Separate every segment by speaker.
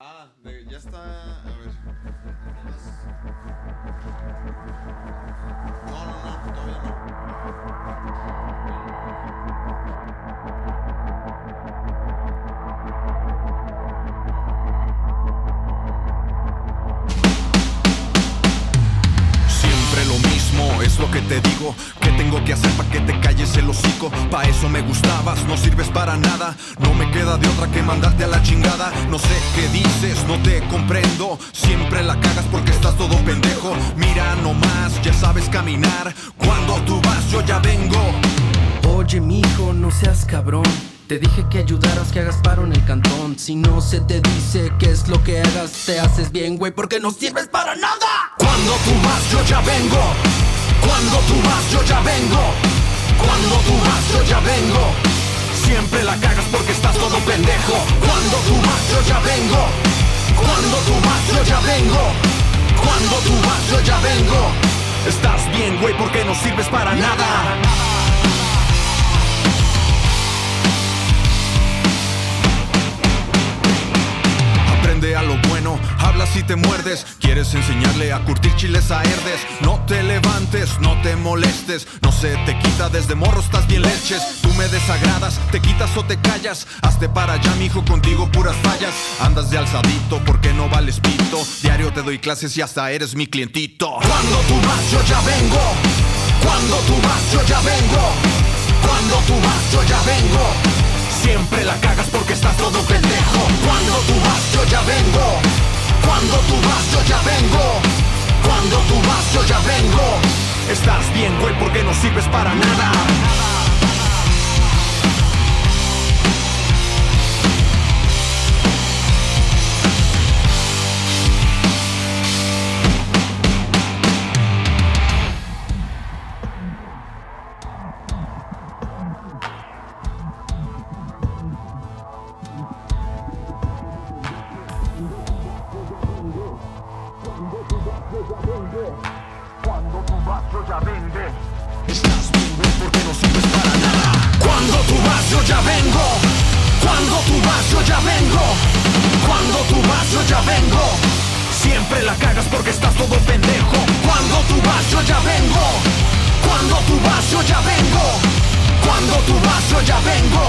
Speaker 1: Ah, de- ya está. A ver. No, no, no, todavía
Speaker 2: Siempre lo mismo, es lo que te digo. Que tengo que hacer para que te calles el hocico? Pa' eso me gustabas, no sirves para nada. No me queda de otra que mandarte a la chingada. No sé qué dices, no te comprendo. Siempre la cagas porque estás todo pendejo. Mira nomás, ya sabes caminar. Cuando tú vas, yo ya vengo.
Speaker 3: Oye, mijo, no seas cabrón. Te dije que ayudaras, que hagas paro en el cantón. Si no se te dice qué es lo que hagas, te haces bien, güey, porque no sirves para nada.
Speaker 2: Cuando tú vas, yo ya vengo. Cuando tú vas, yo ya vengo. Cuando tú vas, yo ya vengo. Siempre la cagas porque estás todo pendejo. Cuando tú vas, yo ya vengo. Cuando tú vas, yo ya vengo. Cuando tú vas, yo ya vengo. Estás bien, güey, porque no sirves para nada. Aprende a lo bueno, hablas y te muerdes. Quieres enseñarle a curtir chiles a herdes. No te levantes, no te molestes. No se te quita desde morro, estás bien leches. Tú me desagradas, te quitas o te callas. Hazte para allá, mijo, contigo puras fallas. Andas de alzadito porque no vales pito. Diario te doy clases y hasta eres mi clientito.
Speaker 4: Cuando tú vas yo ya vengo. Cuando tú vas yo ya vengo. Cuando tú vas yo ya vengo. Siempre la cagas porque estás todo pendejo. Cuando tú vas yo ya vengo. Cuando tú vas yo ya vengo. Cuando tú vas yo ya vengo.
Speaker 2: Estás bien, güey, porque no sirves para nada.
Speaker 4: Cuando tú vas yo ya vengo. Cuando tú vas yo ya vengo. Cuando tú vas yo ya vengo. Siempre la cagas porque estás todo pendejo. Cuando tú vas yo ya vengo. Cuando tú vas yo ya vengo. Cuando tú vas yo ya vengo.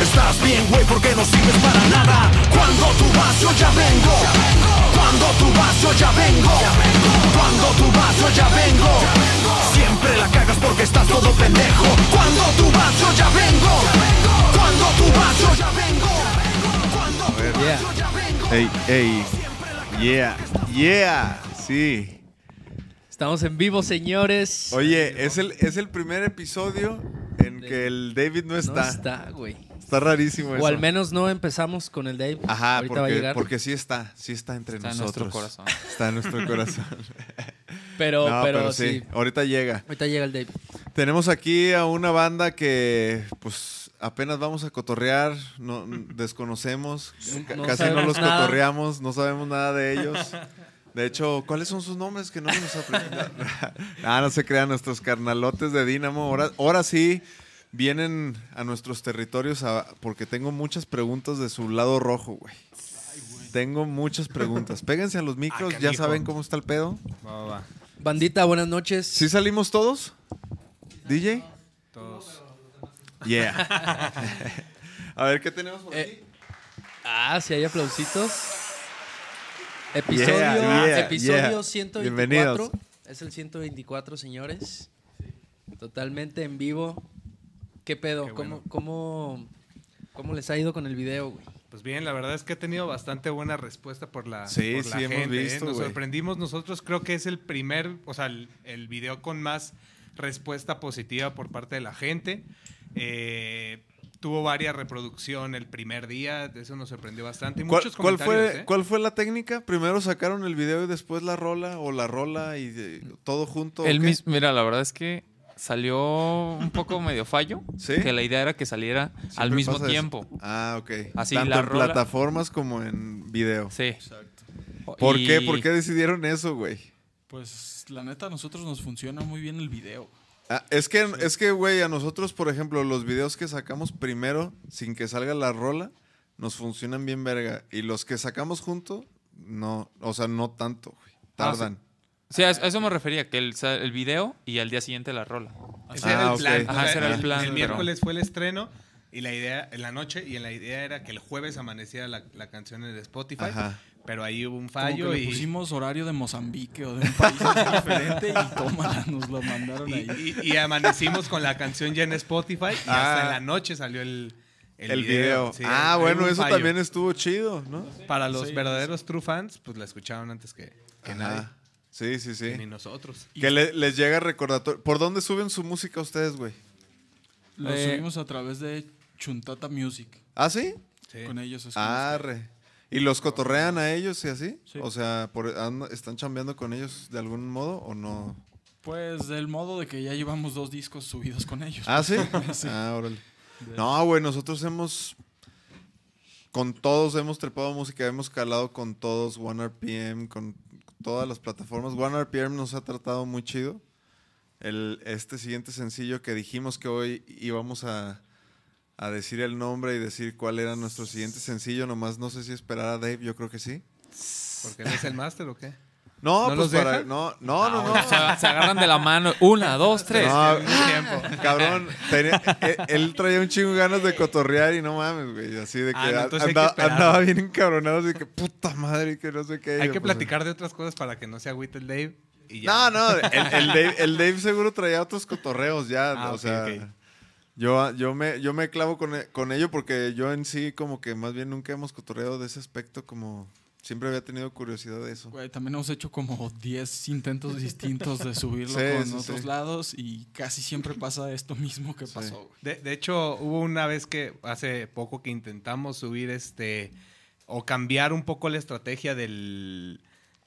Speaker 4: Estás bien, güey, porque no sirves para nada. Cuando tú vas yo ya vengo. Cuando tú vas yo ya vengo. Cuando tú vas yo ya vengo. Siempre la cagas porque estás todo pendejo. Cuando tú vas yo ya vengo. Cuando tú vas yo ya vengo. Cuando tú vas
Speaker 5: Yeah.
Speaker 4: yo ya vengo.
Speaker 5: Ey, ey. Yeah, yeah. Sí.
Speaker 6: Estamos en vivo, señores.
Speaker 5: Oye, es el, es el primer episodio en que el David no
Speaker 6: no
Speaker 5: está. está.
Speaker 6: está, güey.
Speaker 5: rarísimo eso.
Speaker 6: O al menos no empezamos con el Dave.
Speaker 5: Ajá,
Speaker 6: Ahorita va a
Speaker 5: porque,
Speaker 6: llegar.
Speaker 5: porque sí está, sí está entre
Speaker 1: Está en nuestro
Speaker 5: nosotros.
Speaker 1: corazón.
Speaker 5: Está en nuestro corazón.
Speaker 6: Pero,
Speaker 5: No,
Speaker 6: pero, sí.
Speaker 5: ahorita llega.
Speaker 6: Ahorita llega el Dave.
Speaker 5: Tenemos aquí a una banda que pues apenas vamos a cotorrear, no, desconocemos, ca-
Speaker 6: No
Speaker 5: casi no
Speaker 6: sabemos
Speaker 5: los
Speaker 6: nada.
Speaker 5: cotorreamos, no sabemos nada de ellos. De hecho, ¿cuáles son sus nombres que no nos aprendimos? ah, no se crean nuestros carnalotes de Dínamo. Ahora, ahora sí vienen a nuestros territorios a- porque tengo muchas preguntas de su lado rojo, güey. Tengo muchas preguntas. Péguense a los
Speaker 6: Ah,
Speaker 5: micros, ya saben cómo está el pedo.
Speaker 1: no. Va, va, va.
Speaker 6: Bandita, buenas noches.
Speaker 5: ¿Sí salimos todos? ¿DJ?
Speaker 1: Todos.
Speaker 5: Yeah. A ver, ¿qué tenemos por aquí?
Speaker 6: Eh, ah, si hay aplausitos. Episodio,
Speaker 5: Yeah, yeah,
Speaker 6: episodio
Speaker 5: yeah.
Speaker 6: 124.
Speaker 5: Bienvenidos.
Speaker 6: Es el 124, señores. Totalmente en vivo. ¿Qué pedo?
Speaker 1: Qué bueno.
Speaker 6: ¿Cómo, cómo, ¿Cómo les ha ido con el video, güey?
Speaker 1: Pues bien, la verdad es que ha tenido bastante buena respuesta por la,
Speaker 5: Sí,
Speaker 1: por la
Speaker 5: sí, hemos
Speaker 1: gente, ¿eh?
Speaker 5: visto,
Speaker 1: Nos
Speaker 5: güey.
Speaker 1: sorprendimos nosotros. Creo que es el primer, o sea, el, el video con más respuesta positiva por parte de la gente. Eh, tuvo varias reproducción el primer día. Eso nos sorprendió bastante. Y
Speaker 5: ¿Cuál,
Speaker 1: muchos
Speaker 5: cuál
Speaker 1: comentarios,
Speaker 5: fue,
Speaker 1: ¿eh?
Speaker 5: ¿Cuál fue la técnica? Primero sacaron el video y después la rola o la rola y de- todo junto.
Speaker 7: El
Speaker 5: ¿ok?
Speaker 7: mis- mira, la verdad es que salió un poco medio fallo.
Speaker 5: ¿Sí?
Speaker 7: Que la idea era que saliera
Speaker 5: Siempre
Speaker 7: al mismo
Speaker 5: pasa eso.
Speaker 7: tiempo.
Speaker 5: Ah, ok.
Speaker 7: Así,
Speaker 5: Tanto
Speaker 7: la
Speaker 5: en
Speaker 7: rola-
Speaker 5: plataformas como en video.
Speaker 7: Sí. Oh,
Speaker 5: ¿Por
Speaker 7: Y-
Speaker 5: qué? ¿Por qué decidieron eso, güey?
Speaker 8: Pues la neta, a nosotros nos funciona muy bien el video.
Speaker 5: Ah, es que, es que, güey, a nosotros, por ejemplo, los videos que sacamos primero sin que salga la rola, nos funcionan bien verga. Y los que sacamos juntos, no, o sea, no tanto,
Speaker 8: Ah,
Speaker 5: güey. Tardan.
Speaker 7: Sí, a eso a eso me refería, que el, sa- el video y al día siguiente la rola.
Speaker 1: Ese era
Speaker 5: Ah,
Speaker 1: el plan.
Speaker 5: ok.
Speaker 1: o
Speaker 7: Ajá,
Speaker 1: sea,
Speaker 7: ese era el
Speaker 1: el,
Speaker 7: plan,
Speaker 1: el
Speaker 7: pero-
Speaker 1: miércoles fue el estreno y la idea, en la noche, y en la idea era que el jueves amaneciera la, la canción en el Spotify,
Speaker 5: Ajá.
Speaker 1: pero ahí hubo un
Speaker 8: Como que
Speaker 1: fallo
Speaker 8: le
Speaker 1: y,
Speaker 8: pusimos horario de Mozambique o de un país diferente y tómala, nos lo mandaron ahí.
Speaker 1: y- y- y amanecimos con la canción ya en Spotify y
Speaker 5: Ah.
Speaker 1: hasta en la noche salió el,
Speaker 5: El, video.
Speaker 1: Sí,
Speaker 5: ah,
Speaker 1: hubo
Speaker 5: bueno,
Speaker 1: un
Speaker 5: eso
Speaker 1: fallo.
Speaker 5: también estuvo chido, ¿no?
Speaker 1: Para los
Speaker 8: Sí,
Speaker 1: verdaderos true fans, pues la escucharon antes que, que
Speaker 5: Ajá.
Speaker 1: nadie,
Speaker 5: Sí, sí,
Speaker 1: que ni
Speaker 5: sí.
Speaker 1: nosotros.
Speaker 5: Que le- les llega recordatorio. ¿Por dónde suben su música ustedes, güey?
Speaker 8: Lo
Speaker 7: Eh,
Speaker 8: subimos a través de Chuntata Music.
Speaker 5: ¿Ah, sí?
Speaker 1: Sí. Ah,
Speaker 8: Con ellos es como- este,
Speaker 5: Arre. ¿Y los cotorrean a ellos y así?
Speaker 8: Sí.
Speaker 5: O sea, por- and- ¿están chambeando con ellos de algún modo o no?
Speaker 8: Pues del modo de que ya llevamos dos discos subidos con ellos.
Speaker 5: ¿Ah, sí? Ah, órale. No, güey, nosotros hemos... Con todos hemos trepado música, hemos calado con todos, OneRPM, con todas las plataformas. OneRPM nos ha tratado muy chido. El, este siguiente sencillo que dijimos que hoy íbamos a, a decir el nombre y decir cuál era nuestro siguiente sencillo, nomás no sé si esperar a Dave, yo creo que sí.
Speaker 1: ¿Porque él es el máster o qué?
Speaker 5: No,
Speaker 1: ¿No
Speaker 5: pues
Speaker 1: los
Speaker 5: para...
Speaker 1: deja?
Speaker 5: No, no, no, no.
Speaker 7: Se, se agarran de la mano. Una, dos, tres.
Speaker 5: No,
Speaker 1: Tiempo.
Speaker 5: Cabrón, tenía- él, él traía un chingo de ganas de cotorrear y no mames, güey. Así de que,
Speaker 1: Ah, no,
Speaker 5: a-
Speaker 1: entonces hay que
Speaker 5: andaba,
Speaker 1: esperarlo.
Speaker 5: andaba bien encabronado, así que puta madre, que no sé qué.
Speaker 1: Hay
Speaker 5: Yo,
Speaker 1: que
Speaker 5: pues,
Speaker 1: platicar de otras cosas para que no se agüite el Dave. Y ya.
Speaker 5: No, no, el, el Dave, el Dave seguro traía otros cotorreos ya.
Speaker 1: Ah,
Speaker 5: o
Speaker 1: ok,
Speaker 5: sea,
Speaker 1: ok.
Speaker 5: Yo, yo, me, yo me clavo con, e- con ello porque yo en sí, como que más bien nunca hemos cotorreado de ese aspecto, como siempre había tenido curiosidad de eso.
Speaker 8: Güey, también hemos hecho como 10 intentos distintos de subirlo
Speaker 5: Sí,
Speaker 8: con
Speaker 5: sí,
Speaker 8: otros
Speaker 5: sí.
Speaker 8: lados y casi siempre pasa esto mismo que pasó. güey.
Speaker 1: De, de hecho, hubo una vez que hace poco que intentamos subir este o cambiar un poco la estrategia del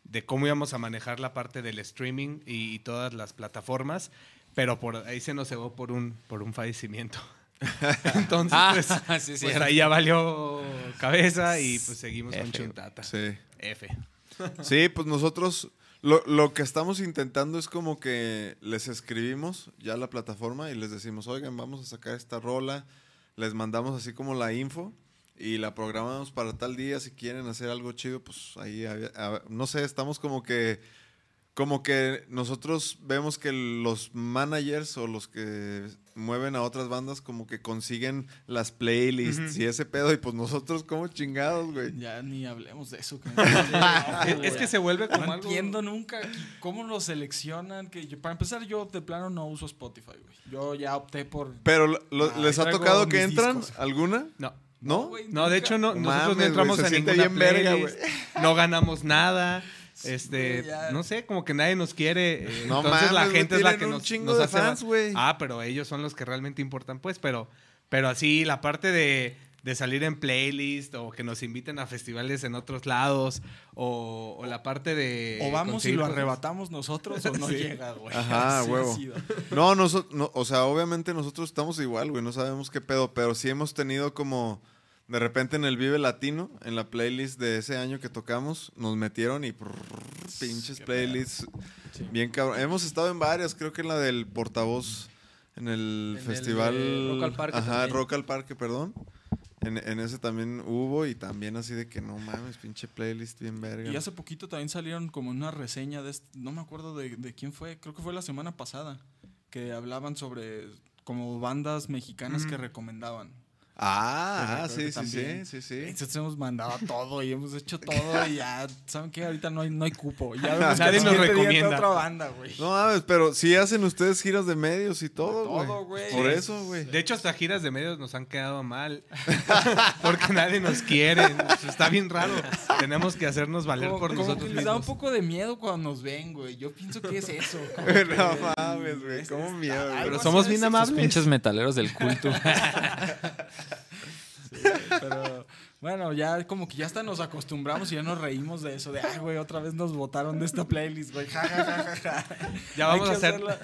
Speaker 1: de cómo íbamos a manejar la parte del streaming y, y todas las plataformas, pero por ahí se nos cebó por un por un fallecimiento. Entonces,
Speaker 7: Ah,
Speaker 1: pues,
Speaker 7: sí,
Speaker 1: pues
Speaker 7: es cierto.
Speaker 1: ahí ya valió cabeza y pues seguimos con Chuntata.
Speaker 5: Sí.
Speaker 1: F.
Speaker 5: Sí, pues nosotros lo, lo que estamos intentando es como que les escribimos ya a la plataforma y les decimos, oigan, vamos a sacar esta rola, les mandamos así como la info y la programamos para tal día, si quieren hacer algo chido, pues ahí, había- a- no sé, estamos como que... Como que nosotros vemos que los managers o los que mueven a otras bandas como que consiguen las playlists y ese pedo y pues nosotros como chingados, güey.
Speaker 8: Ya ni hablemos de eso. que-
Speaker 1: Es, es que se vuelve como
Speaker 8: No
Speaker 1: algo
Speaker 8: entiendo nunca aquí cómo lo seleccionan. Que yo- para empezar, yo de plano no uso Spotify, güey. Yo ya opté por.
Speaker 5: Pero lo- lo-
Speaker 8: Ah,
Speaker 5: les ha
Speaker 8: traigo
Speaker 5: tocado
Speaker 8: mis
Speaker 5: que entran
Speaker 8: discos.
Speaker 5: alguna,
Speaker 1: No.
Speaker 5: ¿no?
Speaker 8: güey,
Speaker 1: No, de
Speaker 8: nunca.
Speaker 1: hecho no,
Speaker 5: No
Speaker 1: nosotros
Speaker 5: mames,
Speaker 1: no entramos
Speaker 5: güey,
Speaker 1: a
Speaker 5: se siente
Speaker 1: ninguna
Speaker 5: bien verga,
Speaker 1: playlist, no ganamos nada. Este,
Speaker 8: güey, ya.
Speaker 1: no sé, como que nadie nos quiere. eh,
Speaker 5: No
Speaker 1: entonces la
Speaker 5: mames, güey,
Speaker 1: gente es la
Speaker 5: tienen
Speaker 1: que
Speaker 5: un
Speaker 1: nos,
Speaker 5: chingo
Speaker 1: nos
Speaker 5: de
Speaker 1: hace va-
Speaker 5: fans, güey.
Speaker 1: Ah, pero ellos son los que realmente importan, pues, pero pero así la parte de de salir en playlist o que nos inviten a festivales en otros lados o, o la parte de
Speaker 8: o vamos y
Speaker 1: conseguir
Speaker 8: lo
Speaker 1: cosas.
Speaker 8: arrebatamos nosotros o no
Speaker 1: Sí.
Speaker 8: llega, güey.
Speaker 5: Ajá,
Speaker 8: Así ha
Speaker 5: huevo.
Speaker 8: sido.
Speaker 5: No, noso- no, o sea, obviamente nosotros estamos igual, güey, no sabemos qué pedo, pero sí hemos tenido como de repente en el Vive Latino, en la playlist de ese año que tocamos, nos metieron y prrr, pinches playlists bien cabrón. Hemos estado en varias, creo que en la del portavoz en el
Speaker 6: En el
Speaker 5: festival
Speaker 6: de Rock al Parque
Speaker 5: Ajá,
Speaker 6: también.
Speaker 5: Rock al Parque, perdón. En, en ese también hubo y también así de que no mames, pinche playlist bien verga.
Speaker 8: Y hace poquito también salieron como una reseña de... est- no me acuerdo de, de quién fue, creo que fue la semana pasada, que hablaban sobre como bandas mexicanas que recomendaban.
Speaker 5: Ah, ah,
Speaker 8: Pues,
Speaker 5: sí,
Speaker 8: creo que
Speaker 5: sí, sí,
Speaker 8: también.
Speaker 5: sí, sí.
Speaker 8: Entonces hemos mandado todo y hemos hecho todo y ya, ¿saben qué? Ahorita no hay, no hay cupo. Ya vemos que
Speaker 1: Nadie
Speaker 8: al
Speaker 1: nos
Speaker 8: siguiente día está
Speaker 1: recomienda.
Speaker 8: otra banda, güey.
Speaker 5: No mames, pero sí hacen ustedes giras de medios y todo,
Speaker 8: De
Speaker 5: güey.
Speaker 8: todo, güey.
Speaker 5: Por eso, güey.
Speaker 1: De hecho, hasta giras de medios nos han quedado mal. Porque nadie nos quiere. Está bien raro. Tenemos que hacernos valer
Speaker 8: Como,
Speaker 1: por
Speaker 8: como
Speaker 1: nosotros
Speaker 8: que les da un
Speaker 1: mismos.
Speaker 8: poco de miedo cuando nos ven, güey. Yo pienso que es eso. como que-
Speaker 5: No mames, güey. Cómo miedo, güey.
Speaker 1: Pero
Speaker 8: algo
Speaker 1: somos
Speaker 8: así
Speaker 1: bien
Speaker 8: es,
Speaker 7: Los
Speaker 1: amables.
Speaker 7: pinches metaleros del culto.
Speaker 8: Pero bueno, ya como que ya hasta nos acostumbramos y ya nos reímos de eso. De, ay, güey, otra vez nos votaron de esta playlist, güey. Ja, ja, ja, ja, ja".
Speaker 1: Ya
Speaker 8: Hay
Speaker 1: vamos
Speaker 8: que
Speaker 1: a hacer.
Speaker 8: hacerla.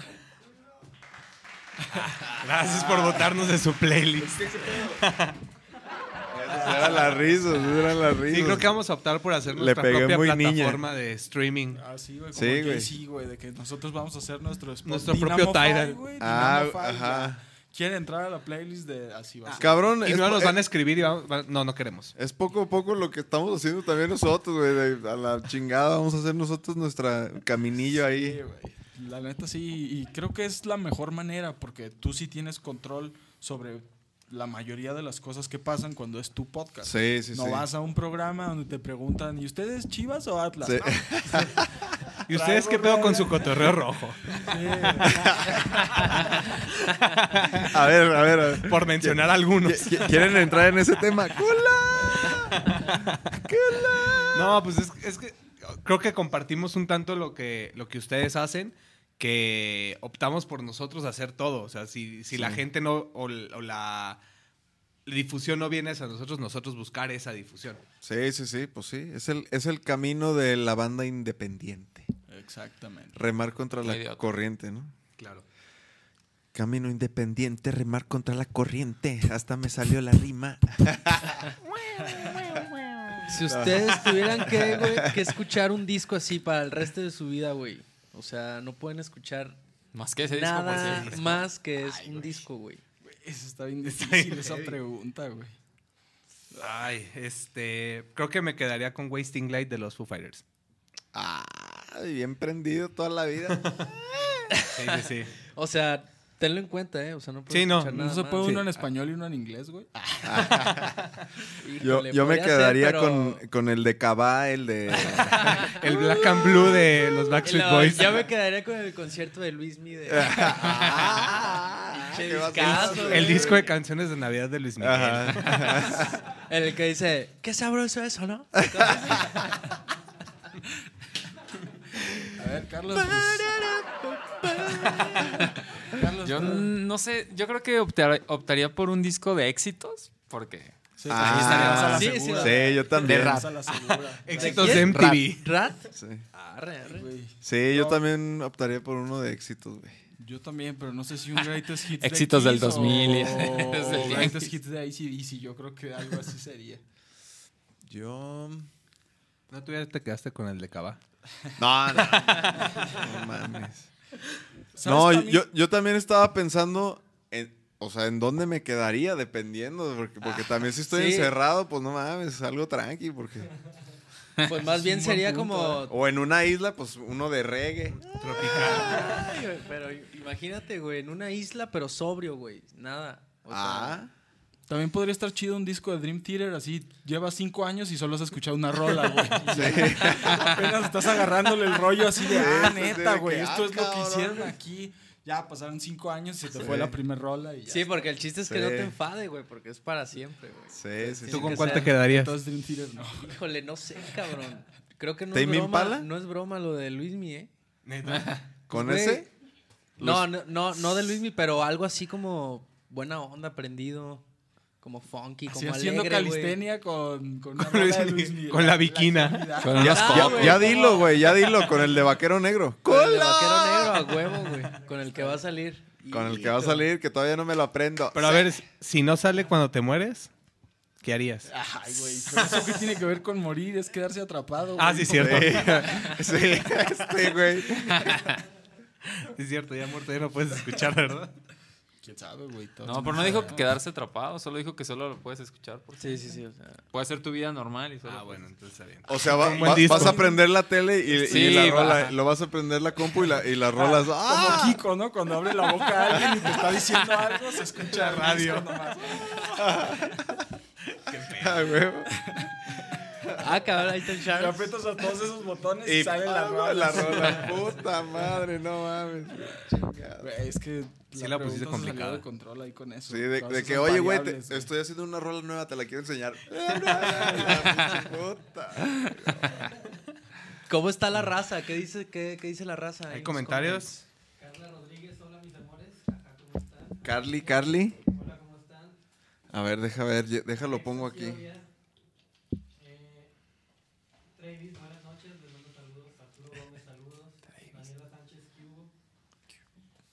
Speaker 1: Gracias por votarnos de su playlist.
Speaker 5: Esas Eran las risas, esas eran las risas.
Speaker 1: Sí, creo que vamos a optar por hacer
Speaker 5: Le
Speaker 1: nuestra
Speaker 5: pegué
Speaker 1: propia
Speaker 5: muy niña.
Speaker 1: plataforma de streaming.
Speaker 8: Ah, sí, güey.
Speaker 5: Sí,
Speaker 8: Sí,
Speaker 5: güey.
Speaker 8: güey. Sí, güey, de que nosotros vamos a hacer nuestro spot
Speaker 1: Nuestro propio
Speaker 8: Dynamo Fi,
Speaker 1: Tidal.
Speaker 8: güey,
Speaker 5: Ah,
Speaker 8: Dynamo Fi,
Speaker 5: ajá.
Speaker 8: ya. quieren entrar a la playlist de así
Speaker 1: Ah,
Speaker 8: va. a ser.
Speaker 5: Cabrón,
Speaker 1: Y
Speaker 5: es,
Speaker 1: no eh. nos
Speaker 5: es-
Speaker 1: van a escribir y vamos- va- no, no queremos.
Speaker 5: es poco a poco lo que estamos haciendo también nosotros, güey. de- A la chingada vamos a hacer nosotros nuestra caminillo ahí.
Speaker 8: Sí, güey. La neta sí, y creo que es la mejor manera porque tú sí tienes control sobre la mayoría de las cosas que pasan cuando es tu podcast.
Speaker 5: Sí, sí,
Speaker 8: no
Speaker 5: sí.
Speaker 8: vas a un programa donde te preguntan, ¿y ustedes Chivas o Atlas?
Speaker 5: Sí.
Speaker 8: No,
Speaker 1: ¿Y ustedes qué pedo con su cotorreo rojo?
Speaker 8: Ah,
Speaker 5: A ver, a ver, a ver.
Speaker 1: Por mencionar algunos.
Speaker 5: Qui- qui- ¿Quieren entrar en ese tema? ¡Cula!
Speaker 1: No, pues es, es que creo que compartimos un tanto lo que, lo que ustedes hacen, que optamos por nosotros hacer todo. O sea, si, si la gente no, o, l- o la difusión no viene hacia nosotros, nosotros buscar esa difusión.
Speaker 5: Sí, sí, sí, pues sí. Es el, es el camino de la banda independiente.
Speaker 8: Exactamente.
Speaker 5: Remar contra la
Speaker 7: Idiota.
Speaker 5: corriente, ¿no?
Speaker 1: Claro.
Speaker 5: Camino independiente, remar contra la corriente. Hasta me salió la rima.
Speaker 6: Si ustedes tuvieran que, güey, que escuchar un disco así para el resto de su vida, güey. O sea, no pueden escuchar
Speaker 7: Más que ese disco por
Speaker 6: nada
Speaker 7: siempre.
Speaker 6: más que es un disco, güey.
Speaker 8: Güey, Eso está bien difícil, esa pregunta, güey.
Speaker 1: Ay, este. Creo que me quedaría con Wasting Light de los Foo Fighters.
Speaker 5: Ah, bien prendido toda la vida.
Speaker 1: Sí, sí, sí.
Speaker 6: O sea, tenlo en cuenta, ¿eh? O sea, no pueden
Speaker 1: Sí, no,
Speaker 6: escuchar
Speaker 1: no
Speaker 8: ¿No
Speaker 6: nada
Speaker 8: se
Speaker 6: más.
Speaker 8: puede uno en español y uno en inglés, güey?
Speaker 5: Yo,
Speaker 6: Híjole,
Speaker 5: yo me
Speaker 6: podría ser,
Speaker 5: quedaría
Speaker 6: pero-
Speaker 5: con, con el de Cabá, el de.
Speaker 1: El Black and Blue de los Backstreet
Speaker 6: No,
Speaker 1: Boys.
Speaker 6: Yo me quedaría con el concierto de Luis Mide.
Speaker 5: Ah,
Speaker 6: Pinche
Speaker 5: qué
Speaker 6: discazo,
Speaker 5: basura.
Speaker 1: El disco de canciones de Navidad de Luis Miguel.
Speaker 5: Ajá.
Speaker 6: el que dice, qué sabroso eso, ¿no?
Speaker 8: A ver, Carlos. pues- Carlos,
Speaker 7: Yo
Speaker 8: tú-
Speaker 7: n- Mm, no sé, yo creo que optar- optaría por un disco de éxitos, porque
Speaker 8: Sí,
Speaker 5: Ah,
Speaker 8: ahí estaríamos a la
Speaker 6: sí, sí,
Speaker 8: segura.
Speaker 5: Sí, yo
Speaker 8: Ahí
Speaker 5: también.
Speaker 8: estaríamos a la segura.
Speaker 1: Éxitos
Speaker 6: ¿De
Speaker 1: de
Speaker 6: quién?
Speaker 1: MTV.
Speaker 6: ¿Rat?
Speaker 5: Sí,
Speaker 6: Arre, arre.
Speaker 8: Güey,
Speaker 5: Sí, yo
Speaker 8: No.
Speaker 5: también optaría por uno de éxitos, güey.
Speaker 8: Yo también, pero no sé si un Greatest Hits de
Speaker 7: Éxitos del
Speaker 8: Kiss
Speaker 7: 2000 y-
Speaker 8: o,
Speaker 1: Oh,
Speaker 7: desde
Speaker 8: o
Speaker 7: el
Speaker 8: Greatest Hits de ACDC. Yo creo que algo así sería.
Speaker 5: Yo.
Speaker 1: No, tú ya te quedaste con el de Cava.
Speaker 5: No, no. No mames.
Speaker 8: ¿Sabes
Speaker 5: No,
Speaker 8: también?
Speaker 5: yo, yo también estaba pensando en. O sea, ¿en dónde me quedaría? Dependiendo, porque,
Speaker 1: Ah,
Speaker 5: porque también si estoy
Speaker 6: sí.
Speaker 5: encerrado, pues no mames, algo tranqui, porque...
Speaker 6: Pues más bien sería como...
Speaker 5: O en una isla, pues uno de reggae.
Speaker 6: Ay, güey, Pero imagínate, güey, en una isla, pero sobrio, güey. Nada. O sea,
Speaker 5: Ah,
Speaker 8: También podría estar chido un disco de Dream Theater. Así llevas cinco años y solo has escuchado una rola, güey. Apenas estás agarrándole el rollo así de, ah,
Speaker 5: Sí, sí, de
Speaker 8: neta,
Speaker 5: que,
Speaker 8: güey.
Speaker 5: ah,
Speaker 8: Esto es lo que
Speaker 5: cabrón.
Speaker 8: hicieron aquí. Ya pasaron cinco años y se te fue la primera rola. Y ya.
Speaker 6: Sí, porque el chiste es que
Speaker 5: Sí.
Speaker 6: no te enfade, güey, porque es para siempre, güey.
Speaker 5: sí, sí.
Speaker 6: ¿Tú
Speaker 5: sí.
Speaker 1: ¿Tú con
Speaker 6: que
Speaker 1: cuál
Speaker 6: sea.
Speaker 1: te quedarías?
Speaker 8: Entonces Dream Theater no.
Speaker 6: Híjole, no sé, cabrón. Creo que no es
Speaker 5: ¿Tame
Speaker 6: broma.
Speaker 5: Impala?
Speaker 6: No es broma lo de Luismi, ¿eh?
Speaker 5: ¿Con
Speaker 6: Güey.
Speaker 5: ese?
Speaker 6: No, no, no, no de Luismi, pero algo así como buena onda, prendido, como funky,
Speaker 8: Así
Speaker 6: como
Speaker 8: haciendo
Speaker 6: alegre, güey.
Speaker 8: calistenia con, con, una
Speaker 1: Con
Speaker 8: rola de
Speaker 1: Luis
Speaker 8: Luis
Speaker 1: Miguel.
Speaker 8: Miguel.
Speaker 1: Con la viquina.
Speaker 8: actividad.
Speaker 7: con unos
Speaker 6: Ah,
Speaker 5: Ya,
Speaker 7: covers.
Speaker 6: güey.
Speaker 5: ya dilo, güey, ya dilo, con el de vaquero negro.
Speaker 6: Con el de vaquero negro a huevo, güey. Con el que va a salir.
Speaker 5: Con el que va a salir, que todavía no me lo aprendo.
Speaker 1: Pero a ver, si no sale cuando te mueres, ¿qué harías?
Speaker 8: Ay, güey, pero eso que tiene que ver con morir es quedarse atrapado.
Speaker 1: Ah,
Speaker 8: güey.
Speaker 1: sí, es cierto.
Speaker 5: Sí, este, güey.
Speaker 1: Es cierto, ya muerto ya no puedes escuchar, ¿verdad?
Speaker 8: ¿Quién sabe, güey? Todo
Speaker 7: No, pero no dijo que quedarse atrapado, solo dijo que solo lo puedes escuchar. por-
Speaker 6: Sí, sí, sí. O sea,
Speaker 7: Puede ser tu vida normal y solo.
Speaker 1: Ah, bueno, entonces está bien.
Speaker 5: O sea, va-
Speaker 1: Un buen
Speaker 5: va-
Speaker 1: disco.
Speaker 5: vas a prender la tele y, y
Speaker 7: Sí,
Speaker 5: la
Speaker 7: va.
Speaker 5: rola, lo vas a prender la compu y, la, y las rolas.
Speaker 8: Como
Speaker 5: ¡Ah!
Speaker 8: Kiko, ¿no? Cuando abre la boca a alguien y te está diciendo algo, se escucha radio. Nomás.
Speaker 5: Ah, güey.
Speaker 6: Ah, cabrón, ahí está el
Speaker 8: Le
Speaker 6: Charles.
Speaker 8: apretas a todos esos botones y,
Speaker 5: Y
Speaker 8: sale la
Speaker 5: ah,
Speaker 8: rola.
Speaker 5: La rola, puta madre, no mames.
Speaker 8: Güey, es que
Speaker 1: Sí la pusiste
Speaker 8: pregunta se salió
Speaker 1: complicada.
Speaker 8: de control ahí con eso.
Speaker 5: Sí, de,
Speaker 8: Todas
Speaker 5: de
Speaker 8: esas
Speaker 5: que, oye, güey, te-
Speaker 8: variables, güey.
Speaker 5: estoy haciendo una rola nueva, te la quiero enseñar. La pinche puta.
Speaker 6: ¿Cómo está la raza? ¿Qué dice, qué, qué dice la raza? ahí
Speaker 1: ¿Hay
Speaker 6: en los
Speaker 1: comentarios?
Speaker 5: Carly, Carly. A ver, deja ver, ye- déjalo pongo aquí.
Speaker 9: eh. Travis, buenas noches, les mando saludos. Arturo Gómez, saludos. Daniela Sánchez, ¿qué hubo?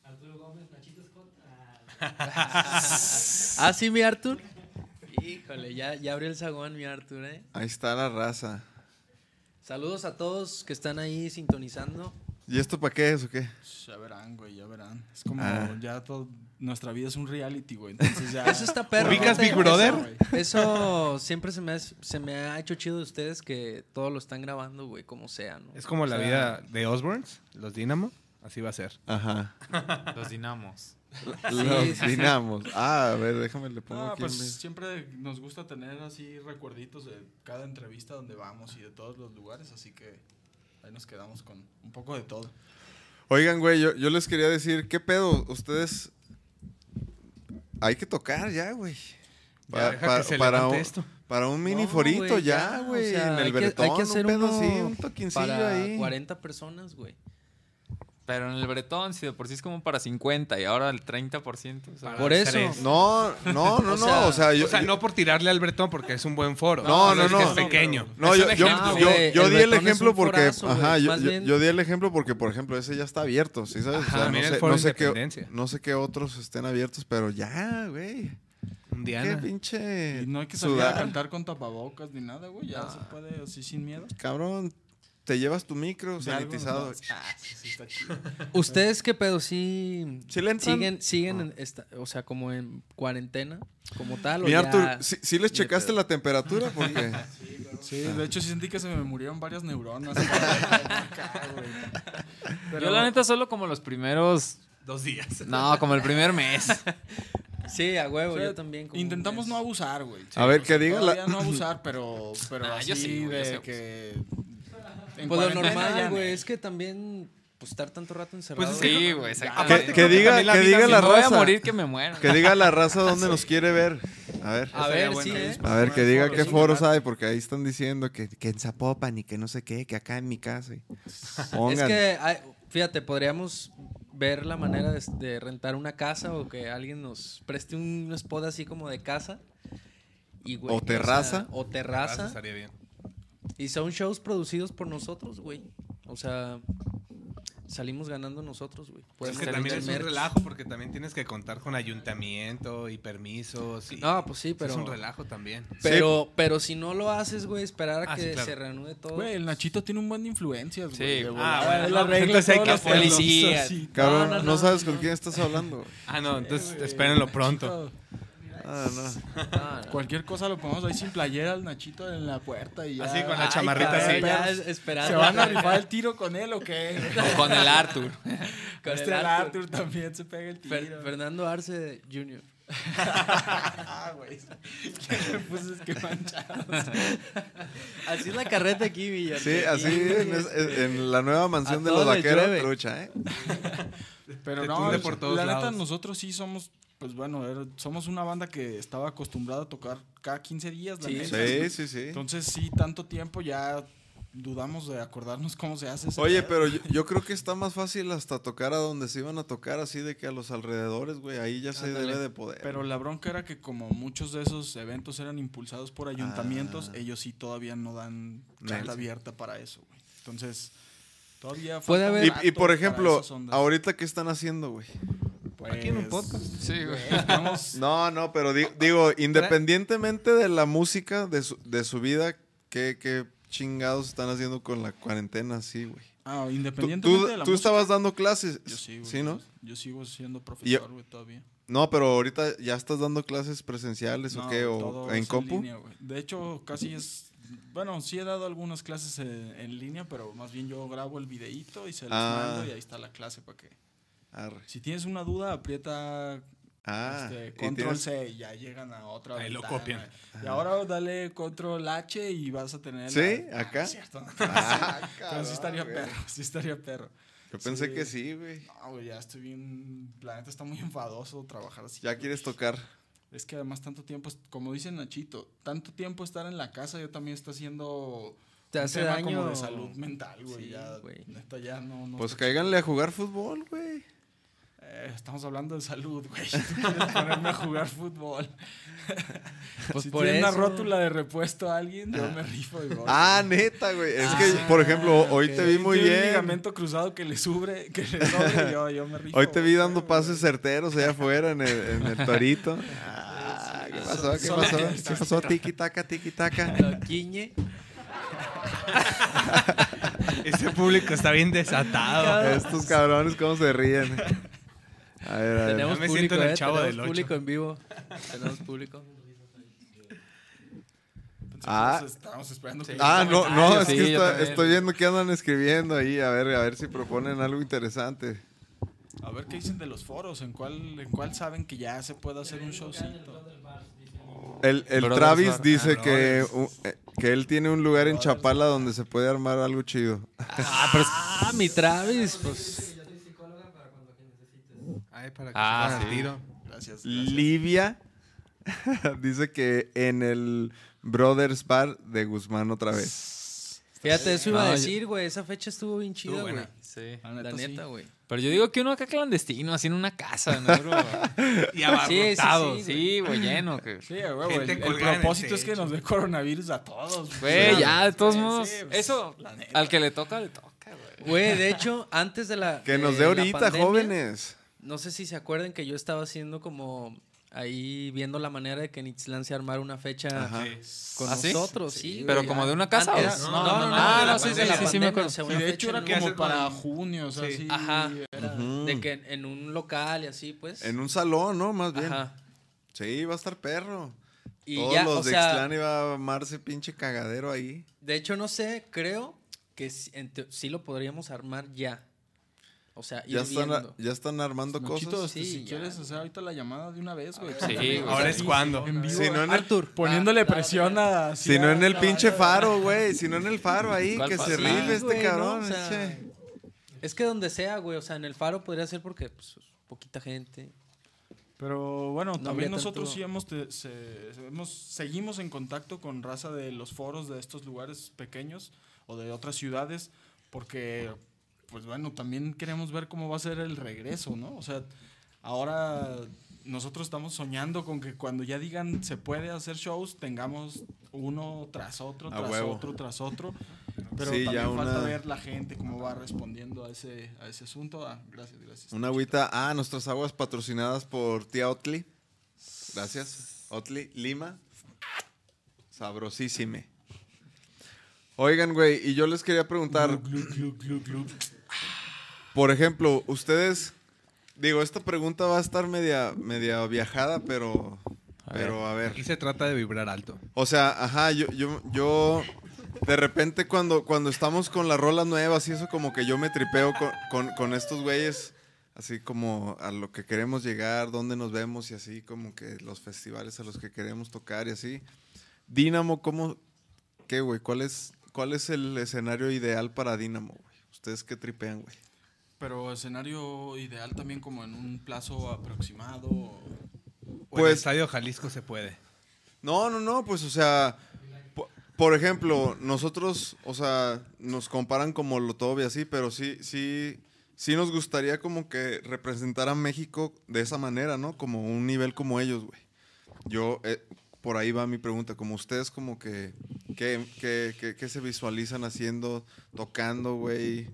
Speaker 9: Arturo Gómez, Nachito Scott. Ah,
Speaker 6: comments? Ah, sí, mi Arthur. Híjole, ya, ya abrió el sagón, mi Arthur, ¿eh?
Speaker 5: Ahí está la raza.
Speaker 6: Saludos a todos que están ahí sintonizando.
Speaker 5: ¿Y esto para qué es o qué?
Speaker 8: Ya verán, güey, ya verán. Es como
Speaker 5: Ah.
Speaker 8: ya todo, nuestra vida es un reality, güey. Entonces ya.
Speaker 6: Eso está perro.
Speaker 1: ¿Ubicas
Speaker 6: Fíjate,
Speaker 1: Big Brother?
Speaker 6: eso- Eso siempre se me, ha- se me ha hecho chido de ustedes que todo lo están grabando, güey, como sea, ¿no?
Speaker 1: Es como la
Speaker 6: O sea,
Speaker 1: vida de Osborns, los Dynamo. Así va a ser.
Speaker 5: Ajá.
Speaker 7: Los dinamos.
Speaker 6: sí,
Speaker 5: Los
Speaker 6: sí.
Speaker 5: dinamos. Ah, a ver, déjame le pongo
Speaker 8: Ah,
Speaker 5: aquí.
Speaker 8: pues
Speaker 5: un-
Speaker 8: siempre nos gusta tener así recuerditos de cada entrevista donde vamos y de todos los lugares, así que ahí nos quedamos con un poco de todo.
Speaker 5: Oigan, güey, yo, yo les quería decir, ¿qué pedo? Ustedes. Hay que tocar ya, güey.
Speaker 1: Ya,
Speaker 5: Pa-
Speaker 1: deja
Speaker 5: pa-
Speaker 1: que se
Speaker 5: para,
Speaker 1: levante
Speaker 5: un-
Speaker 1: esto.
Speaker 5: para un mini
Speaker 6: no,
Speaker 5: forito
Speaker 6: güey,
Speaker 5: ya,
Speaker 6: o
Speaker 5: güey.
Speaker 6: sea,
Speaker 5: en
Speaker 6: hay
Speaker 5: el
Speaker 6: que-
Speaker 5: Bretón,
Speaker 6: hay que hacer
Speaker 5: un pedo
Speaker 6: uno
Speaker 5: así, un toquincillo
Speaker 6: para
Speaker 5: ahí.
Speaker 6: 40 personas, güey.
Speaker 7: Pero en el Bretón, si de por sí es como para 50 y ahora el 30%. o sea,
Speaker 6: Por eso.
Speaker 5: No, no, no,
Speaker 6: O
Speaker 5: no.
Speaker 6: sea-
Speaker 5: o sea, yo.
Speaker 1: o sea, no por tirarle al Bretón porque es un buen foro.
Speaker 5: No, no,
Speaker 1: es que
Speaker 5: no.
Speaker 1: Es pequeño.
Speaker 5: No,
Speaker 7: Es
Speaker 5: yo,
Speaker 7: un
Speaker 5: yo,
Speaker 7: ejemplo,
Speaker 5: yo-
Speaker 6: güey.
Speaker 5: yo
Speaker 6: El
Speaker 5: di el
Speaker 6: Bretón es un
Speaker 5: ejemplo porque.
Speaker 6: forazo,
Speaker 5: ajá,
Speaker 6: güey,
Speaker 5: yo,
Speaker 6: más
Speaker 5: yo-
Speaker 6: bien-
Speaker 5: yo di el ejemplo porque, por ejemplo, ese ya está abierto, ¿sí sabes?
Speaker 1: Ajá,
Speaker 5: o sea, no
Speaker 1: mira el
Speaker 5: sé,
Speaker 1: foro
Speaker 5: no sé qué,
Speaker 1: Independencia.
Speaker 5: no sé qué otros estén abiertos, pero ya, güey.
Speaker 1: Un
Speaker 5: Qué
Speaker 1: Diana.
Speaker 5: pinche.
Speaker 8: Y no hay que salir
Speaker 5: Eh, sudar.
Speaker 8: a cantar con tapabocas ni nada, güey. Ya se puede así sin miedo.
Speaker 5: Cabrón, te llevas tu micro
Speaker 8: De algo nos
Speaker 5: sanitizado.
Speaker 8: vamos. Ah, sí, sí, está chido.
Speaker 6: ¿Ustedes qué pedo? ¿Sí,
Speaker 5: ¿Sí le entran? Ah.
Speaker 6: siguen, siguen en esta- o sea, como en cuarentena, como tal?
Speaker 5: Mira,
Speaker 6: o ya-
Speaker 5: Artur, ¿sí, sí les
Speaker 6: ni de
Speaker 5: checaste
Speaker 6: pedo?
Speaker 5: la temperatura? Porque
Speaker 8: Sí, de hecho sí sentí que se me murieron varias neuronas. Acá, güey.
Speaker 7: Yo la neta solo como los primeros...
Speaker 1: Dos días.
Speaker 7: No, como el primer mes.
Speaker 6: Sí, a huevo,
Speaker 8: O sea,
Speaker 6: yo también. como
Speaker 8: Intentamos
Speaker 6: un
Speaker 8: no
Speaker 6: mes.
Speaker 8: abusar, güey.
Speaker 5: A ver,
Speaker 8: o
Speaker 5: que
Speaker 8: sea,
Speaker 5: diga
Speaker 8: todavía
Speaker 5: la-
Speaker 8: no abusar, pero, pero
Speaker 7: Nah,
Speaker 8: así
Speaker 7: yo sí, güey, yo sí
Speaker 8: de
Speaker 7: abuso.
Speaker 8: que...
Speaker 6: Pues
Speaker 8: en
Speaker 6: lo
Speaker 8: cuarentena ya
Speaker 6: normal,
Speaker 8: no.
Speaker 6: güey, es que también pues, estar tanto rato encerrado.
Speaker 1: Pues es que-
Speaker 7: Sí, güey,
Speaker 5: que,
Speaker 7: exactamente.
Speaker 5: que diga,
Speaker 1: también la
Speaker 5: que
Speaker 1: vida
Speaker 5: diga
Speaker 7: Si
Speaker 5: la
Speaker 7: me voy a
Speaker 5: raza.
Speaker 7: morir, que me muera.
Speaker 5: Que diga la raza dónde nos quiere ver. A ver.
Speaker 6: a ver, sí, ¿eh?
Speaker 5: A ver, que diga qué
Speaker 6: sí,
Speaker 5: foros hay, porque ahí están diciendo que, que en Zapopan y que no sé qué, que acá en mi casa. y-
Speaker 6: Es
Speaker 5: Pongan.
Speaker 6: que, ay, fíjate, podríamos ver la manera de, de rentar una casa o que alguien nos preste un, un spot así como de casa. Y, güey,
Speaker 5: O
Speaker 6: sea,
Speaker 5: terraza.
Speaker 6: o terraza.
Speaker 1: Estaría bien.
Speaker 6: Y son shows producidos por nosotros, güey. O sea, salimos ganando nosotros, güey.
Speaker 1: Pues
Speaker 6: Podemos
Speaker 1: es que también
Speaker 6: vender
Speaker 1: es
Speaker 6: merch.
Speaker 1: un relajo porque también tienes que contar con ayuntamiento y permisos. y-
Speaker 6: No, pues sí, pero-
Speaker 1: Es un relajo también.
Speaker 6: Pero, pero si no lo haces, güey, esperar a
Speaker 1: Ah, sí,
Speaker 6: que
Speaker 1: claro.
Speaker 6: se reanude todo.
Speaker 8: Güey, el Nachito tiene un buen de influencias,
Speaker 7: Sí,
Speaker 8: güey. de
Speaker 7: güey.
Speaker 8: volada.
Speaker 1: Ah, bueno,
Speaker 8: Él
Speaker 1: no,
Speaker 8: arregla
Speaker 1: entonces hay
Speaker 8: todos
Speaker 1: que
Speaker 8: los
Speaker 1: hacerlo.
Speaker 8: pelos. Sí.
Speaker 5: Cabrón,
Speaker 6: No,
Speaker 5: no,
Speaker 6: no, no,
Speaker 5: sabes con quién estás hablando.
Speaker 1: Ah, no, entonces espérenlo pronto.
Speaker 8: Nachito,
Speaker 5: Ah, no.
Speaker 6: No, no.
Speaker 8: Cualquier cosa lo ponemos ahí sin playera al Nachito en la puerta y ya.
Speaker 1: Así, con la
Speaker 8: Ay,
Speaker 1: chamarrita
Speaker 8: cabrón,
Speaker 1: así.
Speaker 8: ya
Speaker 6: Ya
Speaker 8: es-
Speaker 6: es- esperando.
Speaker 8: ¿Se van a rifar el tiro con él o qué?
Speaker 7: Con el Arthur.
Speaker 6: Con el
Speaker 8: Este el
Speaker 6: Arthur.
Speaker 8: Arthur también se pega el tiro.
Speaker 6: Fer- Fernando Arce Jr.
Speaker 8: ah, güey. Pues es que manchados.
Speaker 6: Así es la carreta aquí, Villa.
Speaker 5: Sí, así en, es- en la nueva mansión
Speaker 6: A
Speaker 5: de los
Speaker 6: todos les
Speaker 5: vaqueros,
Speaker 6: llueve.
Speaker 5: trucha, ¿eh?
Speaker 8: Pero
Speaker 1: Te
Speaker 8: no,
Speaker 1: tunde
Speaker 8: el-
Speaker 1: por todos
Speaker 8: la neta,
Speaker 1: lados.
Speaker 8: nosotros sí somos, pues bueno, era- somos una banda que estaba acostumbrada a tocar cada 15 días. La
Speaker 6: Sí.
Speaker 8: neta.
Speaker 5: Sí, sí, sí.
Speaker 8: Entonces sí, tanto tiempo ya dudamos de acordarnos cómo se hace. ese
Speaker 5: Oye,
Speaker 8: pedo.
Speaker 5: pero yo, yo creo que está más fácil hasta tocar a donde se iban a tocar, así de que a los alrededores, güey. Ahí ya se
Speaker 6: Ándale.
Speaker 5: debe de poder.
Speaker 8: Pero la bronca era que como muchos de esos eventos eran impulsados por ayuntamientos,
Speaker 5: Ah.
Speaker 8: ellos sí todavía no dan
Speaker 5: Chance.
Speaker 8: carta abierta para eso, güey. Entonces, todavía
Speaker 6: Puede
Speaker 8: falta un
Speaker 6: haber-
Speaker 5: Y-
Speaker 8: rato
Speaker 5: Y, por
Speaker 8: para
Speaker 5: ejemplo,
Speaker 8: esas ondas. Pues,
Speaker 5: ahorita qué están haciendo, güey.
Speaker 1: Aquí en un podcast.
Speaker 7: Sí, güey.
Speaker 8: Estamos-
Speaker 5: No, no, pero di- digo, independientemente de la música, de su, de su vida, ¿qué, qué chingados están haciendo con la cuarentena así, güey.
Speaker 8: ah,
Speaker 5: Tú,
Speaker 8: independientemente
Speaker 5: tú-
Speaker 8: de la
Speaker 5: tú
Speaker 8: música,
Speaker 5: estabas dando clases.
Speaker 8: Yo sí, güey. pues,
Speaker 5: ¿no?
Speaker 8: Yo sigo siendo profesor, güey, todavía.
Speaker 5: No, pero ahorita ya estás dando clases presenciales o
Speaker 8: No,
Speaker 5: qué, o
Speaker 8: todo
Speaker 5: en
Speaker 8: es
Speaker 5: compu.
Speaker 8: línea, güey. de hecho, casi es... Bueno, sí he dado algunas clases en, en línea, pero más bien yo grabo el videíto y se los
Speaker 5: Ah.
Speaker 8: mando y ahí está la clase para que...
Speaker 5: Arre.
Speaker 8: Si tienes una duda, aprieta
Speaker 5: Ah,
Speaker 8: este,
Speaker 5: y
Speaker 8: control
Speaker 5: tienes-
Speaker 8: C y ya llegan a otra
Speaker 1: Ahí lo
Speaker 8: ventana.
Speaker 1: copian.
Speaker 8: Y ahora dale control H y vas a tener...
Speaker 5: ¿Sí?
Speaker 8: la- Ah,
Speaker 5: ¿Acá?
Speaker 8: no es cierto.
Speaker 5: Ah,
Speaker 8: pero sí estaría
Speaker 5: cabrón, güey.
Speaker 8: perro, sí estaría perro.
Speaker 5: Yo pensé
Speaker 8: Sí.
Speaker 5: que sí, güey.
Speaker 8: No, güey, ya estoy bien... La neta está muy enfadoso trabajar así.
Speaker 5: Ya
Speaker 8: güey.
Speaker 5: quieres tocar.
Speaker 8: Es que además tanto tiempo, est- como dice Nachito, tanto tiempo estar en la casa yo también está haciendo
Speaker 6: Te
Speaker 8: un
Speaker 6: hace
Speaker 8: tema
Speaker 6: daño.
Speaker 8: como de salud mental, güey.
Speaker 6: Sí,
Speaker 8: ya,
Speaker 6: güey.
Speaker 8: neta, ya no, no
Speaker 5: Pues
Speaker 8: está
Speaker 5: cáiganle a jugar fútbol, güey.
Speaker 8: chido. Eh, estamos hablando de salud, güey. Si quieres ponerme a jugar fútbol.
Speaker 6: Pues
Speaker 8: si
Speaker 6: por
Speaker 8: tiene una
Speaker 6: eso.
Speaker 8: rótula de repuesto a alguien, yo me rifo de gol.
Speaker 5: Ah, neta, güey. Es que,
Speaker 8: Ah,
Speaker 5: por ejemplo, hoy
Speaker 6: ok.
Speaker 5: te vi
Speaker 8: Si
Speaker 5: muy
Speaker 8: tiene un
Speaker 5: bien.
Speaker 8: ligamento cruzado que le sube, que le sobre, yo, yo me rifo.
Speaker 5: Hoy te vi
Speaker 8: güey,
Speaker 5: dando
Speaker 8: güey.
Speaker 5: pases certeros allá afuera en el, en el torito. Ah, ¿Qué pasó? ¿Qué
Speaker 8: Solo
Speaker 5: pasó?
Speaker 8: tienes
Speaker 5: ¿Qué pasó? Tiki taca, tiki taca.
Speaker 6: Lo quiñe.
Speaker 1: Ese público está bien desatado.
Speaker 5: Estos cabrones, cómo se ríen. A ver, a ver.
Speaker 6: Tenemos
Speaker 1: me siento
Speaker 6: público,
Speaker 1: en el
Speaker 6: eh,
Speaker 1: Chavo
Speaker 6: tenemos
Speaker 1: del Ocho.
Speaker 6: público en vivo. Tenemos público.
Speaker 5: Ah.
Speaker 8: Estábamos esperando que...
Speaker 5: Ah, no, no,
Speaker 7: Ah,
Speaker 5: es
Speaker 7: sí,
Speaker 5: que
Speaker 7: yo
Speaker 5: está-
Speaker 7: también.
Speaker 5: estoy viendo que andan escribiendo ahí, a ver, a ver si proponen algo interesante.
Speaker 8: A ver qué dicen de los foros, en cuál, en cuál saben que ya se puede hacer un showcito.
Speaker 5: El, el
Speaker 7: Brothers
Speaker 5: Travis
Speaker 7: Bar.
Speaker 5: dice
Speaker 1: Ah,
Speaker 5: que,
Speaker 1: Brothers.
Speaker 5: u- eh, que él tiene un lugar en Chapala donde se puede armar algo chido.
Speaker 6: Ah, pero ah, mi Travis, pues.
Speaker 1: Ay, para que
Speaker 7: Ah,
Speaker 1: sepas el
Speaker 7: sí.
Speaker 1: tiro.
Speaker 8: Gracias. gracias.
Speaker 5: Livia dice que en el Brothers Bar de Guzmán otra vez.
Speaker 6: Fíjate, eso iba
Speaker 7: No,
Speaker 6: a
Speaker 7: yo-
Speaker 6: decir, güey. Esa fecha estuvo bien chida, güey.
Speaker 1: buena.
Speaker 7: Sí.
Speaker 8: La
Speaker 6: La
Speaker 8: neta, sí.
Speaker 6: neta, güey.
Speaker 7: Pero yo digo que uno acá clandestino, así en una casa, ¿no? Bro?
Speaker 1: Y
Speaker 6: Sí, sí,
Speaker 1: abarrotado.
Speaker 6: sí.
Speaker 7: Sí, güey, lleno. que-
Speaker 8: Sí, a huevo, El,
Speaker 1: Gente
Speaker 8: el
Speaker 1: colgada en el
Speaker 8: propósito es que
Speaker 1: techo.
Speaker 8: nos dé coronavirus a todos.
Speaker 7: Güey,
Speaker 8: Sí,
Speaker 7: ya, de todos
Speaker 8: sí,
Speaker 7: modos.
Speaker 8: sí, pues,
Speaker 7: eso,
Speaker 8: la neta.
Speaker 7: al que le toca, le toca, güey.
Speaker 6: Güey, de hecho, antes de la.
Speaker 5: Que nos
Speaker 6: de
Speaker 5: dé
Speaker 6: la
Speaker 5: ahorita,
Speaker 6: pandemia,
Speaker 5: jóvenes.
Speaker 6: No sé si se acuerdan que yo estaba haciendo como ahí viendo la manera de que en Itzlán se armara una fecha
Speaker 1: eh,
Speaker 6: con
Speaker 7: ¿Ah, sí?
Speaker 6: nosotros, sí. güey.
Speaker 7: ¿Pero como de una casa o-
Speaker 6: Antes-
Speaker 1: No,
Speaker 6: No, no, no.
Speaker 1: no, no,
Speaker 6: de
Speaker 1: no,
Speaker 6: la
Speaker 1: no, sí, sí,
Speaker 6: pandemia,
Speaker 1: sí, sí,
Speaker 7: me
Speaker 6: o
Speaker 7: acuerdo.
Speaker 6: sea,
Speaker 8: Sí,
Speaker 6: una
Speaker 8: de
Speaker 6: fecha
Speaker 8: hecho era
Speaker 6: en-
Speaker 1: que
Speaker 8: como
Speaker 1: hacer
Speaker 8: para
Speaker 1: con-
Speaker 8: junio, o sea,
Speaker 1: Sí.
Speaker 8: sí.
Speaker 6: Ajá.
Speaker 8: era-
Speaker 6: De que en, en un local y así, pues.
Speaker 5: Mm. En un salón, ¿no? Más bien.
Speaker 6: Ajá.
Speaker 5: Sí, va a estar perro.
Speaker 6: Y
Speaker 5: Todos
Speaker 6: ya,
Speaker 5: los
Speaker 6: o
Speaker 5: de
Speaker 6: sea,
Speaker 5: Xtlán iba a armarse pinche cagadero ahí.
Speaker 6: De hecho, no sé, creo que sí, en teo- sí lo podríamos armar ya. O sea, ir
Speaker 5: Ya están,
Speaker 6: viendo.
Speaker 5: ya están armando
Speaker 8: Nachito,
Speaker 5: cosas.
Speaker 8: este,
Speaker 6: Sí,
Speaker 8: si
Speaker 6: ya.
Speaker 8: quieres hacer ahorita la llamada de una vez, güey.
Speaker 7: Sí, güey.
Speaker 1: Ahora es cuando.
Speaker 8: En vivo,
Speaker 5: Si no en el-
Speaker 6: Arthur.
Speaker 8: Poniéndole presión a...
Speaker 5: Si no en el pinche faro, güey. Si no en el faro ahí,
Speaker 7: ¿Cuál
Speaker 5: que
Speaker 7: faro?
Speaker 5: se
Speaker 7: Sí,
Speaker 5: rife este
Speaker 6: güey, ¿no?
Speaker 5: cabrón.
Speaker 6: O sea,
Speaker 5: che.
Speaker 6: Es que donde sea, güey. O sea, en el faro podría ser porque pues, poquita gente.
Speaker 8: Pero bueno,
Speaker 6: No habría
Speaker 8: también nosotros
Speaker 6: tanto-
Speaker 8: sí hemos, te- se- hemos- seguimos en contacto con raza de los foros de estos lugares pequeños o de otras ciudades, porque, pues bueno, también queremos ver cómo va a ser el regreso, ¿no? O sea, ahora nosotros estamos soñando con que cuando ya digan se puede hacer shows, tengamos uno tras otro,
Speaker 5: A
Speaker 8: tras
Speaker 5: huevo.
Speaker 8: otro, tras otro. Pero
Speaker 5: Sí,
Speaker 8: también
Speaker 5: ya
Speaker 8: falta
Speaker 5: una-
Speaker 8: ver la gente cómo va respondiendo a ese, a ese asunto. Ah, gracias, gracias.
Speaker 5: Una agüita. Ah, nuestras aguas patrocinadas por tía Otli. Gracias. Otli Lima. Sabrosísime. Oigan, güey, y yo les quería preguntar,
Speaker 8: Glu, glu, glu, glu, glu.
Speaker 5: por ejemplo, ustedes. Digo, esta pregunta va a estar media, media viajada, pero. pero a ver.
Speaker 1: Aquí se trata de vibrar alto.
Speaker 5: O sea, ajá, yo, yo, yo de repente cuando, cuando estamos con las rolas nuevas y eso como que yo me tripeo con, con- con estos güeyes, así como a lo que queremos llegar, dónde nos vemos y así como que los festivales a los que queremos tocar y así. Dínamo, ¿cómo? ¿Qué, güey? ¿Cuál es, ¿Cuál es el escenario ideal para Dínamo, güey? ¿Ustedes qué tripean, güey?
Speaker 8: Pero escenario ideal también como en un plazo aproximado.
Speaker 1: Pues,
Speaker 5: Pues-
Speaker 1: el Estadio Jalisco se puede.
Speaker 5: No, no, no, pues, o sea, po- por ejemplo, nosotros, o sea, nos comparan como Lotov y así, pero sí, sí, sí nos gustaría como que representar a México de esa manera, ¿no? Como un nivel como ellos, güey. Yo, eh, por ahí va mi pregunta, como ustedes como que, ¿qué, qué- qué- qué se visualizan haciendo, tocando, güey?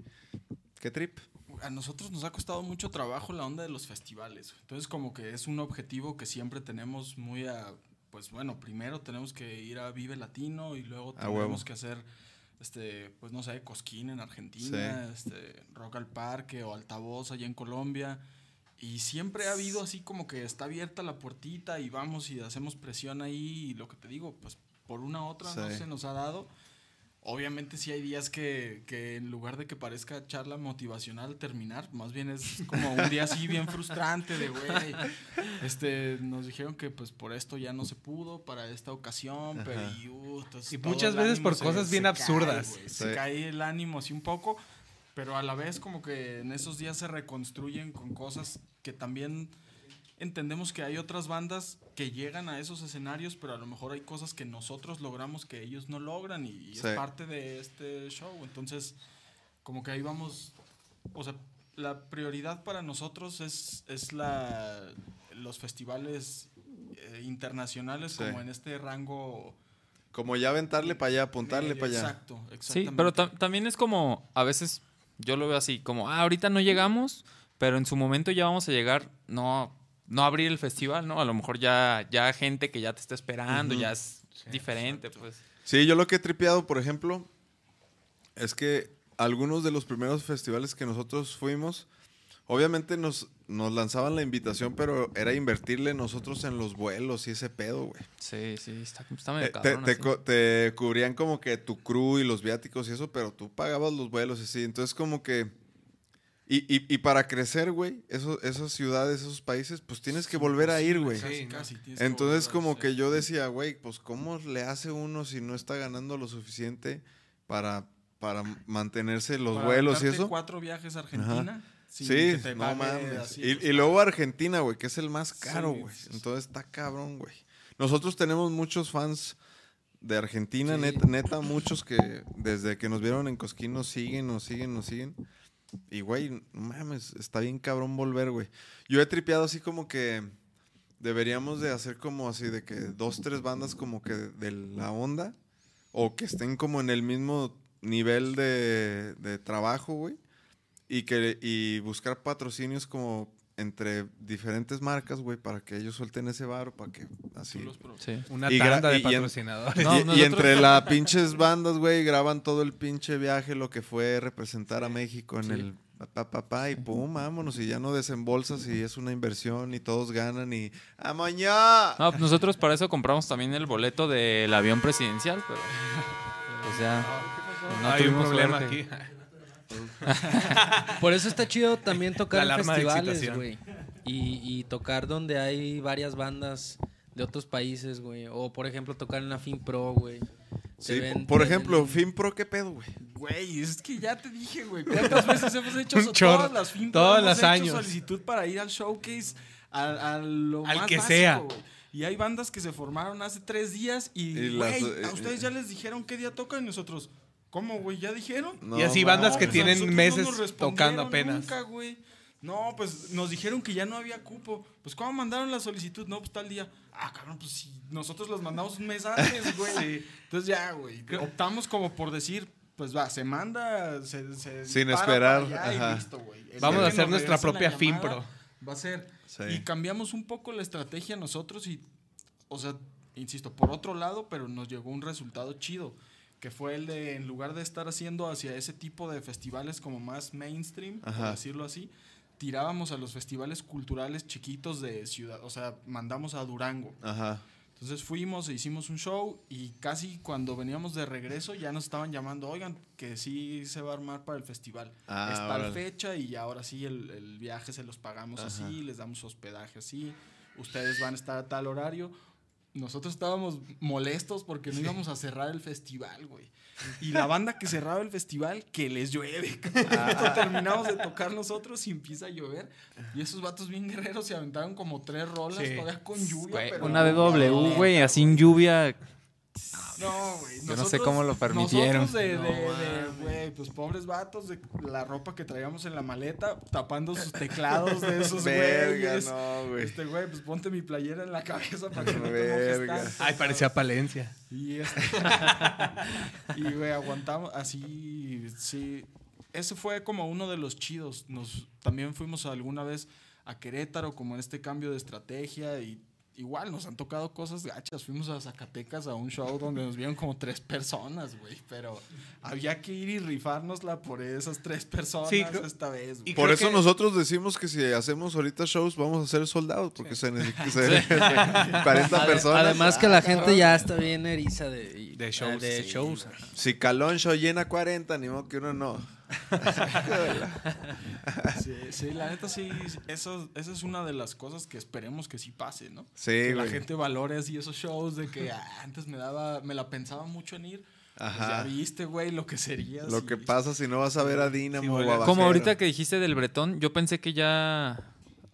Speaker 5: ¿Qué trip?
Speaker 8: A nosotros nos ha costado mucho trabajo la onda de los festivales. güey. Entonces como que es un objetivo que siempre tenemos muy a... Pues bueno, primero tenemos que ir a Vive Latino y luego
Speaker 5: A huevo.
Speaker 8: tenemos que hacer, este, pues no sé, Cosquín en Argentina, este, Rock al Parque o Altavoz allá en Colombia. Y siempre ha habido así como que está abierta la puertita y vamos y hacemos presión ahí y lo que te digo, pues por una u otra no
Speaker 5: Sí.
Speaker 8: se nos ha dado. Obviamente sí hay días que, que en lugar de que parezca charla motivacional terminar, más bien es como un día así bien frustrante de güey. Este, nos dijeron que pues por esto ya no se pudo para esta ocasión, pero
Speaker 5: Ajá.
Speaker 8: y, uh, entonces
Speaker 1: Y
Speaker 8: todo
Speaker 1: muchas
Speaker 8: el
Speaker 1: veces
Speaker 8: ánimo
Speaker 1: por cosas bien
Speaker 8: cae,
Speaker 1: absurdas.
Speaker 8: güey,
Speaker 5: Sí.
Speaker 8: Se cae el ánimo así un poco, pero a la vez como que en esos días se reconstruyen con cosas que también entendemos que hay otras bandas que llegan a esos escenarios, pero a lo mejor hay cosas que nosotros logramos que ellos no logran y, y
Speaker 5: Sí.
Speaker 8: es parte de este show. Entonces, como que ahí vamos, o sea, la prioridad para nosotros es, es la, los festivales eh, internacionales
Speaker 5: Sí.
Speaker 8: como en este rango.
Speaker 5: Como ya aventarle para allá, apuntarle
Speaker 8: medio.
Speaker 5: para allá.
Speaker 8: Exacto,
Speaker 7: Sí,
Speaker 8: exactamente.
Speaker 7: pero tam- también es como, a veces yo lo veo así, como, ah, ahorita no llegamos, pero en su momento ya vamos a llegar, no, no abrir el festival, ¿no? A lo mejor ya, ya gente que ya te está esperando, ya es diferente, pues.
Speaker 5: Sí, yo lo que he tripeado, por ejemplo, es que algunos de los primeros festivales que nosotros fuimos Obviamente nos, nos lanzaban la invitación, pero era invertirle nosotros en los vuelos y ese pedo, güey.
Speaker 7: Sí, sí, está, está
Speaker 5: Eh,
Speaker 7: medio
Speaker 5: Te,
Speaker 7: cabrón.
Speaker 5: te
Speaker 7: así.
Speaker 5: co- te cubrían como que tu crew y los viáticos y eso, pero tú pagabas los vuelos y así. Entonces, como que. Y, y- y para crecer, güey, eso- esas ciudades, esos países, pues tienes que volver a ir, güey.
Speaker 1: Sí,
Speaker 8: Casi,
Speaker 1: ¿no?
Speaker 8: casi, tienes que
Speaker 5: Entonces,
Speaker 8: volver a
Speaker 5: como
Speaker 8: hacer.
Speaker 5: que yo decía, güey, pues, ¿cómo le hace uno si no está ganando lo suficiente para, para mantenerse los
Speaker 8: Para
Speaker 5: vuelos y
Speaker 8: aventarte
Speaker 5: eso?
Speaker 8: cuatro viajes a Argentina. sin
Speaker 5: Sí,
Speaker 8: que te
Speaker 5: no
Speaker 8: pague
Speaker 5: mames.
Speaker 8: así,
Speaker 5: y,
Speaker 8: o
Speaker 5: y
Speaker 8: sea,
Speaker 5: luego Argentina, güey, que es el más caro,
Speaker 8: Sí,
Speaker 5: güey.
Speaker 8: sí, sí.
Speaker 5: Entonces está cabrón, güey. Nosotros tenemos muchos fans de Argentina,
Speaker 6: Sí.
Speaker 5: neta, neta, muchos que desde que nos vieron en Cosquín nos siguen, nos siguen, nos siguen. Y, güey, no mames, está bien cabrón volver, güey. Yo he tripeado así como que deberíamos de hacer como así de que dos, tres bandas como que de la onda o que estén como en el mismo nivel de, de trabajo, güey. Y, que, y buscar patrocinios como entre diferentes marcas, güey, para que ellos suelten ese bar, para que así.
Speaker 8: tú los pro-
Speaker 7: Sí.
Speaker 1: Una
Speaker 5: Y gra-
Speaker 1: tanda
Speaker 5: y-
Speaker 1: de
Speaker 5: y en-
Speaker 1: patrocinadores.
Speaker 5: Y-
Speaker 7: No,
Speaker 5: y,
Speaker 7: nosotros-
Speaker 5: entre las pinches bandas, güey, graban todo el pinche viaje, lo que fue representar a México en
Speaker 7: Sí.
Speaker 5: el papá, papá, y pum, vámonos, y ya no desembolsas y es una inversión y todos ganan y ¡Amañá!
Speaker 7: No, pues nosotros para eso compramos también el boleto del avión presidencial, pero. O sea. No
Speaker 1: Hay un
Speaker 7: tuvimos
Speaker 1: problema
Speaker 7: suerte.
Speaker 1: aquí.
Speaker 6: Por eso está chido también tocar
Speaker 1: La
Speaker 6: en
Speaker 1: alarma de
Speaker 6: festivales,
Speaker 1: excitación.
Speaker 6: güey. Y, y tocar donde hay varias bandas de otros países, güey. O, por ejemplo, tocar en la FinPro, güey.
Speaker 5: Sí,
Speaker 6: Se ven-
Speaker 5: por
Speaker 6: te
Speaker 5: ejemplo,
Speaker 6: venden-
Speaker 5: FinPro, ¿qué pedo, güey?
Speaker 8: Güey, es que ya te dije, güey. ¿Cuántas veces hemos hecho
Speaker 1: Un
Speaker 8: so-
Speaker 1: chorro,
Speaker 8: todas las fin-
Speaker 1: todas
Speaker 8: hemos
Speaker 1: las
Speaker 8: hecho
Speaker 1: años.
Speaker 8: solicitud para ir al showcase, al, a lo
Speaker 1: Al
Speaker 8: más
Speaker 1: que
Speaker 8: básico,
Speaker 1: sea.
Speaker 8: güey. Y hay bandas que se formaron hace tres días y,
Speaker 5: Y las-
Speaker 8: güey,
Speaker 5: eh,
Speaker 8: a ustedes ya les dijeron qué día tocan y nosotros, ¿cómo, güey? ¿Ya dijeron?
Speaker 5: No,
Speaker 1: y así bandas
Speaker 5: mames.
Speaker 1: que
Speaker 8: pues a
Speaker 1: tienen
Speaker 8: nosotros no
Speaker 1: meses
Speaker 8: nos respondieron
Speaker 1: tocando apenas.
Speaker 8: nunca, güey. No, pues nos dijeron que ya no había cupo. Pues, ¿cómo mandaron la solicitud? No, pues tal día. Ah, cabrón, pues si nosotros las mandamos un mes antes, güey. Entonces ya, güey. Optamos como por decir, pues va, se manda, se. se
Speaker 5: Sin
Speaker 8: dispara
Speaker 5: esperar,
Speaker 8: para allá y
Speaker 5: ajá.
Speaker 8: listo, güey. El
Speaker 1: Vamos
Speaker 8: día
Speaker 1: a
Speaker 8: que
Speaker 1: hacer
Speaker 8: nos
Speaker 1: nuestra
Speaker 8: regresen la
Speaker 1: propia
Speaker 8: llamada,
Speaker 1: FIMPRO.
Speaker 8: Va a ser.
Speaker 5: Sí.
Speaker 8: Y cambiamos un poco la estrategia nosotros y, o sea, insisto, por otro lado, pero nos llegó un resultado chido, que fue el de, en lugar de estar haciendo hacia ese tipo de festivales como más mainstream, por
Speaker 5: Ajá.
Speaker 8: decirlo así, tirábamos a los festivales culturales chiquitos de ciudad, o sea, mandamos a Durango.
Speaker 5: Ajá.
Speaker 8: Entonces fuimos e hicimos un show y casi cuando veníamos de regreso ya nos estaban llamando, oigan, que sí se va a armar para el festival.
Speaker 5: Ah,
Speaker 8: es tal
Speaker 5: órale.
Speaker 8: fecha y ahora sí el, el viaje se los pagamos
Speaker 5: Ajá.
Speaker 8: así, les damos hospedaje así, ustedes van a estar a tal horario. Nosotros estábamos molestos porque no íbamos a cerrar el festival, güey. Y la banda que cerraba el festival, que les llueve. Justo terminamos de tocar nosotros y empieza a llover. Y esos vatos bien guerreros se aventaron como tres rolas
Speaker 1: Sí.
Speaker 8: todavía con lluvia.
Speaker 7: Güey,
Speaker 8: pero-
Speaker 7: una de W, güey, así en lluvia.
Speaker 8: No, güey.
Speaker 7: Yo no sé
Speaker 8: nosotros-
Speaker 7: cómo lo permitieron.
Speaker 8: Nosotros de, de- de, güey, pues pobres vatos, de la ropa que traíamos en la maleta, tapando sus teclados de esos
Speaker 5: Verga,
Speaker 8: güeyes.
Speaker 5: no, güey.
Speaker 8: Este güey, pues ponte mi playera en la cabeza para que no te
Speaker 5: Verga.
Speaker 8: mojes tanto.
Speaker 1: Ay, parecía Palencia.
Speaker 8: Y este- y, güey, aguantamos así, sí. Ese fue como uno de los chidos. Nos también fuimos alguna vez a Querétaro como en este cambio de estrategia y igual nos han tocado cosas gachas. Fuimos a Zacatecas a un show donde nos vieron como tres personas, güey, pero había que ir y rifárnosla por esas tres personas
Speaker 1: Sí, creo-
Speaker 8: esta vez. güey.
Speaker 1: y
Speaker 5: Por
Speaker 1: creo
Speaker 5: eso
Speaker 1: que-
Speaker 5: nosotros decimos que si hacemos ahorita shows vamos a ser soldados, porque se necesitan 40
Speaker 6: Ade-
Speaker 5: personas.
Speaker 6: Además que la gente ya está bien eriza de, y-
Speaker 1: De shows,
Speaker 6: De
Speaker 1: sí,
Speaker 6: shows.
Speaker 5: Si Calón Show llena 40, ni modo que uno no.
Speaker 8: Sí, sí, la neta sí, eso, esa es una de las cosas que esperemos que sí pase, ¿no?
Speaker 5: Sí,
Speaker 8: que la
Speaker 5: güey.
Speaker 8: gente valore así esos shows de que ah, antes me daba, me la pensaba mucho en ir. Pues ya
Speaker 5: Ajá.
Speaker 8: viste, güey, lo que sería.
Speaker 5: Lo
Speaker 8: si-
Speaker 5: que pasa si no vas a ver a Dinamo
Speaker 1: Sí,
Speaker 5: o a
Speaker 7: Como
Speaker 5: Bajero.
Speaker 7: ahorita que dijiste del Bretón, yo pensé que ya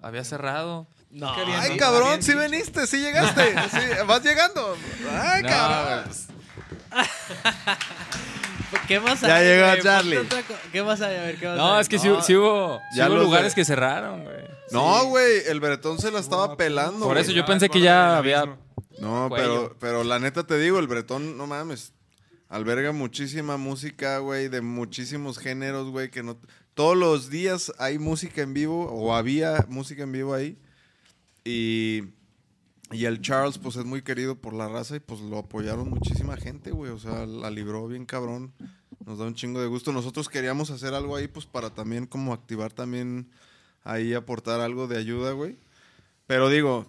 Speaker 7: había cerrado.
Speaker 6: No,
Speaker 5: Ay,
Speaker 1: Bien,
Speaker 5: cabrón,
Speaker 1: bien
Speaker 5: sí
Speaker 1: dicho.
Speaker 5: veniste, sí llegaste. sí, vas llegando. Ay,
Speaker 7: No,
Speaker 5: cabrón.
Speaker 7: pues,
Speaker 6: pues, ¿qué más
Speaker 5: Ya
Speaker 6: hay,
Speaker 5: llegó
Speaker 6: güey?
Speaker 5: Charlie.
Speaker 6: Ponte otra co- ¿Qué más hay? A ver, ¿qué más
Speaker 7: No,
Speaker 6: hay?
Speaker 7: es que
Speaker 5: no.
Speaker 7: sí, sí hubo, sí
Speaker 5: Ya
Speaker 7: hubo
Speaker 5: los
Speaker 7: lugares
Speaker 5: de-
Speaker 7: que cerraron, güey.
Speaker 5: No, güey, el Bretón se la estaba pelando.
Speaker 7: Por
Speaker 5: güey.
Speaker 7: eso yo pensé que ya había-
Speaker 5: No,
Speaker 7: Cuello.
Speaker 5: pero, pero la neta te digo, el Bretón, no mames. Alberga muchísima música, güey, de muchísimos géneros, güey, que no... Todos los días hay música en vivo, o había música en vivo ahí. Y, y el Charles, pues, es muy querido por la raza y, pues, lo apoyaron muchísima gente, güey. O sea, la libró bien cabrón. Nos da un chingo de gusto. Nosotros queríamos hacer algo ahí, pues, para también como activar también ahí aportar algo de ayuda, güey. Pero digo,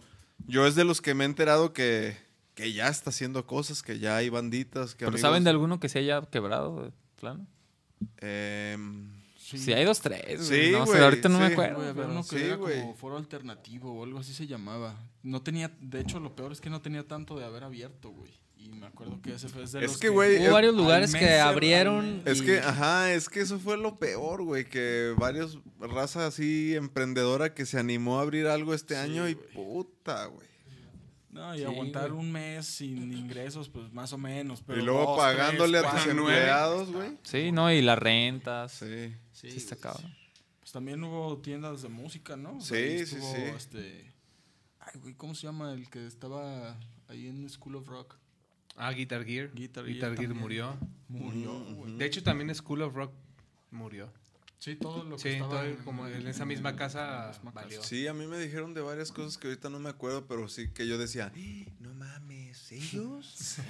Speaker 5: yo es de los que me he enterado que, que ya está haciendo cosas, que ya hay banditas, que
Speaker 7: ¿Pero
Speaker 5: amigos-
Speaker 7: saben de alguno que se haya quebrado de plano?
Speaker 5: Em,
Speaker 7: Sí, hay dos, tres.
Speaker 5: Sí,
Speaker 7: güey. no sé,
Speaker 5: güey,
Speaker 7: ahorita no me
Speaker 5: sí.
Speaker 7: acuerdo.
Speaker 8: Güey, había
Speaker 7: pero-
Speaker 8: uno que
Speaker 5: sí,
Speaker 8: era
Speaker 5: güey.
Speaker 8: como foro alternativo o algo así se llamaba. No tenía, de hecho, lo peor es que no tenía tanto de haber abierto, güey. Y me acuerdo que ese fue es de
Speaker 5: Es
Speaker 8: los
Speaker 5: que, güey,
Speaker 6: Hubo
Speaker 5: eh,
Speaker 6: varios lugares que
Speaker 8: Almense,
Speaker 6: abrieron.
Speaker 5: Es
Speaker 6: y-
Speaker 5: que, ah. ajá, es que eso fue lo peor, güey, que varios raza así emprendedora que se animó a abrir algo este año y puta, güey.
Speaker 8: No, y
Speaker 7: Sí,
Speaker 8: aguantar
Speaker 7: güey.
Speaker 8: un mes sin ingresos, pues más o menos. Pero
Speaker 5: Y luego
Speaker 8: dos,
Speaker 5: pagándole
Speaker 8: tres,
Speaker 5: a tus
Speaker 8: cuatro,
Speaker 5: empleados, güey.
Speaker 7: Sí, no, y las rentas. Sí,
Speaker 5: Sí.
Speaker 8: Sí,
Speaker 7: está
Speaker 8: güey.
Speaker 7: cabrón.
Speaker 8: Pues también hubo tiendas de música, ¿no? O sea,
Speaker 5: Sí,
Speaker 8: ahí
Speaker 5: sí,
Speaker 8: estuvo,
Speaker 5: sí.
Speaker 8: Este... Ay, güey, ¿cómo se llama el que estaba ahí en School of Rock?
Speaker 1: Ah, Guitar Gear.
Speaker 8: Guitar
Speaker 1: Guitar,
Speaker 8: Gear
Speaker 1: Gear
Speaker 8: también.
Speaker 1: murió.
Speaker 8: Murió, güey.
Speaker 1: De hecho, también School of Rock murió.
Speaker 8: Sí, todo lo que
Speaker 1: Sí,
Speaker 8: estaba
Speaker 1: todo como en esa misma casa
Speaker 8: misma casa.
Speaker 1: valió.
Speaker 5: Sí, a mí me dijeron de varias cosas que ahorita no me acuerdo, pero sí que yo decía, "Ah, no mames, ellos. Sí.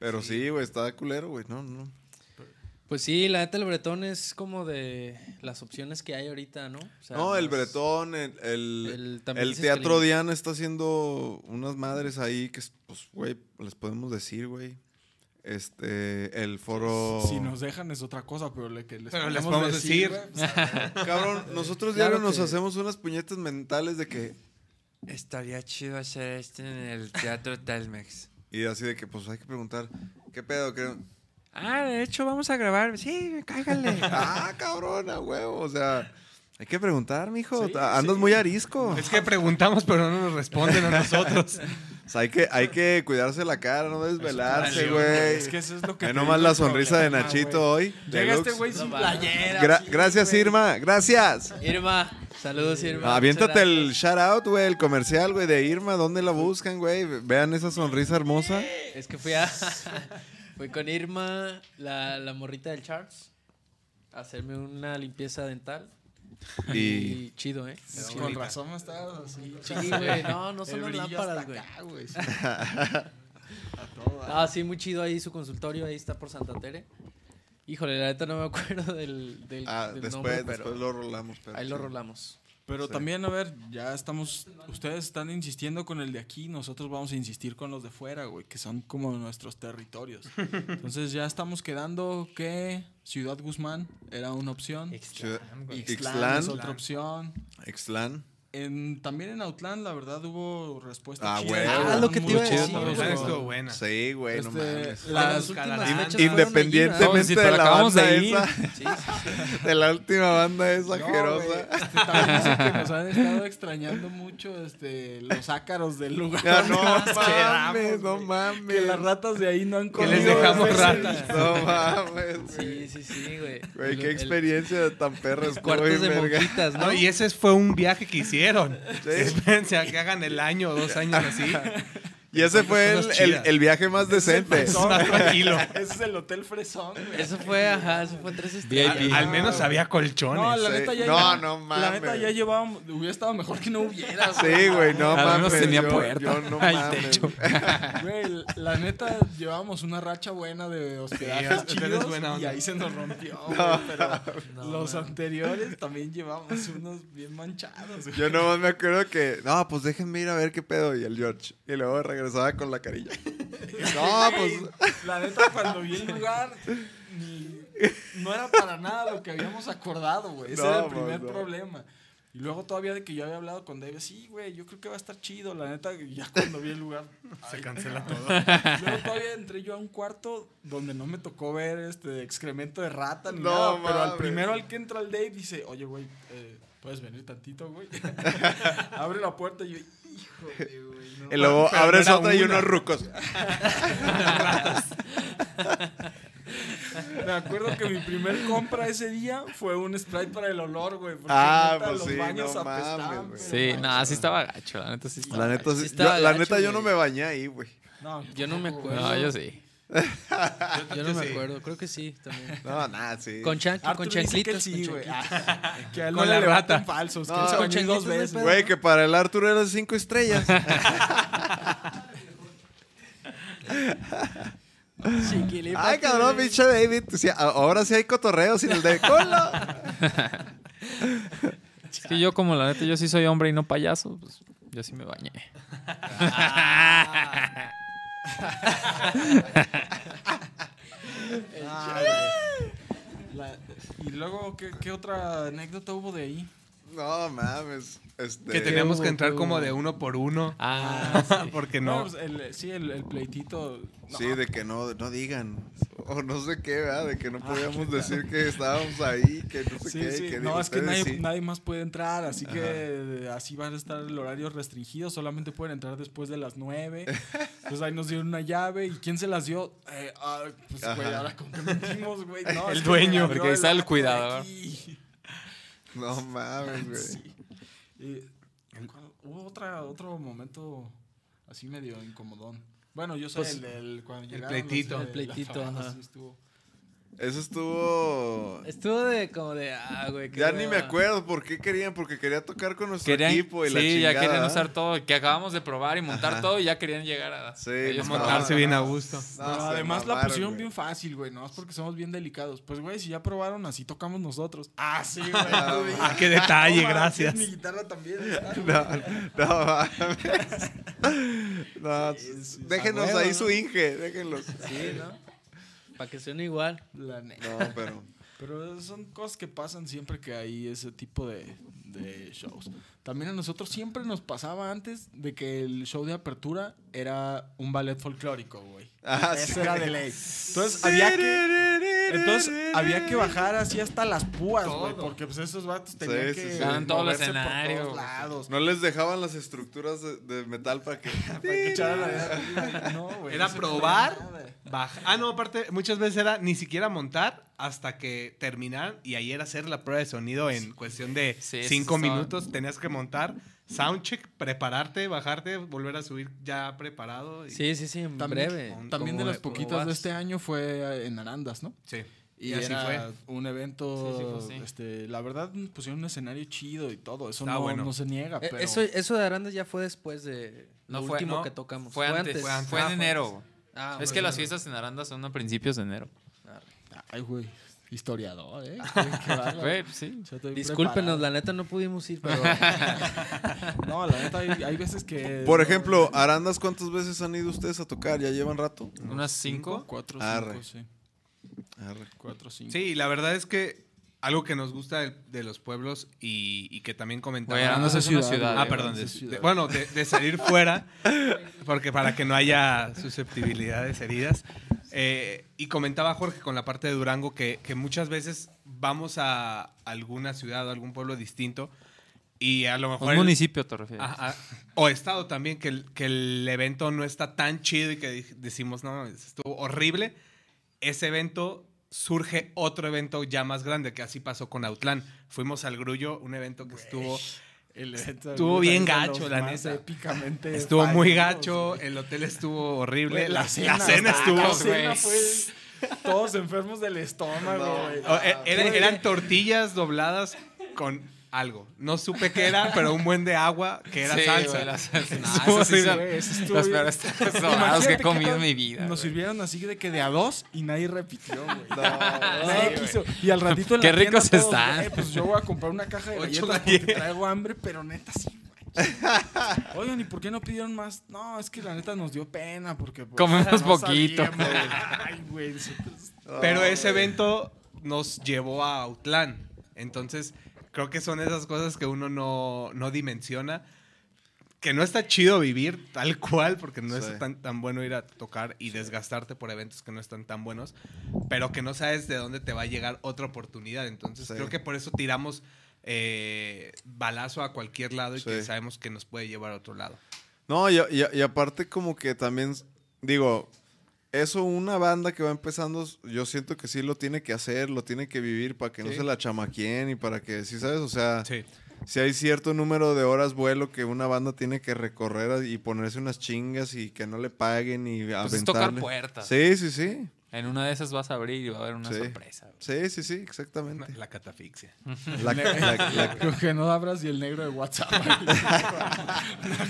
Speaker 5: pero sí, güey, está culero, güey, no, no.
Speaker 6: Pues sí, la neta, el Bretón es como de las opciones que hay ahorita, ¿no? O sea,
Speaker 5: No, el
Speaker 6: más-
Speaker 5: Bretón, el, el-
Speaker 6: El- también
Speaker 5: el
Speaker 6: dices que el
Speaker 5: Teatro
Speaker 6: in-
Speaker 5: Diana está haciendo unas madres ahí que, es- pues, güey, les podemos decir, güey. Este, el foro...
Speaker 8: Si nos dejan es otra cosa, pero le que les
Speaker 1: Pero les
Speaker 8: podemos
Speaker 1: podemos decir.
Speaker 8: güey, pues, a ver,
Speaker 5: Cabrón, nosotros
Speaker 6: Claro
Speaker 5: diario nos
Speaker 6: que-
Speaker 5: hacemos unas puñetas mentales de que...
Speaker 10: Estaría chido hacer este en el Teatro Telmex.
Speaker 5: Y así de que, pues, hay que preguntar, ¿qué pedo? ¿Qué-
Speaker 10: Ah, de hecho, vamos a grabar. Sí, cáigale.
Speaker 5: Ah, cabrón, a huevo, o sea... Hay que preguntar, mijo. Ah, Andas muy arisco.
Speaker 1: Es que preguntamos, pero no nos responden a nosotros.
Speaker 5: O sea, hay que, hay que cuidarse la cara, no desvelarse,
Speaker 1: valió,
Speaker 5: güey.
Speaker 8: Es que eso es lo que.
Speaker 5: Ve
Speaker 8: te
Speaker 5: Eh, nomás
Speaker 8: digo,
Speaker 5: la
Speaker 8: el
Speaker 5: sonrisa de
Speaker 8: problema,
Speaker 5: Nachito
Speaker 8: güey.
Speaker 5: hoy.
Speaker 8: Llega este
Speaker 5: Deluxe.
Speaker 8: güey sin
Speaker 6: No,
Speaker 8: playera.
Speaker 5: Gra- gracias, Irma. Gracias.
Speaker 6: Irma, saludos, Irma.
Speaker 5: Ah, Aviéntate
Speaker 6: muchas
Speaker 5: el
Speaker 6: gracias.
Speaker 5: shout out, güey, el comercial, güey, de Irma. ¿Dónde la buscan, güey? Vean esa sonrisa hermosa.
Speaker 6: Es que fui a. fui con Irma, la, la morrita del Charles, a hacerme una limpieza dental. Y,
Speaker 5: Y
Speaker 6: chido, ¿eh?
Speaker 8: Con razón me estaba así.
Speaker 6: Sí, güey, no, no
Speaker 8: El
Speaker 6: son las
Speaker 8: brillo
Speaker 6: lámparas,
Speaker 8: hasta
Speaker 6: güey.
Speaker 8: acá, güey.
Speaker 6: Ah, sí, muy chido ahí su consultorio, ahí está por Santa Tere. Híjole, la neta no me acuerdo del, del,
Speaker 5: ah,
Speaker 6: del
Speaker 5: después,
Speaker 6: nombre, pero
Speaker 5: después lo rolamos. pero
Speaker 6: ahí lo
Speaker 5: sí.
Speaker 6: rolamos.
Speaker 8: Pero
Speaker 5: Sí.
Speaker 8: también, a ver, ya estamos. Ustedes están insistiendo con el de aquí, nosotros vamos a insistir con los de fuera, güey, que son como nuestros territorios. Entonces ya estamos quedando que Ciudad Guzmán era una opción.
Speaker 5: Ciudad-
Speaker 8: Ixtlán es
Speaker 5: Ixtlán.
Speaker 8: otra opción.
Speaker 5: Ixtlán.
Speaker 8: En- también en Autlán, la verdad, hubo respuesta
Speaker 5: Ah,
Speaker 8: chida.
Speaker 5: güey.
Speaker 8: Hubo
Speaker 5: Ah, lo
Speaker 6: que te
Speaker 8: muy
Speaker 6: iba a
Speaker 8: chido,
Speaker 6: decir,
Speaker 8: muy
Speaker 6: güey.
Speaker 8: chido.
Speaker 1: Esa estuvo buena.
Speaker 5: Sí, güey, no
Speaker 8: Este,
Speaker 5: mames.
Speaker 8: las-
Speaker 6: fechas fueron
Speaker 5: Independientemente
Speaker 7: Sí,
Speaker 5: de
Speaker 7: pero
Speaker 5: la
Speaker 7: acabamos
Speaker 5: banda
Speaker 7: de ir.
Speaker 5: esa, de la última banda esa
Speaker 8: No, güey,
Speaker 5: jerosa.
Speaker 8: este, también dice que nos han estado extrañando mucho este, los ácaros del lugar.
Speaker 5: Ya, no
Speaker 8: donde nos
Speaker 5: mames,
Speaker 8: quedamos,
Speaker 5: no
Speaker 8: güey.
Speaker 5: mames.
Speaker 8: Que las ratas de ahí no han
Speaker 1: Que
Speaker 8: comido.
Speaker 1: les dejamos
Speaker 8: desde-
Speaker 1: ratas.
Speaker 5: No mames, güey.
Speaker 6: Sí, sí, sí, güey.
Speaker 5: Güey,
Speaker 6: El-
Speaker 5: qué
Speaker 6: el-
Speaker 5: experiencia tan perra. estuvo,
Speaker 6: Cuartos de
Speaker 5: bien verga.
Speaker 6: monjitas, ¿no?
Speaker 1: No, y ese fue un viaje que hicieron. Espérense a que hagan el año o dos años así.
Speaker 5: Y ese fue el,
Speaker 1: Cosas
Speaker 5: el-
Speaker 1: chidas.
Speaker 5: el viaje más decente.
Speaker 1: Es más tranquilo.
Speaker 8: Ese es el Hotel Fresón, güey.
Speaker 6: Eso fue, ajá, eso fue tres estrellas.
Speaker 1: Al, al menos había colchones.
Speaker 8: No, la
Speaker 5: Sí.
Speaker 8: neta ya
Speaker 5: No,
Speaker 8: llevaba-
Speaker 5: no
Speaker 8: La
Speaker 5: mames.
Speaker 8: neta ya llevábamos. Hubiera estado mejor que no hubiera.
Speaker 5: Sí, güey, no
Speaker 7: Al menos
Speaker 5: mames.
Speaker 7: tenía
Speaker 5: yo-
Speaker 7: puerta.
Speaker 5: yo no
Speaker 7: Ay,
Speaker 5: mames.
Speaker 7: techo.
Speaker 8: Güey, la neta llevábamos una racha buena de hospedajes
Speaker 1: Sí, ustedes
Speaker 8: chidos
Speaker 1: buena
Speaker 8: y
Speaker 1: onda.
Speaker 8: ahí se nos rompió, güey, pero los anteriores también llevamos unos bien manchados, güey.
Speaker 5: Yo nomás me acuerdo que, no, pues déjenme ir a ver qué pedo. Y el George. Y luego regresaba con la carilla. No, pues.
Speaker 8: La neta, cuando vi el lugar, ni- no era para nada lo que habíamos acordado, güey. Ese
Speaker 5: No,
Speaker 8: era el
Speaker 5: pues,
Speaker 8: primer
Speaker 5: no.
Speaker 8: problema. Y luego todavía de que yo había hablado con Dave, sí, güey, yo creo que va a estar chido. La neta, ya cuando vi el lugar,
Speaker 1: Se cancela todo.
Speaker 8: Luego todavía entré yo a un cuarto donde no me tocó ver este excremento de rata ni
Speaker 5: No
Speaker 8: nada. Pero al
Speaker 5: mames.
Speaker 8: primero al que entra el Dave dice, oye, güey, eh, ¿puedes venir tantito, güey? Abre la puerta y yo, híjole, güey, no.
Speaker 5: Y luego
Speaker 1: Pero
Speaker 5: abres
Speaker 1: no era
Speaker 5: otra y
Speaker 1: una.
Speaker 5: unos rucos.
Speaker 8: Me acuerdo que mi primer compra ese día fue un Sprite para el olor, güey. porque
Speaker 5: Ah,
Speaker 8: neta,
Speaker 5: pues sí, no
Speaker 8: apestaban,
Speaker 5: mames, güey.
Speaker 7: Sí,
Speaker 8: pero-
Speaker 7: nada, sí estaba gacho, la neta sí estaba
Speaker 5: La neta,
Speaker 7: gacho.
Speaker 5: sí-
Speaker 6: sí estaba
Speaker 5: yo, la
Speaker 6: gacho,
Speaker 5: neta yo no
Speaker 6: güey.
Speaker 5: me bañé ahí, güey.
Speaker 8: No,
Speaker 6: Yo no me acuerdo.
Speaker 7: No, yo sí.
Speaker 6: Yo no
Speaker 1: Yo
Speaker 6: me
Speaker 1: sí.
Speaker 6: acuerdo, creo que sí también.
Speaker 5: No, nada, sí.
Speaker 6: Con, chan, con
Speaker 8: Arturo dice que
Speaker 6: chanclitas.
Speaker 8: sí,
Speaker 6: con
Speaker 8: güey.
Speaker 6: chanclitas.
Speaker 8: Que a él no
Speaker 1: Con
Speaker 8: le
Speaker 1: la
Speaker 8: levantan
Speaker 1: rata.
Speaker 8: falsos.
Speaker 5: No,
Speaker 8: que él se
Speaker 6: con
Speaker 8: bañó dos
Speaker 6: changuitos no hay
Speaker 8: veces.
Speaker 6: pedo.
Speaker 5: Güey, que para el Arturo eran cinco estrellas.
Speaker 6: Chiquilipa,
Speaker 5: Ay, cabrón,
Speaker 6: güey.
Speaker 5: pinche David. Sí, a- ahora sí hay cotorreo sin el de cola.
Speaker 7: Es que yo, como la neta, yo sí soy hombre y no payaso, pues yo sí me bañé.
Speaker 8: La- y luego, ¿qué, qué otra anécdota hubo de ahí?
Speaker 5: No mames. Este,
Speaker 1: Que teníamos que entrar como de uno por uno.
Speaker 7: Ah, sí.
Speaker 1: Porque
Speaker 8: No,
Speaker 1: no.
Speaker 8: pues, el- sí, el, el pleitito. no,
Speaker 5: Sí, de que no, no digan. O no sé qué, ¿verdad? De que no podíamos decir que estábamos ahí, que no sé
Speaker 8: Ah, sí,
Speaker 5: qué.
Speaker 8: sí.
Speaker 5: que
Speaker 8: No,
Speaker 5: digo,
Speaker 8: es que
Speaker 5: ustedes
Speaker 8: nadie,
Speaker 5: sí.
Speaker 8: nadie más puede entrar, así que así van a estar el horario restringido, solamente pueden entrar después de las 9. Entonces ahí nos dieron una llave, ¿y quién se las dio? Eh, ah, pues güey, ahora con qué mentimos, güey. No,
Speaker 7: El
Speaker 8: es que
Speaker 7: dueño,
Speaker 8: me la dio
Speaker 7: porque ahí está el
Speaker 8: vato de
Speaker 7: cuidador.
Speaker 8: aquí.
Speaker 5: No mames, güey.
Speaker 8: Sí. Eh, ¿cuál- hubo otra, otro momento así medio incomodón. Bueno, yo sé
Speaker 6: Pues,
Speaker 8: el, del- cuando llegaron los
Speaker 1: pleitito.
Speaker 8: de
Speaker 6: El
Speaker 8: la
Speaker 6: pleitito,
Speaker 8: tabana,
Speaker 6: ajá.
Speaker 8: sí estuvo.
Speaker 5: Eso estuvo.
Speaker 6: Estuvo de como de, ah, güey. qué
Speaker 5: Ya ni me
Speaker 6: hueva.
Speaker 5: acuerdo por qué querían, porque quería tocar con nuestro
Speaker 7: Querían,
Speaker 5: equipo y la
Speaker 7: sí,
Speaker 5: chingada.
Speaker 7: ya querían usar
Speaker 5: ¿verdad?
Speaker 7: todo, que acabamos de probar y montar todo y ya querían llegar a
Speaker 5: Sí,
Speaker 7: ellos
Speaker 5: no,
Speaker 7: montarse.
Speaker 1: Montarse bien a gusto.
Speaker 5: No,
Speaker 8: No,
Speaker 5: se
Speaker 8: además la
Speaker 5: mamaron,
Speaker 8: pusieron
Speaker 5: güey.
Speaker 8: bien fácil, güey. No es porque somos bien delicados. Pues, güey, si ya probaron, así tocamos nosotros. Ah, sí, güey.
Speaker 5: Ah,
Speaker 8: tú di-
Speaker 1: Ah, qué detalle,
Speaker 8: No, mames,
Speaker 1: gracias.
Speaker 8: Mi guitarra también. está, güey.
Speaker 5: No, no mames. No, déjenos
Speaker 6: A huevo,
Speaker 5: ahí
Speaker 6: ¿no?
Speaker 5: su Inge, déjenlos.
Speaker 6: Sí, ¿no? Para que suene igual.
Speaker 8: La neta.
Speaker 5: No, pero.
Speaker 8: Pero son cosas que pasan siempre que hay ese tipo de, de shows. También a nosotros siempre nos pasaba antes de que el show de apertura era un ballet folclórico, güey.
Speaker 5: Ah,
Speaker 8: Eso
Speaker 5: sí.
Speaker 8: era de ley. Entonces había que, entonces, había que bajar así hasta las púas, güey. Porque pues esos vatos tenían
Speaker 5: sí,
Speaker 8: que
Speaker 5: sí.
Speaker 7: Estaban todo el
Speaker 8: moverse por
Speaker 7: escenario,
Speaker 8: todos
Speaker 7: güey.
Speaker 8: lados.
Speaker 5: No les dejaban las estructuras de, de metal para que.
Speaker 8: Para que echaran la- No, güey,
Speaker 1: Era
Speaker 8: no se
Speaker 1: probar,
Speaker 8: podía nada.
Speaker 1: bajar. Ah, no, aparte, muchas veces era ni siquiera montar hasta que terminar y ahí era hacer la prueba de sonido en cuestión de
Speaker 7: Sí, eso
Speaker 1: cinco
Speaker 7: estaba-
Speaker 1: minutos. Tenías que montar, soundcheck, prepararte, bajarte, volver a subir ya preparado. y-
Speaker 6: Sí, sí, sí, en
Speaker 8: También-
Speaker 6: breve.
Speaker 8: También de
Speaker 6: Como-
Speaker 8: las
Speaker 6: como
Speaker 8: poquitas de
Speaker 6: vas.
Speaker 8: este año fue en Arandas, ¿no?
Speaker 1: Sí.
Speaker 8: Y,
Speaker 1: Y, así
Speaker 8: era
Speaker 1: fue.
Speaker 8: un evento,
Speaker 7: Sí, sí, fue así.
Speaker 8: este, la verdad pusieron un escenario chido y todo, eso
Speaker 1: Está
Speaker 8: no,
Speaker 1: bueno.
Speaker 8: no se niega,
Speaker 6: Eh,
Speaker 8: pero
Speaker 6: Eso, eso de Arandas ya fue después de
Speaker 7: No
Speaker 6: lo
Speaker 7: fue,
Speaker 6: último
Speaker 7: no,
Speaker 6: que tocamos.
Speaker 7: Fue, antes, fue,
Speaker 1: antes.
Speaker 7: en
Speaker 1: Ah, fue
Speaker 7: enero.
Speaker 1: antes.
Speaker 7: güey.
Speaker 6: Ah,
Speaker 7: es
Speaker 6: bueno.
Speaker 7: que las fiestas en Aranda son a principios de enero.
Speaker 8: ay güey, historiador, eh. Güey, qué bárbaro.
Speaker 7: Güey, pues sí.
Speaker 8: Ya estoy
Speaker 6: Discúlpenos,
Speaker 8: preparado.
Speaker 6: la neta no pudimos ir, pero
Speaker 8: No, la neta hay, hay veces que
Speaker 5: Por ejemplo,
Speaker 1: ah,
Speaker 5: Arandas, ¿cuántas veces han ido ustedes a tocar? ¿Ya llevan rato?
Speaker 7: Unas cinco.
Speaker 8: cuatro
Speaker 5: Arre.
Speaker 8: cinco, sí.
Speaker 5: Arre.
Speaker 8: Cuatro cinco.
Speaker 1: ah, Sí, la verdad es que algo que nos gusta de, de los pueblos y, y que también comentaba.
Speaker 7: Güey, Arandas es una
Speaker 8: ciudad,
Speaker 7: ciudad.
Speaker 1: Ah,
Speaker 7: eh,
Speaker 1: perdón.
Speaker 8: Arandas
Speaker 1: de-
Speaker 8: es ciudad.
Speaker 1: de- bueno, de, de salir fuera, porque para que no haya susceptibilidades heridas. Eh, y comentaba Jorge con la parte de Durango que, que muchas veces vamos a alguna ciudad o algún pueblo distinto y a lo mejor...
Speaker 7: Un
Speaker 1: el-
Speaker 7: municipio te refieres.
Speaker 1: Ajá.
Speaker 8: ah.
Speaker 1: O estado también, que el, que el evento no está tan chido y que dij- decimos, no, estuvo horrible. Ese evento surge otro evento ya más grande, que así pasó con Autlán. Fuimos al Grullo, un evento que estuvo,
Speaker 8: El evento de
Speaker 1: estuvo
Speaker 8: Luis
Speaker 1: bien
Speaker 8: Ángel,
Speaker 1: gacho,
Speaker 8: los
Speaker 1: la
Speaker 8: más
Speaker 1: neta.
Speaker 8: Épicamente
Speaker 1: estuvo muy
Speaker 8: fallidos,
Speaker 1: gacho,
Speaker 8: güey.
Speaker 1: el hotel estuvo horrible,
Speaker 8: Güey,
Speaker 1: la, la cena,
Speaker 8: la
Speaker 1: estuvo...
Speaker 8: cena
Speaker 7: güey.
Speaker 8: fue todos enfermos del estómago, güey.
Speaker 1: o- e- eran- eran tortillas dobladas con algo. No supe qué era, pero un buen de agua que era
Speaker 7: Sí,
Speaker 1: salsa.
Speaker 7: güey, la salsa.
Speaker 1: Estuvo
Speaker 7: No, esas Ah, sí son
Speaker 1: horrible.
Speaker 8: Eso estuvo
Speaker 7: Los
Speaker 8: bien.
Speaker 7: peores tacos dorados que he
Speaker 8: Imagínate
Speaker 7: comido en
Speaker 8: nos-
Speaker 7: mi vida.
Speaker 8: Nos
Speaker 7: güey.
Speaker 8: sirvieron así de que de a dos y nadie repitió, güey.
Speaker 5: No,
Speaker 8: Nadie quiso. Y al ratito en
Speaker 7: Qué
Speaker 8: la
Speaker 7: ricos
Speaker 8: tienda todos,
Speaker 7: están.
Speaker 8: "Eh, pues yo voy a comprar una caja de
Speaker 1: Ocho
Speaker 8: galletas
Speaker 1: galletas.
Speaker 8: porque traigo hambre, pero neta sí, güey. Oigan, ¿y por qué no pidieron más? No, es que la neta nos dio pena porque pues,
Speaker 7: Comemos
Speaker 8: no
Speaker 7: poquito.
Speaker 8: sabíamos. Ay, güey. nosotros-
Speaker 1: Pero
Speaker 5: Ah,
Speaker 1: ese evento nos llevó a Autlán. Entonces, creo que son esas cosas que uno no, no dimensiona. Que no está chido vivir tal cual, porque no
Speaker 5: Sí.
Speaker 1: es tan, tan bueno ir a tocar y desgastarte por eventos que no están tan buenos, pero que no sabes de dónde te va a llegar otra oportunidad. Entonces,
Speaker 5: Sí.
Speaker 1: creo que por eso tiramos eh, balazo a cualquier lado y
Speaker 5: Sí.
Speaker 1: que sabemos que nos puede llevar a otro lado.
Speaker 5: No, y, y- y aparte como que también, digo, eso una banda que va empezando, yo siento que sí lo tiene que hacer, lo tiene que vivir para que no
Speaker 1: Sí.
Speaker 5: se la chamaquien y para que, sí sabes, o sea,
Speaker 1: Sí.
Speaker 5: si hay cierto número de horas vuelo que una banda tiene que recorrer y ponerse unas chingas y que no le paguen y
Speaker 7: Pues es tocar
Speaker 5: aventarle.
Speaker 7: puertas.
Speaker 5: Sí, sí, sí.
Speaker 7: En una de esas vas a abrir y va a haber una
Speaker 5: Sí.
Speaker 7: sorpresa. güey.
Speaker 5: Sí, sí, sí, exactamente.
Speaker 1: La catafixia.
Speaker 5: La- la- la-
Speaker 8: Creo que no abras y el negro de WhatsApp.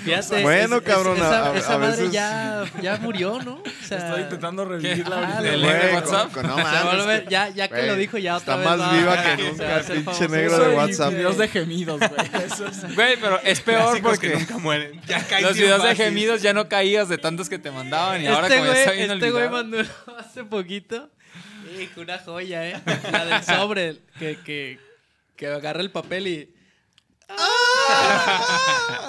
Speaker 6: Fíjate,
Speaker 5: Bueno, cabrón,
Speaker 6: esa
Speaker 5: a- a-
Speaker 6: esa
Speaker 5: a
Speaker 6: madre
Speaker 5: veces-
Speaker 6: ya, ya murió, ¿no? O sea,
Speaker 8: Estoy intentando revivir la
Speaker 6: Ah,
Speaker 8: vida.
Speaker 7: ¿El
Speaker 5: Güey,
Speaker 7: negro de
Speaker 5: con-
Speaker 7: WhatsApp?
Speaker 5: con- no
Speaker 6: se va a
Speaker 5: mames,
Speaker 6: volver- ya, ya que
Speaker 5: Güey,
Speaker 6: lo dijo, ya
Speaker 5: está
Speaker 6: otra vez
Speaker 5: más
Speaker 6: va-
Speaker 5: viva que
Speaker 6: se va a
Speaker 5: nunca,
Speaker 6: hacer
Speaker 5: pinche
Speaker 6: famoso.
Speaker 5: negro de
Speaker 8: Eso y
Speaker 5: WhatsApp.
Speaker 8: Videos de gemidos, güey. Eso es-
Speaker 7: Güey, pero es peor
Speaker 1: Clásicos
Speaker 7: porque
Speaker 1: que nunca mueren. Ya caí
Speaker 7: los
Speaker 1: bien
Speaker 7: videos de
Speaker 1: fácil.
Speaker 7: gemidos ya no caías de tantos que te mandaban y ahora
Speaker 6: este
Speaker 7: como ya está
Speaker 6: güey,
Speaker 7: bien
Speaker 6: este güey
Speaker 7: olvidado.
Speaker 6: mandó uno hace poquito. Hijo, una joya, ¿eh? La del sobre, que, que, que agarra el papel y.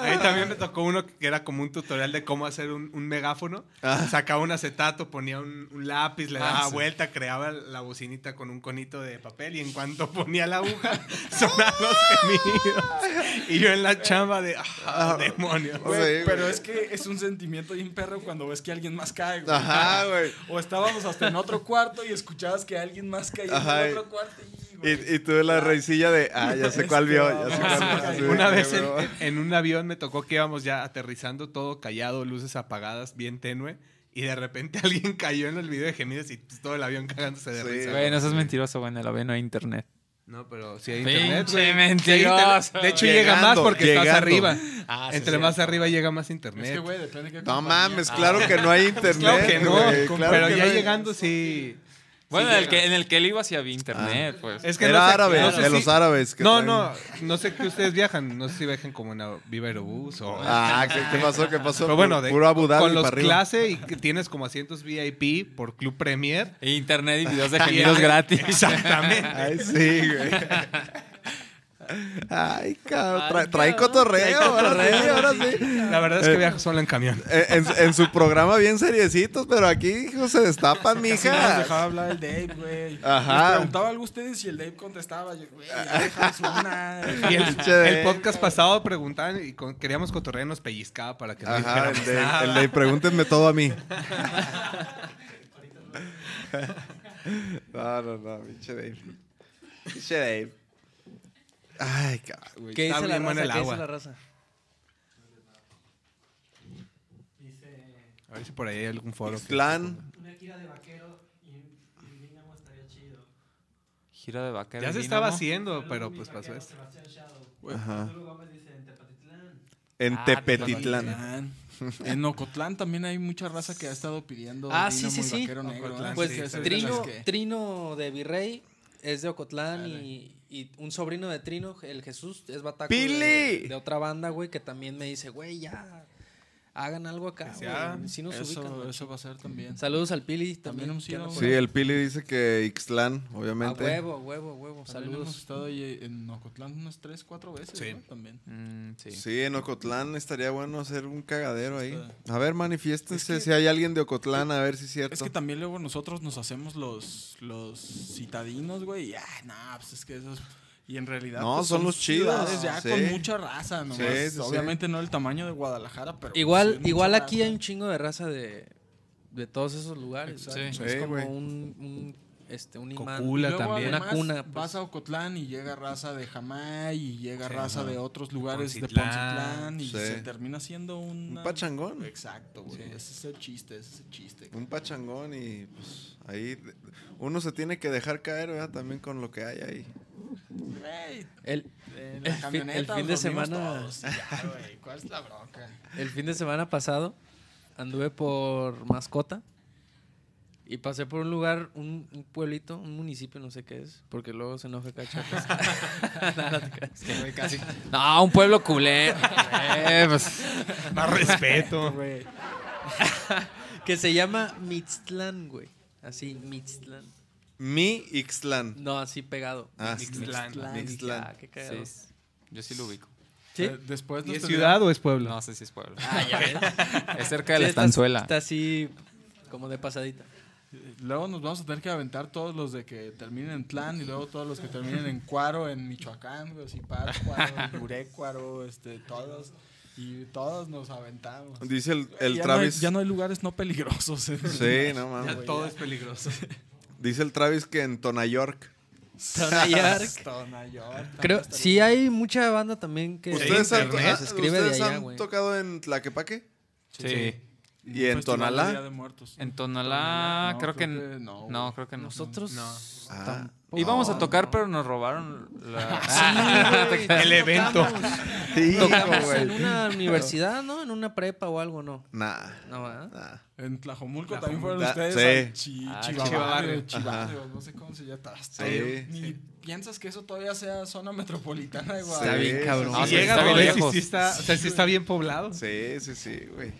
Speaker 1: Ahí también me tocó uno que era como un tutorial de cómo hacer un, un megáfono.
Speaker 5: Ah.
Speaker 1: Sacaba un acetato, ponía un, un lápiz, le
Speaker 7: Ah,
Speaker 1: daba
Speaker 7: sí.
Speaker 1: vuelta, creaba la bocinita con un conito de papel y en cuanto ponía la aguja, sonaban los gemidos. Y yo en la chamba de, ah, demonios.
Speaker 5: O sea,
Speaker 8: Güey, pero
Speaker 5: güey.
Speaker 8: es que es un sentimiento bien perro cuando ves que alguien más cae, güey.
Speaker 5: Ajá, güey.
Speaker 8: O estábamos hasta en otro cuarto y escuchabas que alguien más caía
Speaker 5: Ajá, y-
Speaker 8: en otro cuarto. Y, güey,
Speaker 5: Y, y tuve la raicilla de, ah, ya sé cuál vio, ya sé cuál vio. Ah, Sí,
Speaker 1: Una vez en,
Speaker 5: güey.
Speaker 1: en un avión me tocó que íbamos ya aterrizando todo callado, luces apagadas, bien tenue. Y de repente alguien cayó en el video de gemidos y pues, todo el avión cagándose de
Speaker 5: Sí,
Speaker 1: risa.
Speaker 7: Güey, no seas mentiroso, güey, en el avión no hay internet.
Speaker 1: No, pero si hay
Speaker 7: Pinche
Speaker 1: internet, güey.
Speaker 7: mentiroso,
Speaker 1: Sí hay internet. De hecho, llega
Speaker 5: Llegando,
Speaker 1: más porque estás
Speaker 5: llegando.
Speaker 1: arriba.
Speaker 7: Ah, sí,
Speaker 1: Entre
Speaker 7: sí.
Speaker 1: más arriba llega más internet.
Speaker 8: es que, güey, depende de qué
Speaker 5: No
Speaker 8: compañía.
Speaker 5: mames, claro que no hay internet.
Speaker 1: Ah, claro que no,
Speaker 5: güey,
Speaker 1: con-
Speaker 5: claro
Speaker 1: pero
Speaker 5: que
Speaker 1: ya
Speaker 5: no hay-
Speaker 1: llegando sí.
Speaker 7: Bueno,
Speaker 1: sí
Speaker 7: en, el
Speaker 1: llega.
Speaker 7: que, en el que él iba sí había internet, pues.
Speaker 1: Es
Speaker 5: Era
Speaker 1: no sé-
Speaker 5: árabe,
Speaker 1: no sé
Speaker 5: de
Speaker 1: si-
Speaker 5: los árabes. que
Speaker 1: No,
Speaker 5: traen-
Speaker 1: no, no sé que ustedes viajan, no sé si viajan como en a- Viva Aerobús o
Speaker 5: Ah, ¿qué, qué pasó? ¿Qué pasó?
Speaker 1: Pero bueno, de-
Speaker 5: puro Abu Dhabi
Speaker 1: con los
Speaker 5: para arriba.
Speaker 1: clase y que tienes como asientos VIP por Club Premier.
Speaker 7: E Internet y videos de
Speaker 1: Y
Speaker 7: gemidos
Speaker 1: hay-
Speaker 7: gratis.
Speaker 1: Exactamente.
Speaker 5: Ay, sí, güey. Ay, cabrón. Trae,
Speaker 6: Ay,
Speaker 5: trae
Speaker 6: cabrón,
Speaker 5: cotorreo, ahora sí, ahora sí.
Speaker 1: La verdad es que viajo solo en camión.
Speaker 5: Eh, En, en su programa bien seriecitos, pero aquí, hijo, se destapan,
Speaker 8: Casi no nos dejaba
Speaker 5: mija.
Speaker 8: hablar el Dave, güey.
Speaker 5: Ajá.
Speaker 8: Les preguntaba algo a ustedes y el Dave contestaba. Yo, güey, ya déjanos una.
Speaker 1: Y el,
Speaker 5: Pinche de-
Speaker 1: el podcast pasado preguntaban y con- queríamos cotorrear y nos pellizcaba para que no
Speaker 5: Ajá,
Speaker 1: dijéramos
Speaker 5: el de,
Speaker 1: nada.
Speaker 5: el de pregúntenme todo a mí. No, no, no, pinche Dave. Pinche Dave. Ay, cabrón.
Speaker 1: Güey,
Speaker 6: ¿Qué
Speaker 1: está
Speaker 6: dice la
Speaker 1: bien buena
Speaker 6: raza?
Speaker 1: el
Speaker 6: ¿Qué
Speaker 1: agua.
Speaker 6: dice la raza?
Speaker 9: Dice,
Speaker 1: A ver si por ahí hay algún foro. que-
Speaker 5: Plan.
Speaker 9: una gira de vaquero y un Dinamo estaría chido.
Speaker 7: Gira de vaquero.
Speaker 1: Ya se
Speaker 7: Dynamo.
Speaker 1: estaba haciendo, pero pues pasó
Speaker 9: Vaquero,
Speaker 1: esto.
Speaker 9: Sebastián Shadow.
Speaker 5: Ajá.
Speaker 9: Arturo Gómez dice, en Tepatitlán.
Speaker 5: En
Speaker 7: Ah,
Speaker 5: Tepetitlán.
Speaker 8: En Ocotlán también hay mucha raza que ha estado pidiendo.
Speaker 6: Ah, sí,
Speaker 8: Dinamo
Speaker 6: sí,
Speaker 8: y
Speaker 6: sí.
Speaker 8: Vaquero Negro,
Speaker 1: Ocotlán,
Speaker 8: ¿eh?
Speaker 6: Pues
Speaker 8: Sí, esas
Speaker 6: Trino,
Speaker 8: cosas que-
Speaker 6: Trino de Virrey es de Ocotlán y, y un sobrino de Trino, el Jesús, es bataco de-
Speaker 5: ¡Pili!
Speaker 6: De, otra banda, güey, que también me dice, güey, ya, hagan algo acá,
Speaker 1: Que sea-
Speaker 6: güey, Si nos ubican.
Speaker 8: ah, Eso,
Speaker 6: güey".
Speaker 8: eso va a ser también.
Speaker 6: Saludos al Pili
Speaker 8: También
Speaker 6: también.
Speaker 8: hemos
Speaker 6: que
Speaker 8: ido,
Speaker 6: anda por
Speaker 5: Sí,
Speaker 6: ahí.
Speaker 5: el Pili dice que Ixtlán,
Speaker 6: A
Speaker 5: obviamente.
Speaker 6: huevo, a huevo, a huevo.
Speaker 8: También hemos
Speaker 6: Saludos.
Speaker 8: estado ahí en Ocotlán unas 3, 4 veces.
Speaker 1: Sí.
Speaker 8: ¿no? También.
Speaker 7: Mm, sí.
Speaker 5: Sí, en Ocotlán estaría bueno hacer un cagadero ahí.
Speaker 8: está.
Speaker 5: A ver, manifiéstense
Speaker 8: Es que-
Speaker 5: si hay alguien de Ocotlán, a ver si es cierto.
Speaker 8: Es que también luego nosotros nos hacemos los, los citadinos, güey. Y ah, no, pues es que esos. Y en realidad.
Speaker 5: No,
Speaker 8: pues,
Speaker 5: son los chidos,
Speaker 8: ciudades Ya
Speaker 5: sí.
Speaker 8: con mucha raza, ¿no? Pues,
Speaker 5: Sí, sí,
Speaker 8: Obviamente no el tamaño de Guadalajara, pero.
Speaker 6: Igual,
Speaker 8: pues, sí,
Speaker 6: igual
Speaker 8: mucha
Speaker 6: aquí
Speaker 8: raza.
Speaker 6: hay un chingo de raza de, de todos esos lugares.
Speaker 7: Exacto.
Speaker 6: güey.
Speaker 7: Sí.
Speaker 6: Es
Speaker 5: Sí,
Speaker 6: como
Speaker 5: güey.
Speaker 6: un, un, este, un imán.
Speaker 8: Y
Speaker 1: Cocula
Speaker 8: luego
Speaker 1: también.
Speaker 6: Una
Speaker 8: además,
Speaker 6: cuna, pues.
Speaker 8: Vas a Ocotlán y llega raza de Jamay y llega
Speaker 1: Sí,
Speaker 8: raza
Speaker 1: ajá.
Speaker 8: de otros lugares de
Speaker 1: Poncitlán,
Speaker 8: Poncitlán y
Speaker 5: sí.
Speaker 8: se termina siendo una-
Speaker 5: Un pachangón. Pues,
Speaker 8: Exacto, güey. Ese es el chiste, ese es el chiste.
Speaker 5: Un pachangón y pues ahí de- uno se tiene que dejar caer, ¿verdad? También con lo que hay ahí.
Speaker 8: Güey,
Speaker 6: El,
Speaker 8: en
Speaker 6: El
Speaker 8: la
Speaker 6: fin-
Speaker 8: camioneta
Speaker 6: el fin
Speaker 8: nos
Speaker 6: de
Speaker 8: dormimos
Speaker 6: semana-
Speaker 8: todos, ya, güey, ¿Cuál es la bronca?
Speaker 6: El fin de semana pasado anduve por Mascota y pasé por un lugar, un, un pueblito, un municipio, no sé qué es, porque luego se enoja Cachacas. no, no te creas.
Speaker 7: No, un pueblo culé. Eh, pues,
Speaker 1: Más respeto.
Speaker 6: que se llama Mitztlán, güey. Así, Mitztlán.
Speaker 5: Mi Ixtlán.
Speaker 6: No, así pegado.
Speaker 5: Ah,
Speaker 1: Mixtlán.
Speaker 5: Mixtlán.
Speaker 6: Ah, qué
Speaker 7: sí,
Speaker 6: cagado.
Speaker 7: es- yo sí lo ubico.
Speaker 6: ¿Sí?
Speaker 8: Eh, Después
Speaker 1: ¿Y
Speaker 8: nos
Speaker 1: es
Speaker 8: tendríamos-
Speaker 1: ciudad o es pueblo?
Speaker 7: No sé si es pueblo.
Speaker 6: Ah, ya ves.
Speaker 7: Es cerca de
Speaker 6: Sí,
Speaker 7: la
Speaker 6: está-
Speaker 7: estanzuela.
Speaker 6: Está así como de pasadita.
Speaker 8: Luego nos vamos a tener que aventar todos los de que terminen en Tlán y luego todos los que terminen en Cuaro, en Michoacán, güey, así Pátzcuaro, Yurecuaro, este, todos. Y todos nos aventamos.
Speaker 5: Dice el, el
Speaker 8: ya No
Speaker 5: Travis.
Speaker 8: hay, ya no hay lugares no peligrosos. en-
Speaker 5: Sí, no mames.
Speaker 1: Ya todo es peligroso.
Speaker 5: Dice el Travis que en Tona York.
Speaker 6: Tonayork.
Speaker 8: Tona York,
Speaker 6: Creo,
Speaker 8: también
Speaker 6: sí hay mucha banda también que
Speaker 1: ¿Ustedes
Speaker 6: que
Speaker 5: han,
Speaker 1: internet
Speaker 5: ah,
Speaker 6: se escribe de
Speaker 5: ¿ustedes
Speaker 6: allá,
Speaker 5: han
Speaker 6: güey.
Speaker 5: tocado en Tlaquepaque?
Speaker 7: sí.
Speaker 5: Yo ¿Y en
Speaker 8: festival de
Speaker 5: Tonalá?
Speaker 8: Día de Muertos.
Speaker 7: En Tonalá,
Speaker 8: No,
Speaker 7: creo, que,
Speaker 8: creo
Speaker 7: n-
Speaker 8: que no,
Speaker 7: no.
Speaker 8: güey.
Speaker 7: creo que no.
Speaker 6: Nosotros
Speaker 5: Ah,
Speaker 7: No. Íbamos a tocar, pero nos robaron la.
Speaker 1: El evento.
Speaker 5: hijo,
Speaker 6: tocamos
Speaker 5: güey.
Speaker 6: en una universidad, ¿no? En una prepa o algo, ¿no?
Speaker 5: Nah.
Speaker 6: No, ¿verdad?
Speaker 8: En Tlajomulco también fueron
Speaker 5: Tlajomulco.
Speaker 8: ustedes. Sí.
Speaker 7: Ah,
Speaker 8: Chivabarrio,
Speaker 7: Chivabarrio.
Speaker 8: Chivabarrio, no sé cómo se llama. hasta
Speaker 5: Sí,
Speaker 8: ahí. Ni piensas que eso todavía sea zona metropolitana de
Speaker 6: Está
Speaker 8: Guadalajara.
Speaker 6: bien,
Speaker 5: sí,
Speaker 6: cabrón.
Speaker 7: sí,
Speaker 1: Y
Speaker 7: Ah,
Speaker 1: llega
Speaker 7: está
Speaker 1: a
Speaker 7: bien
Speaker 1: Dolores y
Speaker 7: lejos.
Speaker 1: sí está, o sea, sí está bien poblado.
Speaker 5: Sí, sí, sí, güey.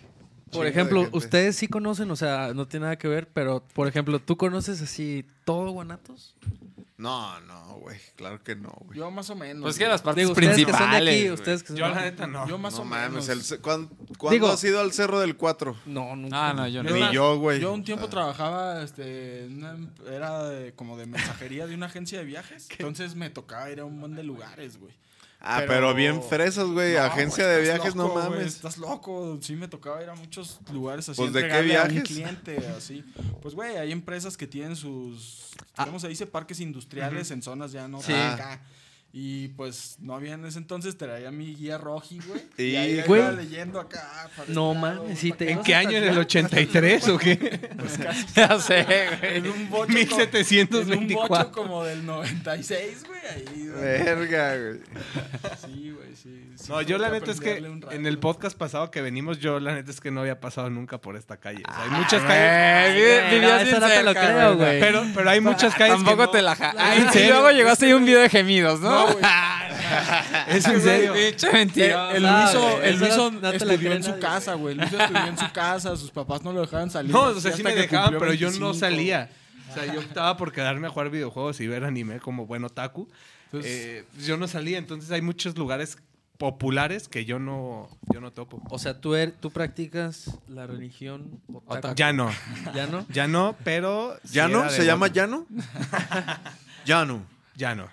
Speaker 5: Chingo
Speaker 6: Por
Speaker 5: de
Speaker 6: ejemplo,
Speaker 5: gente.
Speaker 6: ustedes sí conocen, o sea, no tiene nada que ver, pero por ejemplo, ¿tú conoces así todo Guanatos?
Speaker 5: No, no, güey. Claro que no, güey.
Speaker 8: Yo más o menos.
Speaker 7: Pues es que
Speaker 8: güey.
Speaker 7: las partes
Speaker 6: Digo, ustedes que son de
Speaker 7: principales.
Speaker 6: aquí,
Speaker 7: güey.
Speaker 6: ustedes que son
Speaker 1: Yo
Speaker 6: de
Speaker 1: la
Speaker 6: aquí.
Speaker 1: neta no.
Speaker 8: Yo más
Speaker 5: no
Speaker 8: o
Speaker 5: mames.
Speaker 8: menos.
Speaker 5: el ce- ¿cuán- ¿Cuándo,
Speaker 6: Digo-
Speaker 5: has ido al Cerro del 4?
Speaker 6: No, nunca.
Speaker 7: Ah, no, yo no.
Speaker 5: Ni
Speaker 8: más,
Speaker 5: yo, güey. Ah.
Speaker 8: Yo un tiempo
Speaker 5: O sea,
Speaker 8: trabajaba, este, en una em- era de- como de mensajería de una agencia de viajes. Entonces me tocaba ir a un buen de lugares, güey.
Speaker 5: Ah, pero,
Speaker 8: pero-
Speaker 5: bien fresas, güey.
Speaker 8: No,
Speaker 5: Agencia
Speaker 8: güey,
Speaker 5: de
Speaker 8: estás
Speaker 5: viajes, no
Speaker 8: loco, güey,
Speaker 5: mames.
Speaker 8: estás loco. Sí, me tocaba ir a muchos lugares así.
Speaker 5: Pues, ¿de qué
Speaker 8: entregarle a un
Speaker 5: viajes?
Speaker 8: cliente, así. Pues, güey, hay empresas que tienen sus. ¿Cómo se dice? Parques industriales en zonas ya no
Speaker 6: Ah. Sí.
Speaker 5: Ah.
Speaker 8: tan acá. Y pues no había en ese entonces, traía mi guía roji, güey. Y,
Speaker 5: Y,
Speaker 8: ahí
Speaker 6: güey.
Speaker 8: iba leyendo acá. para
Speaker 6: No
Speaker 8: este lado,
Speaker 6: mames, sí
Speaker 8: para
Speaker 6: te-
Speaker 8: acá.
Speaker 1: ¿En qué año? ¿En el 83 o qué?
Speaker 8: Pues casi.
Speaker 7: Ya sé, güey.
Speaker 8: En un bocho. como- En un bocho
Speaker 1: 1724.
Speaker 8: como del 96, güey. Ahí. güey.
Speaker 5: Verga, güey.
Speaker 8: Sí, güey, sí. sí
Speaker 1: No, yo
Speaker 8: tuve
Speaker 1: la neta es que
Speaker 8: aprenderle un rato,
Speaker 1: en el
Speaker 8: güey.
Speaker 1: podcast pasado que venimos, yo la neta es que no había pasado nunca por esta calle. O sea, hay muchas
Speaker 7: Eh,
Speaker 1: calles.
Speaker 7: vi- vivías
Speaker 6: Ah,
Speaker 7: bien
Speaker 6: esa no te lo
Speaker 7: cerca,
Speaker 6: creo, güey.
Speaker 1: Pero, pero hay muchas calles. que
Speaker 7: Tampoco
Speaker 1: no-
Speaker 7: te la ja.
Speaker 1: La
Speaker 7: Ay,
Speaker 1: neta,
Speaker 7: sí,
Speaker 1: sí.
Speaker 7: luego llegaste ahí un video de gemidos, ¿no?
Speaker 1: Es en serio.
Speaker 7: Pinche mentira.
Speaker 8: El
Speaker 6: No,
Speaker 8: Luiso,
Speaker 6: güey,
Speaker 8: el
Speaker 6: eso no-
Speaker 8: Luiso
Speaker 6: no te la
Speaker 8: estudió
Speaker 6: cree
Speaker 8: en su
Speaker 6: nadie,
Speaker 8: casa, güey. El Luiso estudió en su casa, sus papás no lo dejaban salir.
Speaker 1: No, o sea,
Speaker 8: hasta
Speaker 1: sí me
Speaker 8: que
Speaker 1: dejaban,
Speaker 8: cumplió
Speaker 1: pero yo no
Speaker 8: 25.
Speaker 1: salía. O sea, yo optaba por quedarme a jugar videojuegos y ver anime como buen otaku.
Speaker 8: Entonces,
Speaker 1: Eh, yo no salía, entonces hay muchos lugares populares que yo no, yo no topo.
Speaker 6: O sea, tú, er- tú practicas la religión otaku?
Speaker 1: Ya no,
Speaker 6: ¿Ya no?
Speaker 1: ya no, pero... sí
Speaker 5: ¿Llano?
Speaker 1: era
Speaker 5: ¿Se
Speaker 1: devoto.
Speaker 5: llama Llano? Llano.
Speaker 1: Ya no.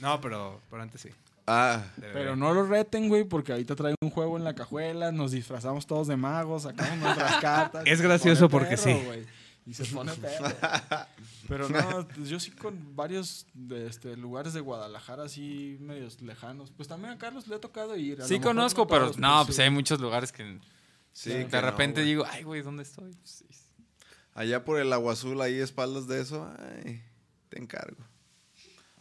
Speaker 1: No, pero, pero antes sí.
Speaker 5: Ah.
Speaker 1: Eh.
Speaker 8: pero no lo reten, güey, porque ahorita trae un juego en la cajuela, nos disfrazamos todos de magos, sacamos nuestras cartas.
Speaker 1: Es
Speaker 8: y se
Speaker 1: gracioso
Speaker 8: pone
Speaker 1: porque
Speaker 8: perro,
Speaker 1: sí.
Speaker 8: güey. Y se pone perro. Pero no, pues, yo sí con varios de, este, lugares de Guadalajara así medios lejanos. Pues también a Carlos le ha tocado ir. a
Speaker 7: Sí
Speaker 8: lo mejor
Speaker 7: conozco,
Speaker 8: no
Speaker 7: pero
Speaker 8: todos,
Speaker 7: no, pues
Speaker 8: sí.
Speaker 7: hay muchos lugares que
Speaker 5: Sí, que
Speaker 7: de
Speaker 5: no,
Speaker 7: repente
Speaker 5: güey.
Speaker 7: digo, ay, güey, ¿dónde estoy? Sí.
Speaker 5: Allá por el agua azul, ahí espaldas de eso, ay, te encargo.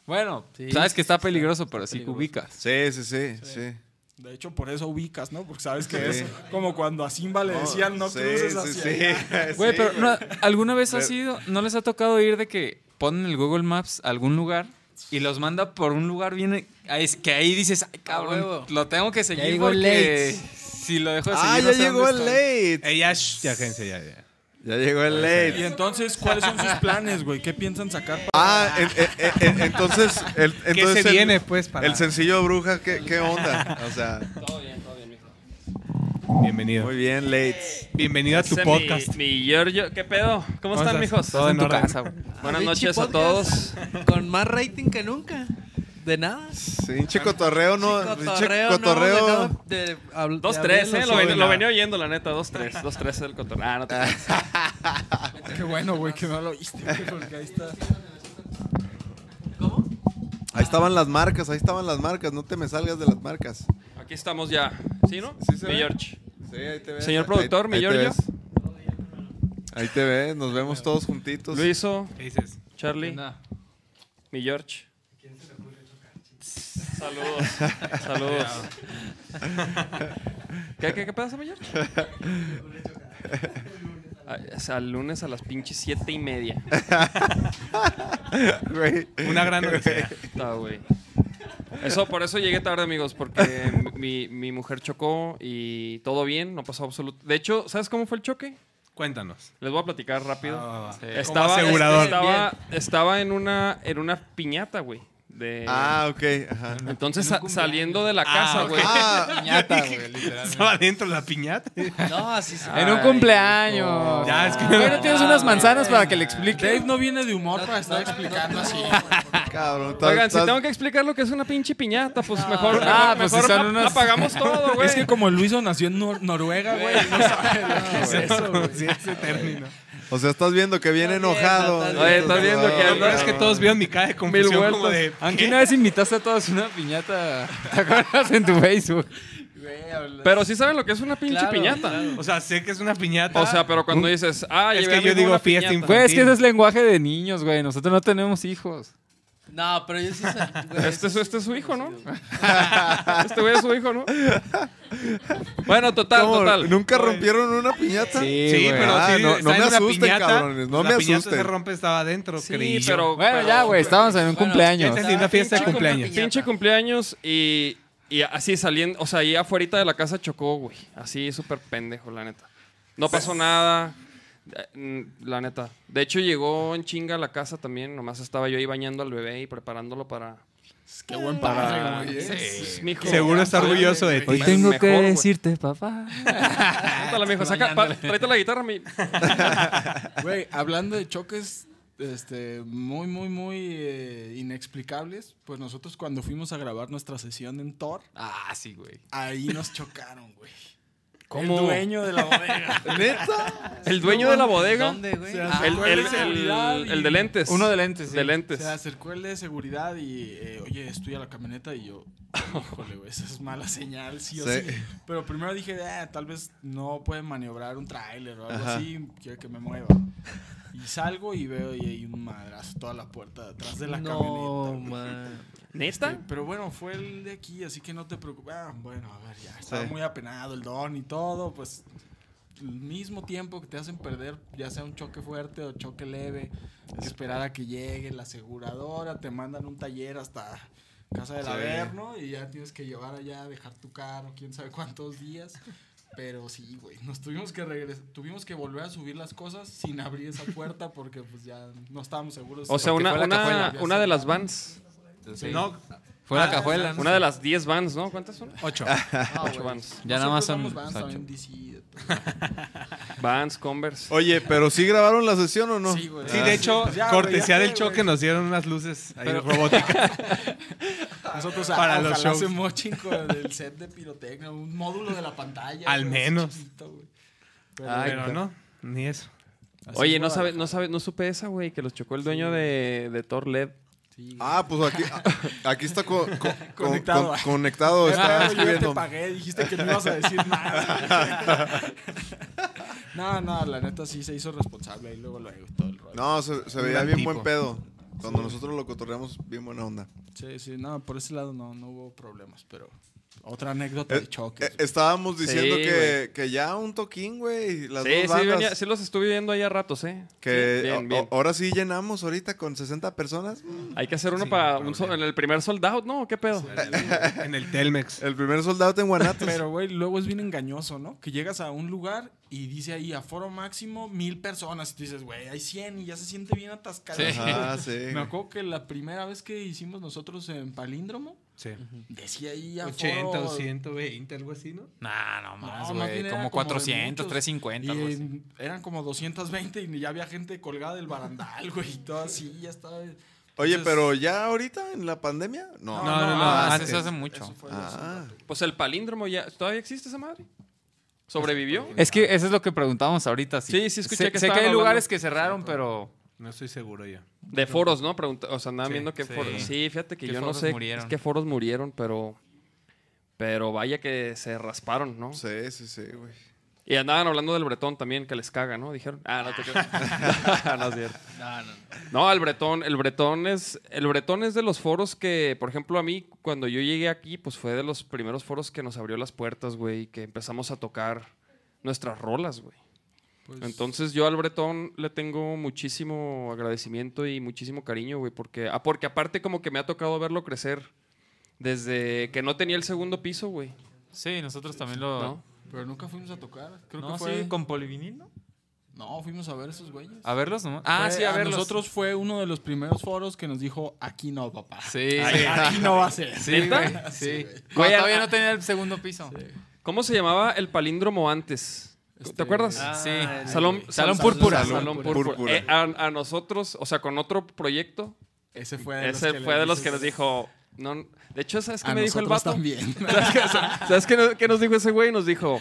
Speaker 7: Bueno,
Speaker 6: Sí,
Speaker 7: sabes
Speaker 6: sí,
Speaker 7: que está
Speaker 6: sí,
Speaker 7: peligroso,
Speaker 6: está-
Speaker 7: pero
Speaker 6: está
Speaker 7: sí que
Speaker 6: peligroso.
Speaker 7: ubicas.
Speaker 5: Sí, sí, sí, sí.
Speaker 8: De hecho, por eso ubicas, ¿no? Porque sabes que
Speaker 5: Sí.
Speaker 8: es como cuando a Simba le decían no
Speaker 5: Oh, sí,
Speaker 8: cruces
Speaker 5: sí,
Speaker 8: hacia
Speaker 5: sí,
Speaker 8: allá".
Speaker 5: sí,
Speaker 7: Güey, pero
Speaker 5: güey.
Speaker 7: no, ¿alguna vez ha
Speaker 5: Pero-
Speaker 7: sido, no les ha tocado ir de que ponen el Google Maps a algún lugar y los manda por un lugar bien ahí es- que ahí dices, ay, cabrón,
Speaker 6: huevo.
Speaker 7: lo tengo que seguir
Speaker 6: llegó el
Speaker 7: porque
Speaker 6: late.
Speaker 7: si lo dejo de seguir
Speaker 5: Ah,
Speaker 7: no
Speaker 5: ya
Speaker 7: sé
Speaker 5: llegó
Speaker 7: dónde
Speaker 5: el
Speaker 7: estoy".
Speaker 5: late.
Speaker 1: Eh, ya, shh, ya, gente, ya, ya.
Speaker 5: Ya llegó el
Speaker 8: Y
Speaker 5: late.
Speaker 8: entonces, ¿cuáles son sus planes, güey? ¿Qué piensan sacar? para-
Speaker 5: Ah, en- en- en- en- entonces, el, entonces
Speaker 1: ¿Qué se
Speaker 5: el-
Speaker 1: viene, pues, para...?
Speaker 5: El sencillo bruja, ¿qué, qué onda? O sea,
Speaker 1: Bienvenido.
Speaker 5: muy bien, Lates.
Speaker 1: Bienvenido a tu
Speaker 11: Ese
Speaker 1: podcast.
Speaker 11: Mi, mi Giorgio, ¿qué pedo? ¿Cómo
Speaker 1: ¿Cómo
Speaker 11: están,
Speaker 1: estás?
Speaker 11: mijos?
Speaker 1: Todo
Speaker 7: en
Speaker 1: en
Speaker 7: tu
Speaker 1: orden.
Speaker 7: casa, güey.
Speaker 11: Buenas
Speaker 6: Richie
Speaker 11: noches a
Speaker 6: Podcast,
Speaker 11: todos.
Speaker 6: Con más rating que nunca. De nada.
Speaker 5: Sí, chicotorreo, ¿no?
Speaker 6: Cotorreo,
Speaker 5: Chicotorreo.
Speaker 6: no, de, de, habl- de
Speaker 11: Dos, tres,
Speaker 6: abrir
Speaker 11: ¿eh?
Speaker 6: los
Speaker 11: Lo, ven-
Speaker 6: ojos.
Speaker 11: lo venía oyendo, la neta. Dos, tres. Dos, tres el cotorreo. Ah, no te creas.
Speaker 8: Qué bueno, güey, que no lo oíste, güey, porque ahí está.
Speaker 6: ¿Cómo?
Speaker 5: ahí estaban las marcas, ahí estaban las marcas. No te me salgas de las marcas.
Speaker 11: Aquí estamos ya. ¿Sí, no?
Speaker 5: Sí se
Speaker 11: Mi
Speaker 5: ve.
Speaker 11: George.
Speaker 5: Sí, ahí te ves.
Speaker 11: Señor
Speaker 5: Ahí-
Speaker 11: productor,
Speaker 5: ahí
Speaker 11: mi
Speaker 5: te
Speaker 11: Giorgio.
Speaker 5: ves. Ahí te ves, nos vemos todos juntitos.
Speaker 11: Luiso,
Speaker 1: ¿Qué dices?
Speaker 11: Charlie,
Speaker 7: Anda.
Speaker 11: mi George. Saludos. Saludos.
Speaker 7: ¿Qué, qué, qué pasa, mayor?
Speaker 11: Ay, es Al lunes a las pinches siete y media.
Speaker 5: Güey.
Speaker 11: Eh.
Speaker 1: Una gran odisea.
Speaker 11: Puta, Ah, güey. Eso, por eso llegué tarde, amigos, porque mi, mi mujer chocó y todo bien, no pasó absoluto. De hecho, ¿sabes cómo fue el choque?
Speaker 1: Cuéntanos.
Speaker 11: Les voy a platicar rápido.
Speaker 1: Ah,
Speaker 7: Sí.
Speaker 11: Estaba,
Speaker 1: Como asegurador.
Speaker 11: estaba, estaba en una en una piñata, güey. de-
Speaker 5: Ah, ok. Ajá.
Speaker 11: entonces sa- saliendo de la casa, güey.
Speaker 5: Ah,
Speaker 7: Piñata, güey, literalmente.
Speaker 1: Estaba dentro de la piñata.
Speaker 6: No, así se
Speaker 7: En un
Speaker 11: Ay,
Speaker 7: cumpleaños.
Speaker 1: Ya, es que-
Speaker 7: Güey, no tienes unas manzanas para que le
Speaker 8: Dave
Speaker 7: explique.
Speaker 8: no viene de humor para estar explicando así.
Speaker 5: cabrón. estás-
Speaker 11: Oigan, si
Speaker 5: estás-
Speaker 11: tengo que explicar lo que es una pinche piñata, pues mejor,
Speaker 7: Ah,
Speaker 11: mejor,
Speaker 7: pues si
Speaker 11: mejor
Speaker 7: son
Speaker 11: ap-
Speaker 7: unas-
Speaker 11: apagamos todo, güey.
Speaker 8: Es que como el Luiso nació en Nor- Noruega, güey, no sabe lo que es eso, güey.
Speaker 1: Sí, ese término.
Speaker 5: O sea, estás viendo que viene enojado.
Speaker 11: Oye, estás viendo
Speaker 5: Ah,
Speaker 11: que
Speaker 1: Lo peor
Speaker 11: anda-
Speaker 1: es que todos vieron mi cara de
Speaker 11: Mil
Speaker 1: confusión como
Speaker 11: vueltas.
Speaker 1: de...
Speaker 7: Aunque
Speaker 1: ¿qué?
Speaker 7: una vez invitaste a todos una piñata, ¿te acuerdas? En tu Facebook.
Speaker 11: Pero sí saben lo que es una pinche
Speaker 6: Claro,
Speaker 11: piñata.
Speaker 6: claro.
Speaker 1: O sea, sé que es una piñata.
Speaker 11: O sea, pero cuando dices, ah,
Speaker 1: Es
Speaker 11: llevé
Speaker 1: que
Speaker 11: a mi
Speaker 1: yo
Speaker 11: hijo
Speaker 1: digo
Speaker 11: una
Speaker 1: fiesta
Speaker 11: piñata.
Speaker 1: infantil.
Speaker 7: Güey, es que ese es lenguaje de niños, güey. Nosotros no tenemos hijos.
Speaker 6: No, pero yo sí sa- güey,
Speaker 11: Este, es-
Speaker 6: sí
Speaker 11: este es su hijo, ¿no?
Speaker 6: conocido.
Speaker 11: Este güey es su hijo, ¿no? Bueno, total,
Speaker 5: ¿Cómo?
Speaker 11: total.
Speaker 5: ¿Nunca rompieron una piñata?
Speaker 1: Sí, pero
Speaker 5: Ah,
Speaker 1: sí,
Speaker 5: no- no
Speaker 1: está en
Speaker 5: me
Speaker 1: una
Speaker 5: asusten,
Speaker 1: piñata,
Speaker 5: cabrones, no
Speaker 1: la
Speaker 5: me
Speaker 1: piñata
Speaker 5: asusten.
Speaker 1: se rompe, estaba adentro,
Speaker 11: Sí,
Speaker 1: creí yo.
Speaker 11: pero.
Speaker 7: Bueno,
Speaker 11: pero-
Speaker 7: ya, güey. Estábamos en un
Speaker 6: Bueno,
Speaker 7: cumpleaños.
Speaker 1: Esa es una fiesta de
Speaker 6: Pinche
Speaker 1: cumpleaños.
Speaker 6: piñata.
Speaker 11: Pinche cumpleaños y, y así saliendo, o sea, ahí afuera de la casa chocó, güey. Así súper pendejo, la neta. No pasó nada, eh, mm, la neta. De hecho, llegó en chinga a la casa también, nomás estaba yo ahí bañando al bebé y preparándolo para...
Speaker 8: Qué buen
Speaker 11: para
Speaker 8: padre, güey. ¿eh?
Speaker 11: Sí, mijo.
Speaker 1: Seguro está orgulloso de ti.
Speaker 7: Hoy tengo
Speaker 11: Mejor,
Speaker 7: que
Speaker 11: güey.
Speaker 7: decirte, papá.
Speaker 11: Ándale, mijo, saca, pa- tráete la guitarra, mi...
Speaker 8: Güey, hablando de choques este, muy, muy, muy eh, inexplicables, pues nosotros cuando fuimos a grabar nuestra sesión en Thor,
Speaker 7: Ah, sí, güey.
Speaker 8: ahí nos chocaron, güey.
Speaker 11: ¿Cómo?
Speaker 8: El dueño de la bodega.
Speaker 11: El dueño de la bodega.
Speaker 6: ¿Dónde, güey?
Speaker 8: Se
Speaker 6: Ah,
Speaker 11: El,
Speaker 8: acercó
Speaker 11: el-
Speaker 8: de seguridad
Speaker 11: el-
Speaker 8: y-
Speaker 11: el de lentes.
Speaker 7: Uno de lentes, sí.
Speaker 11: De
Speaker 8: Se
Speaker 11: lentes.
Speaker 8: acercó el de seguridad y, eh, oye, estoy a la camioneta y yo, híjole, güey, esa es mala señal, sí o sí.
Speaker 5: Sí.
Speaker 8: Pero primero dije, "Ah, tal vez no pueden maniobrar un tráiler o algo
Speaker 5: Ajá.
Speaker 8: así, quiero que me mueva. Y salgo y veo y hay un madrazo toda la puerta de atrás de la
Speaker 6: No,
Speaker 8: camioneta. güey.
Speaker 6: man.
Speaker 11: ¿Neta?
Speaker 8: Este, Pero bueno, fue el de aquí, así que no te preocupes. Ah, bueno, a ver, ya. Estaba
Speaker 5: Sí.
Speaker 8: muy apenado el don y todo, pues el mismo tiempo que te hacen perder, ya sea un choque fuerte o choque leve, hay que esperar a que llegue la aseguradora, te mandan un taller hasta casa del
Speaker 5: Sí.
Speaker 8: Averno y ya tienes que llevar allá, dejar tu carro, quién sabe cuántos días. Pero sí, güey, nos tuvimos que regresar, tuvimos que volver a subir las cosas sin abrir esa puerta porque pues ya no estábamos seguros.
Speaker 11: O sea, una,
Speaker 7: fue la
Speaker 11: una,
Speaker 7: cajuela.
Speaker 11: una de las vans.
Speaker 1: No,
Speaker 7: Fue la cajuela. ¿no?
Speaker 11: Ah, Una de las 10 vans, ¿no? ¿Cuántas son?
Speaker 1: ocho.
Speaker 8: Ah,
Speaker 11: Ocho
Speaker 8: güey.
Speaker 11: vans.
Speaker 7: Ya nada más son-
Speaker 8: Nosotros damos
Speaker 7: son
Speaker 8: vans, también
Speaker 7: ocho.
Speaker 8: DC, de todo.
Speaker 11: Vans, Converse.
Speaker 5: Oye, pero sí grabaron la sesión o no?
Speaker 8: Oh. Sí, güey.
Speaker 1: Sí,
Speaker 5: Ah,
Speaker 1: de hecho,
Speaker 8: pues ya, güey,
Speaker 1: cortesía
Speaker 8: ya
Speaker 1: del
Speaker 8: fue,
Speaker 1: choque
Speaker 8: güey.
Speaker 1: nos dieron unas luces ahí robóticas.
Speaker 8: Nosotros
Speaker 1: para
Speaker 8: para
Speaker 1: los
Speaker 8: ojalá
Speaker 1: shows.
Speaker 8: se mochen con el set de pirotecnia, un módulo de la pantalla.
Speaker 1: Al
Speaker 8: güey, así
Speaker 1: menos.
Speaker 8: chiquito, güey.
Speaker 11: Ay,
Speaker 1: Pero no, ni eso.
Speaker 8: Así
Speaker 11: Oye,
Speaker 8: es
Speaker 11: no sabe,
Speaker 8: Guadalajara.
Speaker 11: no sabe, no supe esa, güey, que los chocó el dueño de, de Thor LED.
Speaker 8: Sí, güey.
Speaker 5: Ah, pues aquí, aquí está co- co- co-
Speaker 8: Conectado.
Speaker 5: con- conectado, está
Speaker 8: Pero Ah, yo ya te
Speaker 5: escribiendo.
Speaker 8: pagué, dijiste que no ibas a decir nada. güey. no, no, la neta sí se hizo responsable y luego luego y todo el rollo.
Speaker 5: No, se, se veía
Speaker 1: Gran
Speaker 5: bien
Speaker 1: tipo.
Speaker 5: buen pedo. Cuando nosotros lo cotorreamos, bien buena onda.
Speaker 8: Sí, sí, no, por ese lado no, no hubo problemas, pero otra anécdota
Speaker 5: Eh,
Speaker 8: de choques.
Speaker 5: eh, estábamos diciendo
Speaker 11: Sí,
Speaker 5: que, que ya un toquín, güey. Las
Speaker 11: Sí,
Speaker 5: dos
Speaker 11: sí,
Speaker 5: bandas
Speaker 11: venía- sí los estuve viendo ahí a ratos, ¿eh?
Speaker 5: que
Speaker 11: Bien,
Speaker 5: o-
Speaker 11: bien.
Speaker 5: o- ahora sí llenamos ahorita con 60 personas.
Speaker 11: Hay que hacer uno para un sol- en el primer sold out, ¿no? ¿Qué pedo?
Speaker 1: En el Telmex.
Speaker 5: El primer soldado en Guanatos.
Speaker 8: Pero, güey, luego es bien engañoso, ¿no? Que llegas a un lugar y dice ahí aforo máximo mil personas. Y tú dices, güey, hay 100 y ya se siente bien atascado.
Speaker 5: Ajá, sí.
Speaker 8: Me acuerdo que la primera vez que hicimos nosotros en Palíndromo,
Speaker 1: Sí.
Speaker 8: decía ahí aforo...
Speaker 1: 80 o 120, algo así, ¿no?
Speaker 7: Nah, no más,
Speaker 8: No, más bien
Speaker 7: güey.
Speaker 8: era
Speaker 7: como
Speaker 8: como de
Speaker 7: 400,
Speaker 8: muchos.
Speaker 7: 350, algo
Speaker 8: Y
Speaker 7: así.
Speaker 8: en- eran como 220 y ya había gente colgada del barandal, güey, y todo así, ya estaba...
Speaker 5: Oye,
Speaker 8: Entonces-
Speaker 5: pero ya ahorita en la pandemia, no.
Speaker 1: No, no, no.
Speaker 7: Ah, eso-
Speaker 1: antes.
Speaker 7: eso hace mucho.
Speaker 8: Eso fue hace un
Speaker 5: Ah,
Speaker 8: rato.
Speaker 11: Pues el palíndromo ya. ¿Todavía existe esa madre? ¿Sobrevivió?
Speaker 7: Es que eso es lo que preguntábamos ahorita.
Speaker 11: Sí, sí, escuché
Speaker 7: Sé-
Speaker 11: que
Speaker 7: Sé que hay
Speaker 11: estaban
Speaker 7: lugares
Speaker 11: hablando.
Speaker 7: que cerraron, pero...
Speaker 1: No estoy seguro yo.
Speaker 11: De foros, ¿no? Pregunta- o sea, andaban
Speaker 1: Sí,
Speaker 11: viendo qué
Speaker 7: sí.
Speaker 11: foros. Sí, fíjate que
Speaker 7: ¿Qué
Speaker 11: yo no
Speaker 7: foros
Speaker 11: sé
Speaker 7: murieron?
Speaker 11: qué foros murieron, pero. Pero vaya que se rasparon, ¿no?
Speaker 5: sí, sí, sí, güey.
Speaker 11: Y andaban hablando del Bretón también, que les caga, ¿no? Dijeron. Ah, no te creo. no es cierto.
Speaker 6: No, no, no.
Speaker 11: No, el Bretón, el Bretón es, el Bretón es de los foros que, por ejemplo, a mí cuando yo llegué aquí, pues fue de los primeros foros que nos abrió las puertas, güey, que empezamos a tocar nuestras rolas, güey.
Speaker 8: Pues,
Speaker 11: Entonces yo al Bretón le tengo muchísimo agradecimiento y muchísimo cariño, güey, porque, ah, porque aparte como que me ha tocado verlo crecer desde que no tenía el segundo piso, güey.
Speaker 7: Sí, nosotros también lo...
Speaker 11: ¿No?
Speaker 8: Pero nunca fuimos a tocar. Creo
Speaker 7: No,
Speaker 8: que
Speaker 7: sí,
Speaker 8: fue...
Speaker 7: con polivinil, ¿no?
Speaker 8: No, fuimos a ver esos güeyes.
Speaker 7: A verlos, ¿no? Ah,
Speaker 8: Fue-
Speaker 7: sí, a verlos.
Speaker 8: Nosotros fue uno de los primeros foros que nos dijo, aquí no, papá.
Speaker 7: Sí, sí.
Speaker 8: Aquí no va a ser.
Speaker 7: Sí, güey. Sí. Cuando todavía no tenía el segundo piso.
Speaker 11: ¿Cómo se llamaba el palíndromo antes? ¿Te
Speaker 8: Este,
Speaker 11: acuerdas?
Speaker 7: Ah, sí.
Speaker 11: Salón,
Speaker 7: Salón
Speaker 11: sal-
Speaker 7: Púrpura.
Speaker 11: Salón,
Speaker 7: Salón
Speaker 11: Púrpura.
Speaker 5: Púrpura.
Speaker 11: Eh, a, a nosotros, o sea, con otro proyecto,
Speaker 8: Ese fue de los
Speaker 11: ese
Speaker 8: que
Speaker 11: fue
Speaker 8: le
Speaker 11: de los
Speaker 8: dices,
Speaker 11: que nos dijo. No, de hecho, ¿sabes qué
Speaker 8: "A
Speaker 11: me dijo el
Speaker 8: nosotros
Speaker 11: vato?
Speaker 8: también.
Speaker 11: ¿Sabes, qué, sabes qué no- qué nos dijo ese güey? Nos dijo.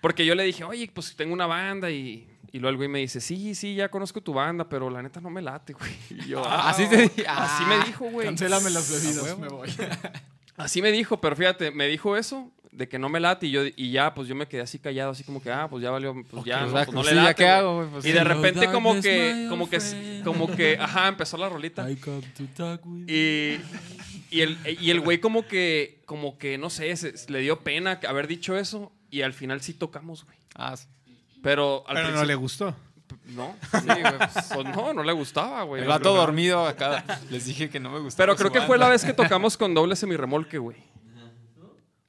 Speaker 11: Porque yo le dije, oye, pues tengo una banda y Y luego el güey me dice, sí, sí, ya conozco tu banda, pero la neta no me late, güey. Y yo,
Speaker 7: Ah,
Speaker 11: "Ah,
Speaker 7: así te-
Speaker 11: güey". Así me dijo, güey.
Speaker 8: Ah, Cancélame las
Speaker 11: A
Speaker 8: bebidas,
Speaker 11: huevo.
Speaker 8: me voy.
Speaker 11: Así me dijo, pero fíjate, me dijo eso de que no me late y yo y ya pues yo me quedé así callado así como que ah pues ya valió pues ya no,
Speaker 7: o sea,
Speaker 11: pues, no
Speaker 7: pues
Speaker 11: le
Speaker 7: sí, ¿ya
Speaker 11: late,
Speaker 7: qué
Speaker 11: güey".
Speaker 7: hago, güey? Pues
Speaker 11: y
Speaker 7: sí.
Speaker 11: de
Speaker 7: Hello,
Speaker 11: repente como
Speaker 7: darkness,
Speaker 11: que
Speaker 7: my
Speaker 11: como que
Speaker 7: old
Speaker 11: como que ajá empezó la rolita y, y el, y el güey como que, como que, no sé, se- se le dio pena haber dicho eso y al final sí tocamos, güey.
Speaker 7: Ah, sí.
Speaker 11: Pero al
Speaker 1: Pero no le gustó.
Speaker 11: No, sí, güey, pues, pues no, no le gustaba, güey.
Speaker 7: El vato dormido acá. Les dije que no me gustaba.
Speaker 11: Pero
Speaker 7: su
Speaker 11: creo que fue
Speaker 7: banda.
Speaker 11: la vez que tocamos con doble semirremolque, güey.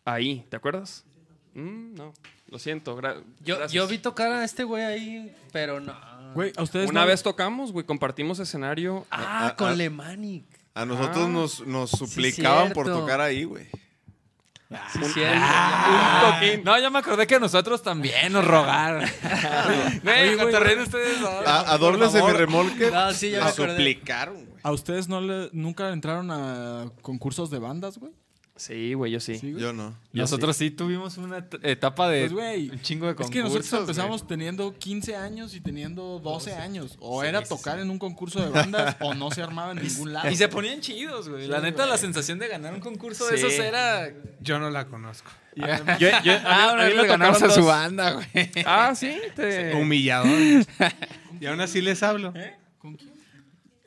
Speaker 11: Ahí, ¿te acuerdas? Mm, no, lo siento. gra-
Speaker 6: Yo,
Speaker 11: gracias.
Speaker 6: yo vi tocar a este güey ahí, pero no.
Speaker 8: Güey, a ustedes
Speaker 11: Una
Speaker 8: no-
Speaker 11: vez tocamos, güey, compartimos escenario.
Speaker 6: Ah,
Speaker 5: a- a-
Speaker 6: con Lemanic.
Speaker 5: A nosotros
Speaker 11: Ah.
Speaker 5: nos, nos suplicaban por
Speaker 6: cierto.
Speaker 5: tocar ahí, güey.
Speaker 6: Sí, sí,
Speaker 7: Ah, no, ya me acordé que a nosotros también nos rogaron. Güey, cuando te ríen ustedes dos.
Speaker 5: A, a dobles de mi remolque
Speaker 6: No, sí, ya me
Speaker 5: nos
Speaker 6: acordé.
Speaker 5: suplicaron, güey.
Speaker 8: ¿A ustedes no le, nunca entraron a concursos de bandas, güey?
Speaker 11: Sí, güey, yo sí.
Speaker 8: Sí, güey.
Speaker 5: Yo no.
Speaker 7: Nosotros sí tuvimos una et- etapa de
Speaker 8: Pues, güey,
Speaker 7: Eh, un chingo de
Speaker 8: Es
Speaker 7: concursos.
Speaker 8: que nosotros
Speaker 7: güey.
Speaker 8: empezamos teniendo 15 años y teniendo 12 años. O era tocar en un concurso de bandas o no se armaba en ningún lado.
Speaker 7: Y se ponían chidos, güey. La neta, la sensación de ganar un concurso de
Speaker 11: Sí.
Speaker 7: esos era.
Speaker 1: Yo no la conozco.
Speaker 11: Yo- yo- a mí-
Speaker 7: Ah,
Speaker 11: a
Speaker 7: una
Speaker 11: mí
Speaker 7: vez
Speaker 11: me
Speaker 7: le ganamos a
Speaker 11: tocaron
Speaker 7: su
Speaker 11: dos.
Speaker 7: banda, güey.
Speaker 11: Ah, sí.
Speaker 7: Eh.
Speaker 11: te-
Speaker 1: Humillador. y aún así les hablo.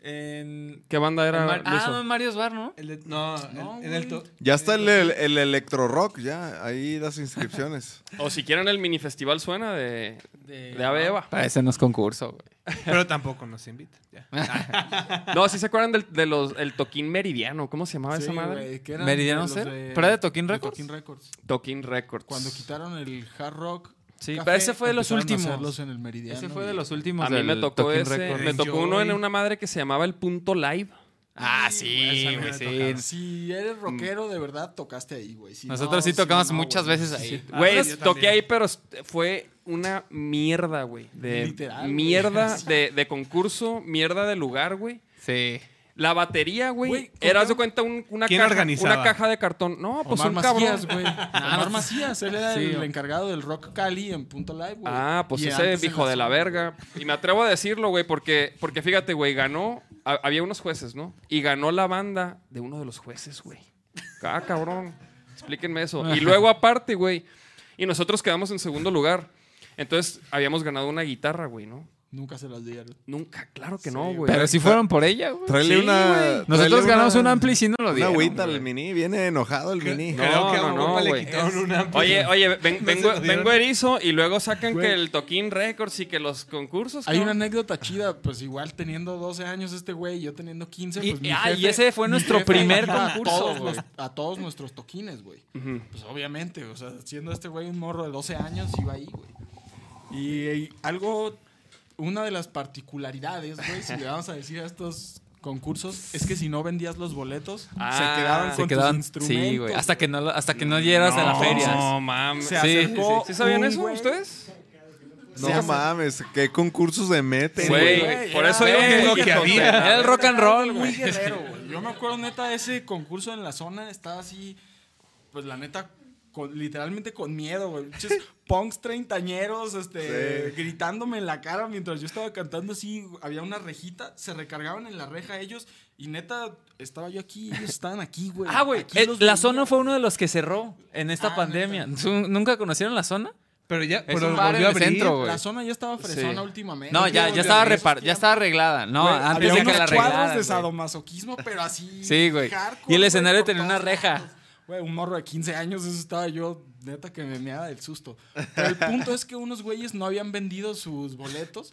Speaker 7: En.
Speaker 11: ¿Qué banda era?
Speaker 7: en Mar-
Speaker 11: Luiso?
Speaker 7: ah, en Mario's Bar, ¿no?
Speaker 1: El de- no, en- en el to-
Speaker 5: Ya está el, el, el electro rock, ya. Ahí las inscripciones.
Speaker 11: O si quieren el mini festival suena de, de, E Ave Eva.
Speaker 6: ah,
Speaker 7: Para ese Eh, no es concurso, güey.
Speaker 1: Pero tampoco nos invitan. ya.
Speaker 11: No, si se acuerdan del de los, el toquín meridiano, ¿cómo se llamaba
Speaker 8: Sí,
Speaker 11: esa madre?
Speaker 8: güey, que eran
Speaker 7: ¿Meridiano
Speaker 8: de los
Speaker 7: Cero?
Speaker 8: de-
Speaker 7: ¿Pero era de Toquín Records?
Speaker 8: Toquín Records.
Speaker 11: Toquín Records.
Speaker 8: Cuando quitaron el hard rock.
Speaker 7: Sí, pero ese fue de los
Speaker 8: empezaron a
Speaker 7: últimos.
Speaker 8: hacerlos en el Meridiano, Ah,
Speaker 7: Ese fue de
Speaker 8: y-
Speaker 7: los últimos.
Speaker 11: a mí me
Speaker 7: del
Speaker 11: tocó
Speaker 7: Toquín
Speaker 11: ese,
Speaker 1: Eh,
Speaker 7: Records.
Speaker 11: me tocó uno en
Speaker 1: Enjoy.
Speaker 11: una madre que se llamaba el punto live.
Speaker 7: Ah, sí,
Speaker 1: esa me
Speaker 7: güey,
Speaker 1: ha
Speaker 7: sí.
Speaker 1: tocado.
Speaker 8: Si eres rockero, de verdad, tocaste ahí, güey. Si
Speaker 7: Nosotros
Speaker 8: no,
Speaker 7: sí
Speaker 8: si
Speaker 7: tocamos
Speaker 8: no,
Speaker 7: muchas
Speaker 8: güey.
Speaker 7: veces ahí.
Speaker 1: Ah,
Speaker 11: Güey,
Speaker 1: yo
Speaker 11: toqué
Speaker 1: también.
Speaker 11: ahí, pero est- fue una mierda, güey. De
Speaker 8: Literal, güey.
Speaker 11: mierda de, de concurso, mierda de lugar, güey.
Speaker 7: Sí.
Speaker 11: La batería, güey,
Speaker 8: Güey,
Speaker 11: era,
Speaker 8: ¿cómo?
Speaker 11: haz de cuenta, un- una,
Speaker 1: ¿Quién
Speaker 11: caja,
Speaker 1: organizaba?
Speaker 11: una caja de cartón. No, pues
Speaker 8: Omar
Speaker 11: un cabrón.
Speaker 8: Macías, güey. Omar Macías, él era
Speaker 7: Sí,
Speaker 8: el
Speaker 7: güey.
Speaker 8: encargado del Rock Cali en Punto Live, güey.
Speaker 11: Ah, pues
Speaker 8: Y
Speaker 11: ese
Speaker 8: antes en
Speaker 11: hijo
Speaker 8: la
Speaker 11: de la
Speaker 8: zona.
Speaker 11: verga. Y me atrevo a decirlo, güey, porque, porque fíjate, güey, ganó. ha- había unos jueces, ¿no? Y ganó la banda de uno de los jueces, güey. Ah, cabrón. Explíquenme eso. Y luego, aparte, güey. Y nosotros quedamos en segundo lugar. Entonces, habíamos ganado una guitarra, güey, ¿no?
Speaker 8: Nunca se las dieron.
Speaker 11: Nunca, claro que no, güey.
Speaker 7: Pero sí fueron por ella, güey.
Speaker 5: Tráele
Speaker 11: Sí,
Speaker 5: una.
Speaker 11: güey.
Speaker 5: tráele
Speaker 7: Nosotros
Speaker 5: una-
Speaker 7: ganamos un ampli y sí no lo
Speaker 5: Una
Speaker 7: dieron.
Speaker 5: agüita
Speaker 7: güey.
Speaker 5: al mini. Viene enojado el mini.
Speaker 1: Creo que a
Speaker 11: no,
Speaker 1: un
Speaker 11: no,
Speaker 1: compa le
Speaker 11: güey.
Speaker 1: quitaron un amplio.
Speaker 11: Oye, oye,
Speaker 1: No
Speaker 11: ven-
Speaker 1: se
Speaker 11: vengo,
Speaker 1: lo dieron.
Speaker 11: vengo erizo y luego sacan que el Toquín Records y que los concursos.
Speaker 8: Hay una
Speaker 11: cabrón.
Speaker 8: anécdota chida, pues igual teniendo 12 años este güey, yo teniendo 15,
Speaker 7: Y-
Speaker 8: pues mi
Speaker 7: ah, y
Speaker 8: jefe-
Speaker 7: ese fue
Speaker 8: mi
Speaker 7: nuestro
Speaker 8: jefe
Speaker 7: primer
Speaker 8: iba a
Speaker 7: concurso,
Speaker 8: todos
Speaker 7: güey.
Speaker 8: los- A todos nuestros toquines, güey.
Speaker 11: Ujú.
Speaker 8: Pues obviamente, o sea, siendo este güey un morro de 12 años, iba ahí, güey. Y, y algo, una de las particularidades, güey, si le vamos a decir a estos concursos, es que si no vendías los boletos,
Speaker 11: Ah,
Speaker 8: se quedaban
Speaker 11: se
Speaker 8: con
Speaker 7: Se
Speaker 8: tus
Speaker 7: quedaban.
Speaker 8: instrumentos.
Speaker 7: Sí, güey. Hasta que no, lo- hasta que no llegas a la feria.
Speaker 11: No mames.
Speaker 8: Se
Speaker 11: ¿Sí,
Speaker 8: acercó
Speaker 11: sí, sí sabían
Speaker 8: un
Speaker 11: eso
Speaker 8: güey.
Speaker 11: ustedes?
Speaker 5: No mames, qué concursos se meten.
Speaker 11: Güey,
Speaker 5: güey.
Speaker 11: por eso digo que
Speaker 1: es lo
Speaker 11: que
Speaker 1: que había.
Speaker 11: conté.
Speaker 7: Era el rock and roll,
Speaker 8: Muy
Speaker 7: güey.
Speaker 8: guerrero, güey. Yo me acuerdo, neta, ese concurso en la zona estaba así, pues la neta, con- literalmente con miedo, güey. Pinches punks treintañeros, este, gritándome en la cara mientras yo estaba cantando así. Había una rejita, se recargaban en la reja ellos y neta, estaba yo aquí, ellos estaban aquí, güey.
Speaker 7: Ah, güey.
Speaker 8: Aquí
Speaker 7: eh,
Speaker 8: los
Speaker 7: la
Speaker 8: veía.
Speaker 7: zona fue uno de los que cerró en esta
Speaker 8: Ah,
Speaker 7: pandemia. ¿Tú- ¿Nunca conocieron la zona?
Speaker 1: Pero ya, pues,
Speaker 7: Es
Speaker 1: pero
Speaker 7: un
Speaker 1: volvió
Speaker 7: bar
Speaker 1: a
Speaker 7: en el
Speaker 1: abrir.
Speaker 7: centro, güey.
Speaker 8: La zona ya estaba fresona
Speaker 7: Sí.
Speaker 8: últimamente.
Speaker 7: No, ya, ya estaba repar- ya estaba arreglada. No,
Speaker 8: Güey,
Speaker 7: antes
Speaker 8: había
Speaker 7: de que
Speaker 8: unos
Speaker 7: la
Speaker 8: cuadros
Speaker 7: arreglaran.
Speaker 8: de
Speaker 7: güey.
Speaker 8: sadomasoquismo, pero así.
Speaker 7: Sí, güey.
Speaker 8: hardcore,
Speaker 7: Y el
Speaker 8: güey,
Speaker 7: escenario
Speaker 8: por
Speaker 7: tenía una
Speaker 8: todos
Speaker 7: reja.
Speaker 8: lados. Güey, un morro de 15 años, eso estaba yo, neta, que me meaba del susto. Pero el punto es que unos güeyes no habían vendido sus boletos.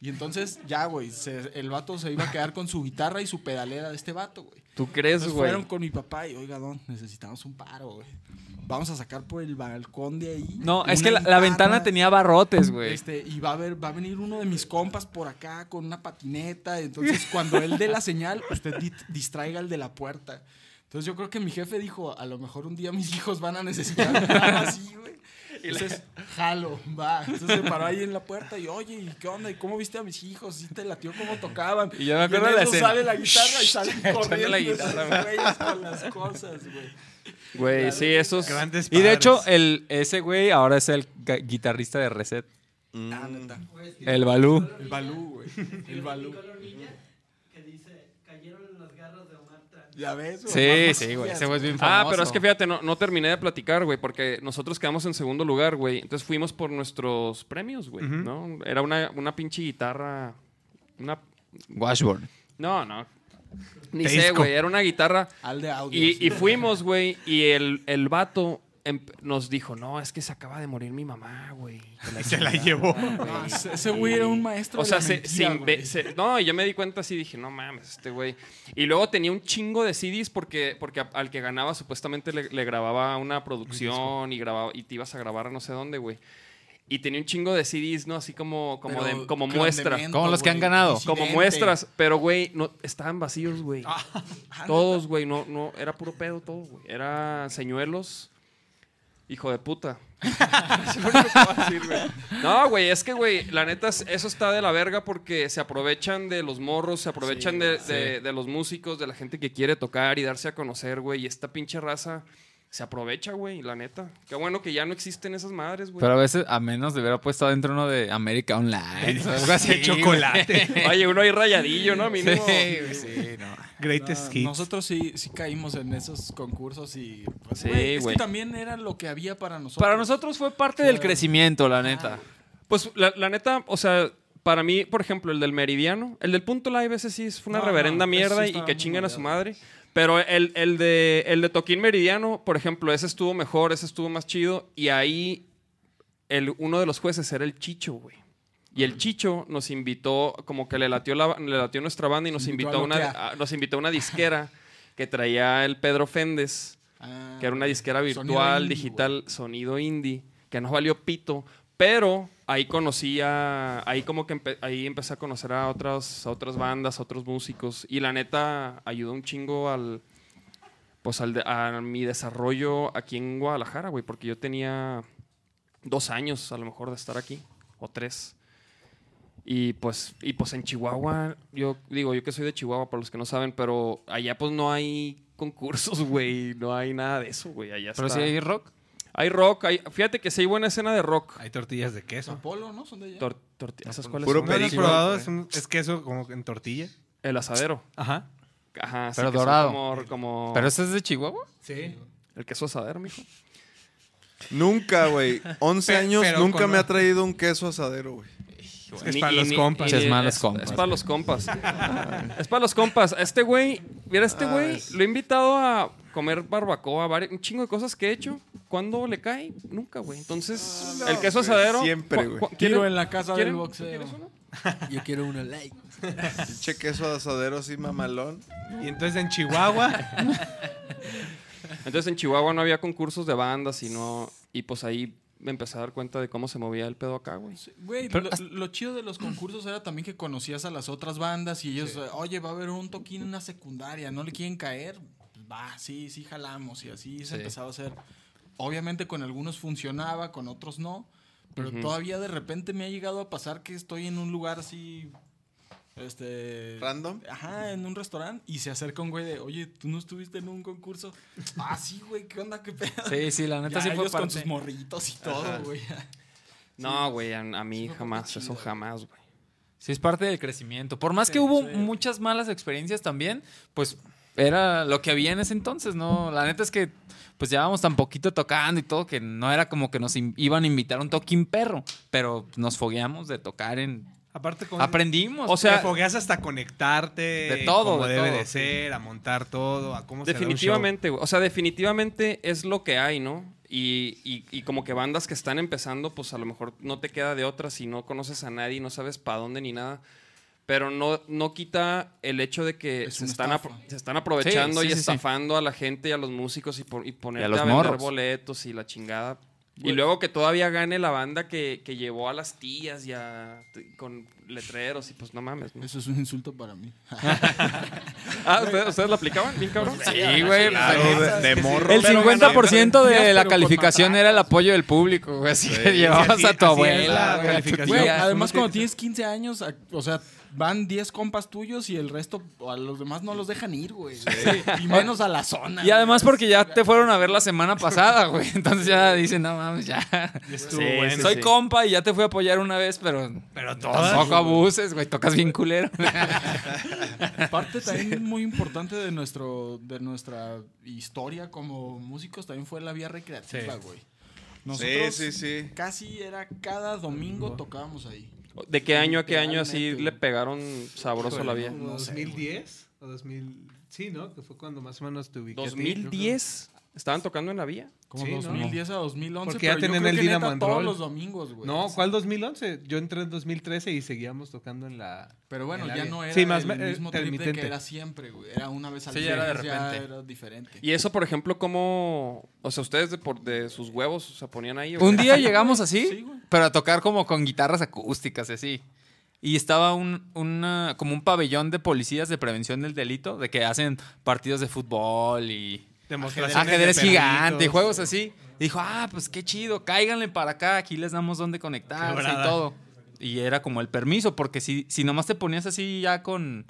Speaker 8: Y entonces, ya, güey, se- el vato se iba a quedar con su guitarra y su pedalera de este vato, güey.
Speaker 11: ¿Tú crees,
Speaker 8: Entonces
Speaker 11: güey?
Speaker 8: Pues fueron con mi papá y, oiga, don, necesitamos un paro, güey. Vamos a sacar por el balcón de ahí.
Speaker 7: No, es
Speaker 8: una
Speaker 7: que la, la
Speaker 8: guitarra".
Speaker 7: ventana tenía barrotes, güey.
Speaker 8: Este, y va a haber, va a venir uno de mis compas por acá con una patineta. Entonces, cuando él dé la señal, usted di- distraiga al de la puerta. Entonces yo creo que mi jefe dijo, a lo mejor un día mis hijos van a necesitar algo así, güey. Entonces, jalo, va. Entonces se paró ahí en la puerta y, oye, ¿y qué onda? ¿Y cómo viste a mis hijos? ¿Sí te latió cómo tocaban?
Speaker 7: Y yo me acuerdo
Speaker 8: en
Speaker 7: de la
Speaker 8: eso
Speaker 7: escena.
Speaker 8: sale la guitarra y salen corriendo
Speaker 7: la
Speaker 8: la
Speaker 7: guitarra,
Speaker 8: con las cosas, güey.
Speaker 11: Güey, sí, esos.
Speaker 1: Grandes
Speaker 7: Y de
Speaker 1: padres.
Speaker 7: hecho, el, ese güey ahora es el ga- guitarrista de Reset.
Speaker 8: Ah, neta.
Speaker 7: El Balú.
Speaker 8: El Balú, güey. El Balú.
Speaker 9: que dice, cayeron en las garras de Omar Tran.
Speaker 8: Ya ves, güey.
Speaker 7: Sí,
Speaker 8: Más
Speaker 7: sí, güey.
Speaker 8: noticias,
Speaker 7: Ese güey es bien famoso.
Speaker 11: Ah, pero es que fíjate, no, no terminé de platicar, güey, porque nosotros quedamos en segundo lugar, güey. Entonces fuimos por nuestros premios, güey, ¿no? Era una, una pinche guitarra. Una.
Speaker 7: Washburn.
Speaker 11: No, no. Ni
Speaker 1: Te
Speaker 11: sé,
Speaker 1: disco.
Speaker 11: güey. Era una guitarra.
Speaker 8: Al de audio.
Speaker 11: Y, y fuimos, güey, y el, el vato em- nos dijo, no, es que se acaba de morir mi mamá, güey. Que la
Speaker 1: Y se la
Speaker 11: chingada".
Speaker 1: llevó.
Speaker 8: No, Ah, ese ese güey era un maestro.
Speaker 11: O
Speaker 8: de
Speaker 11: sea,
Speaker 8: la
Speaker 11: se,
Speaker 8: mentira,
Speaker 11: se inve-
Speaker 8: güey.
Speaker 11: se- no, y yo me di cuenta así, dije, no mames, este güey. Y luego tenía un chingo de CDs porque, porque a- al que ganaba supuestamente le, le grababa una producción y grababa y te ibas a grabar a no sé dónde, güey. Y tenía un chingo de CDs, ¿no? Así como, como,
Speaker 8: Pero
Speaker 11: de, como
Speaker 8: con
Speaker 11: muestra.
Speaker 8: demento,
Speaker 7: Como los que han
Speaker 8: güey,
Speaker 7: ganado.
Speaker 11: Como
Speaker 8: incidente.
Speaker 11: muestras, pero güey, no, estaban vacíos, güey.
Speaker 7: Ah,
Speaker 11: Todos, güey, no, no, era puro pedo todo, güey. Era señuelos, hijo de puta. Es lo único que puedo decir, güey. No, güey, es que, güey, la neta, es- eso está de la verga porque se aprovechan de los morros, se aprovechan de, de- de los músicos, de la gente que quiere tocar y darse a conocer, güey. Y esta pinche raza se aprovecha, güey, la neta. Qué bueno que ya no existen esas madres, güey.
Speaker 7: Pero a veces, a menos de hubiera puesto adentro uno de América Online. o algo así,
Speaker 1: Sí, chocolate.
Speaker 11: Oye, uno ahí rayadillo, ¿no?
Speaker 7: güey.
Speaker 11: Mínimo.
Speaker 7: Sí, güey, sí, no.
Speaker 1: Greatest
Speaker 8: No,
Speaker 1: Hits.
Speaker 8: Nosotros sí, sí caímos en esos concursos y pues,
Speaker 11: Sí,
Speaker 8: güey, es que
Speaker 11: güey.
Speaker 8: también era lo que había para nosotros.
Speaker 7: Para nosotros fue parte del crecimiento, la neta.
Speaker 11: Pues la, la neta, o sea, para mí, por ejemplo, el del Meridiano, el del Punto Live, ese sí es una
Speaker 8: No,
Speaker 11: reverenda
Speaker 8: no, ese sí
Speaker 11: mierda y
Speaker 8: estaba
Speaker 11: que
Speaker 8: muy
Speaker 11: chingan a su
Speaker 8: madreado.
Speaker 11: madre. Pero el, el, de, el de Toquín Meridiano, por ejemplo, ese estuvo mejor, ese estuvo más chido. Y ahí el, uno de los jueces era el Chicho, güey. Y el Chicho nos invitó, como que le latió, la- le latió nuestra banda y nos
Speaker 8: Invitó
Speaker 11: invitó,
Speaker 8: a
Speaker 11: a una,
Speaker 8: loquear.
Speaker 11: a- nos invitó a una disquera que traía el Pedro Féndez
Speaker 8: Ah,
Speaker 11: que era una disquera
Speaker 8: sonido
Speaker 11: virtual,
Speaker 8: indie,
Speaker 11: digital, sonido indie, que nos valió pito. Pero ahí conocí a. Ahí como que empe- ahí empecé a conocer a otras, a otras bandas, a otros músicos. Y la neta ayudó un chingo al. Pues al de- a mi desarrollo aquí en Guadalajara, güey. Porque yo tenía dos años a lo mejor de estar aquí. O tres. Y pues, y pues en Chihuahua, yo digo, yo que soy de Chihuahua, para los que no saben, pero allá pues no hay concursos, güey, no hay nada de eso, güey, allá
Speaker 7: Pero
Speaker 11: está.
Speaker 7: si hay rock.
Speaker 11: Hay rock, hay, fíjate que sí hay buena escena de rock.
Speaker 1: Hay tortillas de
Speaker 8: güey.
Speaker 1: queso.
Speaker 8: Apolo, ¿no? Son de allá.
Speaker 11: Tor- torti- ¿Esas cuáles
Speaker 5: Puro
Speaker 11: son?
Speaker 1: ¿No lo has
Speaker 5: perico.
Speaker 1: probado? Es, un- es queso como en tortilla.
Speaker 11: El asadero.
Speaker 1: Ajá.
Speaker 11: Ajá, sí,
Speaker 7: Pero
Speaker 11: que son
Speaker 7: dorado.
Speaker 11: Como, como
Speaker 7: ¿Pero ese es de Chihuahua?
Speaker 1: Sí.
Speaker 11: el queso asadero, mijo.
Speaker 5: Nunca, güey. 11
Speaker 1: Pe-
Speaker 5: años,
Speaker 1: pero
Speaker 5: nunca
Speaker 1: con-
Speaker 5: me ha traído un queso asadero, güey.
Speaker 1: Es
Speaker 11: Ni-
Speaker 1: para
Speaker 11: y
Speaker 1: los
Speaker 11: ni-
Speaker 1: compas.
Speaker 11: y
Speaker 7: Es malos
Speaker 11: es-
Speaker 7: compas,
Speaker 11: Es para los compas. es para los compas. Este güey, mira, este güey, lo he invitado a comer barbacoa, vari- un chingo de cosas que he hecho. ¿Cuándo le cae? Nunca, güey. Entonces, el queso
Speaker 5: güey,
Speaker 11: asadero.
Speaker 5: siempre,
Speaker 11: cu-
Speaker 5: güey.
Speaker 11: cu-
Speaker 8: Tiro
Speaker 11: ¿quieren-
Speaker 8: en la casa del
Speaker 11: quieren-
Speaker 8: boxeo.
Speaker 11: quieres uno?
Speaker 6: Yo quiero una like.
Speaker 5: Pinche queso asadero así mamalón.
Speaker 1: Y entonces en Chihuahua,
Speaker 11: Entonces, en Chihuahua no había concursos de bandas y no. Y pues ahí me empecé a dar cuenta de cómo se movía el pedo acá, güey.
Speaker 8: Güey, lo, lo chido de los concursos era también que conocías a las otras bandas y ellos, eh, oye, va a haber un toquín en una secundaria, ¿no le quieren caer? Pues va, sí, sí jalamos y así se empezaba a hacer. Obviamente con algunos funcionaba, con otros no, pero todavía de repente me ha llegado a pasar que estoy en un lugar así, este...
Speaker 5: Random.
Speaker 8: Ajá, en un restaurante y se acerca un güey de, oye, ¿tú no estuviste en un concurso? ah, sí, güey, ¿qué onda? ¿Qué pedo?
Speaker 7: Sí, sí, la neta
Speaker 8: Ya
Speaker 7: sí fue
Speaker 8: ellos con sus
Speaker 7: parte.
Speaker 8: morritos y todo, güey.
Speaker 11: No, güey, a, a mí
Speaker 8: fue
Speaker 11: jamás,
Speaker 8: chido,
Speaker 11: eso
Speaker 8: güey.
Speaker 11: jamás, güey.
Speaker 7: Sí, es parte del crecimiento. Por más que hubo muchas malas experiencias también, pues era lo que había en ese entonces, ¿no? La neta es que pues llevábamos tan poquito tocando y todo que no era como que nos in- iban a invitar a un toquín perro, pero nos fogueamos de tocar en...
Speaker 1: aparte con
Speaker 7: Aprendimos.
Speaker 11: O sea,
Speaker 1: te fogueas hasta conectarte.
Speaker 7: De todo,
Speaker 1: Como
Speaker 7: de
Speaker 1: debe
Speaker 7: todo.
Speaker 1: de ser, a montar todo, a cómo se da un show.
Speaker 11: Definitivamente, güey. O sea, definitivamente es lo que hay, ¿no? Y, y- y como que bandas que están empezando, pues a lo mejor no te queda de otra si no conoces a nadie y no sabes para dónde ni nada. Pero no, no quita el hecho de que
Speaker 8: Es
Speaker 11: se
Speaker 8: una
Speaker 11: están,
Speaker 8: estafa.
Speaker 11: apro- se están aprovechando
Speaker 7: Sí, sí, sí,
Speaker 11: y
Speaker 7: sí.
Speaker 11: estafando a la gente y a los músicos y, por, y ponerte
Speaker 7: los
Speaker 11: a vender
Speaker 7: morros.
Speaker 11: boletos y la chingada. Y luego que todavía gane la banda que, que llevó a las tías y a- con letreros y pues no mames. ¿no?
Speaker 8: Eso es un insulto para mí.
Speaker 11: ah, ¿ustedes, ustedes lo aplicaban? Bien cabrón.
Speaker 7: Sí, güey. pues,
Speaker 5: Claro, de, de morro.
Speaker 7: El
Speaker 11: Pero
Speaker 7: 50%
Speaker 11: ganas,
Speaker 7: de
Speaker 11: pero
Speaker 7: la
Speaker 11: con
Speaker 7: calificación
Speaker 11: patadas.
Speaker 7: era el apoyo del público, güey. Así que llevabas
Speaker 1: así-
Speaker 7: a tu
Speaker 1: así es la
Speaker 7: abuela, güey, a tu
Speaker 1: calificación.
Speaker 7: tía.
Speaker 8: Güey, además
Speaker 7: Uno
Speaker 8: cuando
Speaker 7: tiene-
Speaker 8: tienes 15 años, a- o sea, van 10 compas tuyos y el resto a los demás no los dejan ir, güey. Y menos a la zona.
Speaker 7: Y además porque ya te fueron a ver la semana pasada, güey. Entonces ya dicen, no mames, ya.
Speaker 1: Estuvo
Speaker 11: Sí,
Speaker 1: bueno.
Speaker 11: sí,
Speaker 7: Soy compa y ya te fui a apoyar una vez, pero
Speaker 1: Pero todas.
Speaker 7: tampoco abuses, güey. Tocas bien culero.
Speaker 8: Parte también muy importante de nuestro de nuestra historia como músicos también fue la vía recreativa,
Speaker 1: Sí.
Speaker 8: güey.
Speaker 5: Sí,
Speaker 8: Nosotros
Speaker 5: sí, sí.
Speaker 8: casi era cada domingo tocábamos ahí.
Speaker 11: ¿De qué año a qué año así
Speaker 8: Literalmente,
Speaker 11: le pegaron sabroso la vida?
Speaker 1: Como 2010 o 2000. Sí, ¿no? Que fue cuando más o menos te ubiqué. a ti,
Speaker 11: ¿2010? ¿Estaban tocando en la vía?
Speaker 8: Como
Speaker 1: Sí, ¿no?
Speaker 8: 2010 a 2011,
Speaker 1: Porque
Speaker 8: pero
Speaker 1: ya
Speaker 8: yo
Speaker 1: tenían
Speaker 8: creo
Speaker 1: el
Speaker 8: que neta
Speaker 1: Dynamo and
Speaker 8: todos
Speaker 1: Roll.
Speaker 8: los domingos,
Speaker 1: creo.
Speaker 8: güey.
Speaker 1: No, ¿cuál 2011? Yo entré en 2013 y seguíamos tocando en la.
Speaker 8: Pero bueno,
Speaker 1: en la
Speaker 8: ya
Speaker 1: área.
Speaker 8: no era
Speaker 1: Sí, más me-
Speaker 8: el mismo
Speaker 1: eh,
Speaker 8: trip de
Speaker 1: intermitente.
Speaker 8: que era siempre, güey. Era una vez al
Speaker 7: Sí,
Speaker 8: mes,
Speaker 7: ya era de
Speaker 8: ya
Speaker 7: repente.
Speaker 8: era diferente.
Speaker 11: Y eso, por ejemplo, ¿cómo...? O sea, ¿ustedes de, por, de sus huevos se ponían ahí? o
Speaker 7: Un
Speaker 11: qué?
Speaker 7: día llegamos así,
Speaker 8: Sí, güey.
Speaker 7: pero a tocar como con guitarras acústicas y así. Y estaba un, una, como un pabellón de policías de prevención del delito, de que hacen partidos de fútbol y
Speaker 1: Demostraciones de
Speaker 7: ajedrez
Speaker 1: perritos.
Speaker 7: gigante y juegos así. Dijo, ah, pues qué chido, cáiganle para acá, aquí les damos dónde conectarse
Speaker 1: Quebrada.
Speaker 7: y todo. Y era como el permiso, porque si, si nomás te ponías así ya con...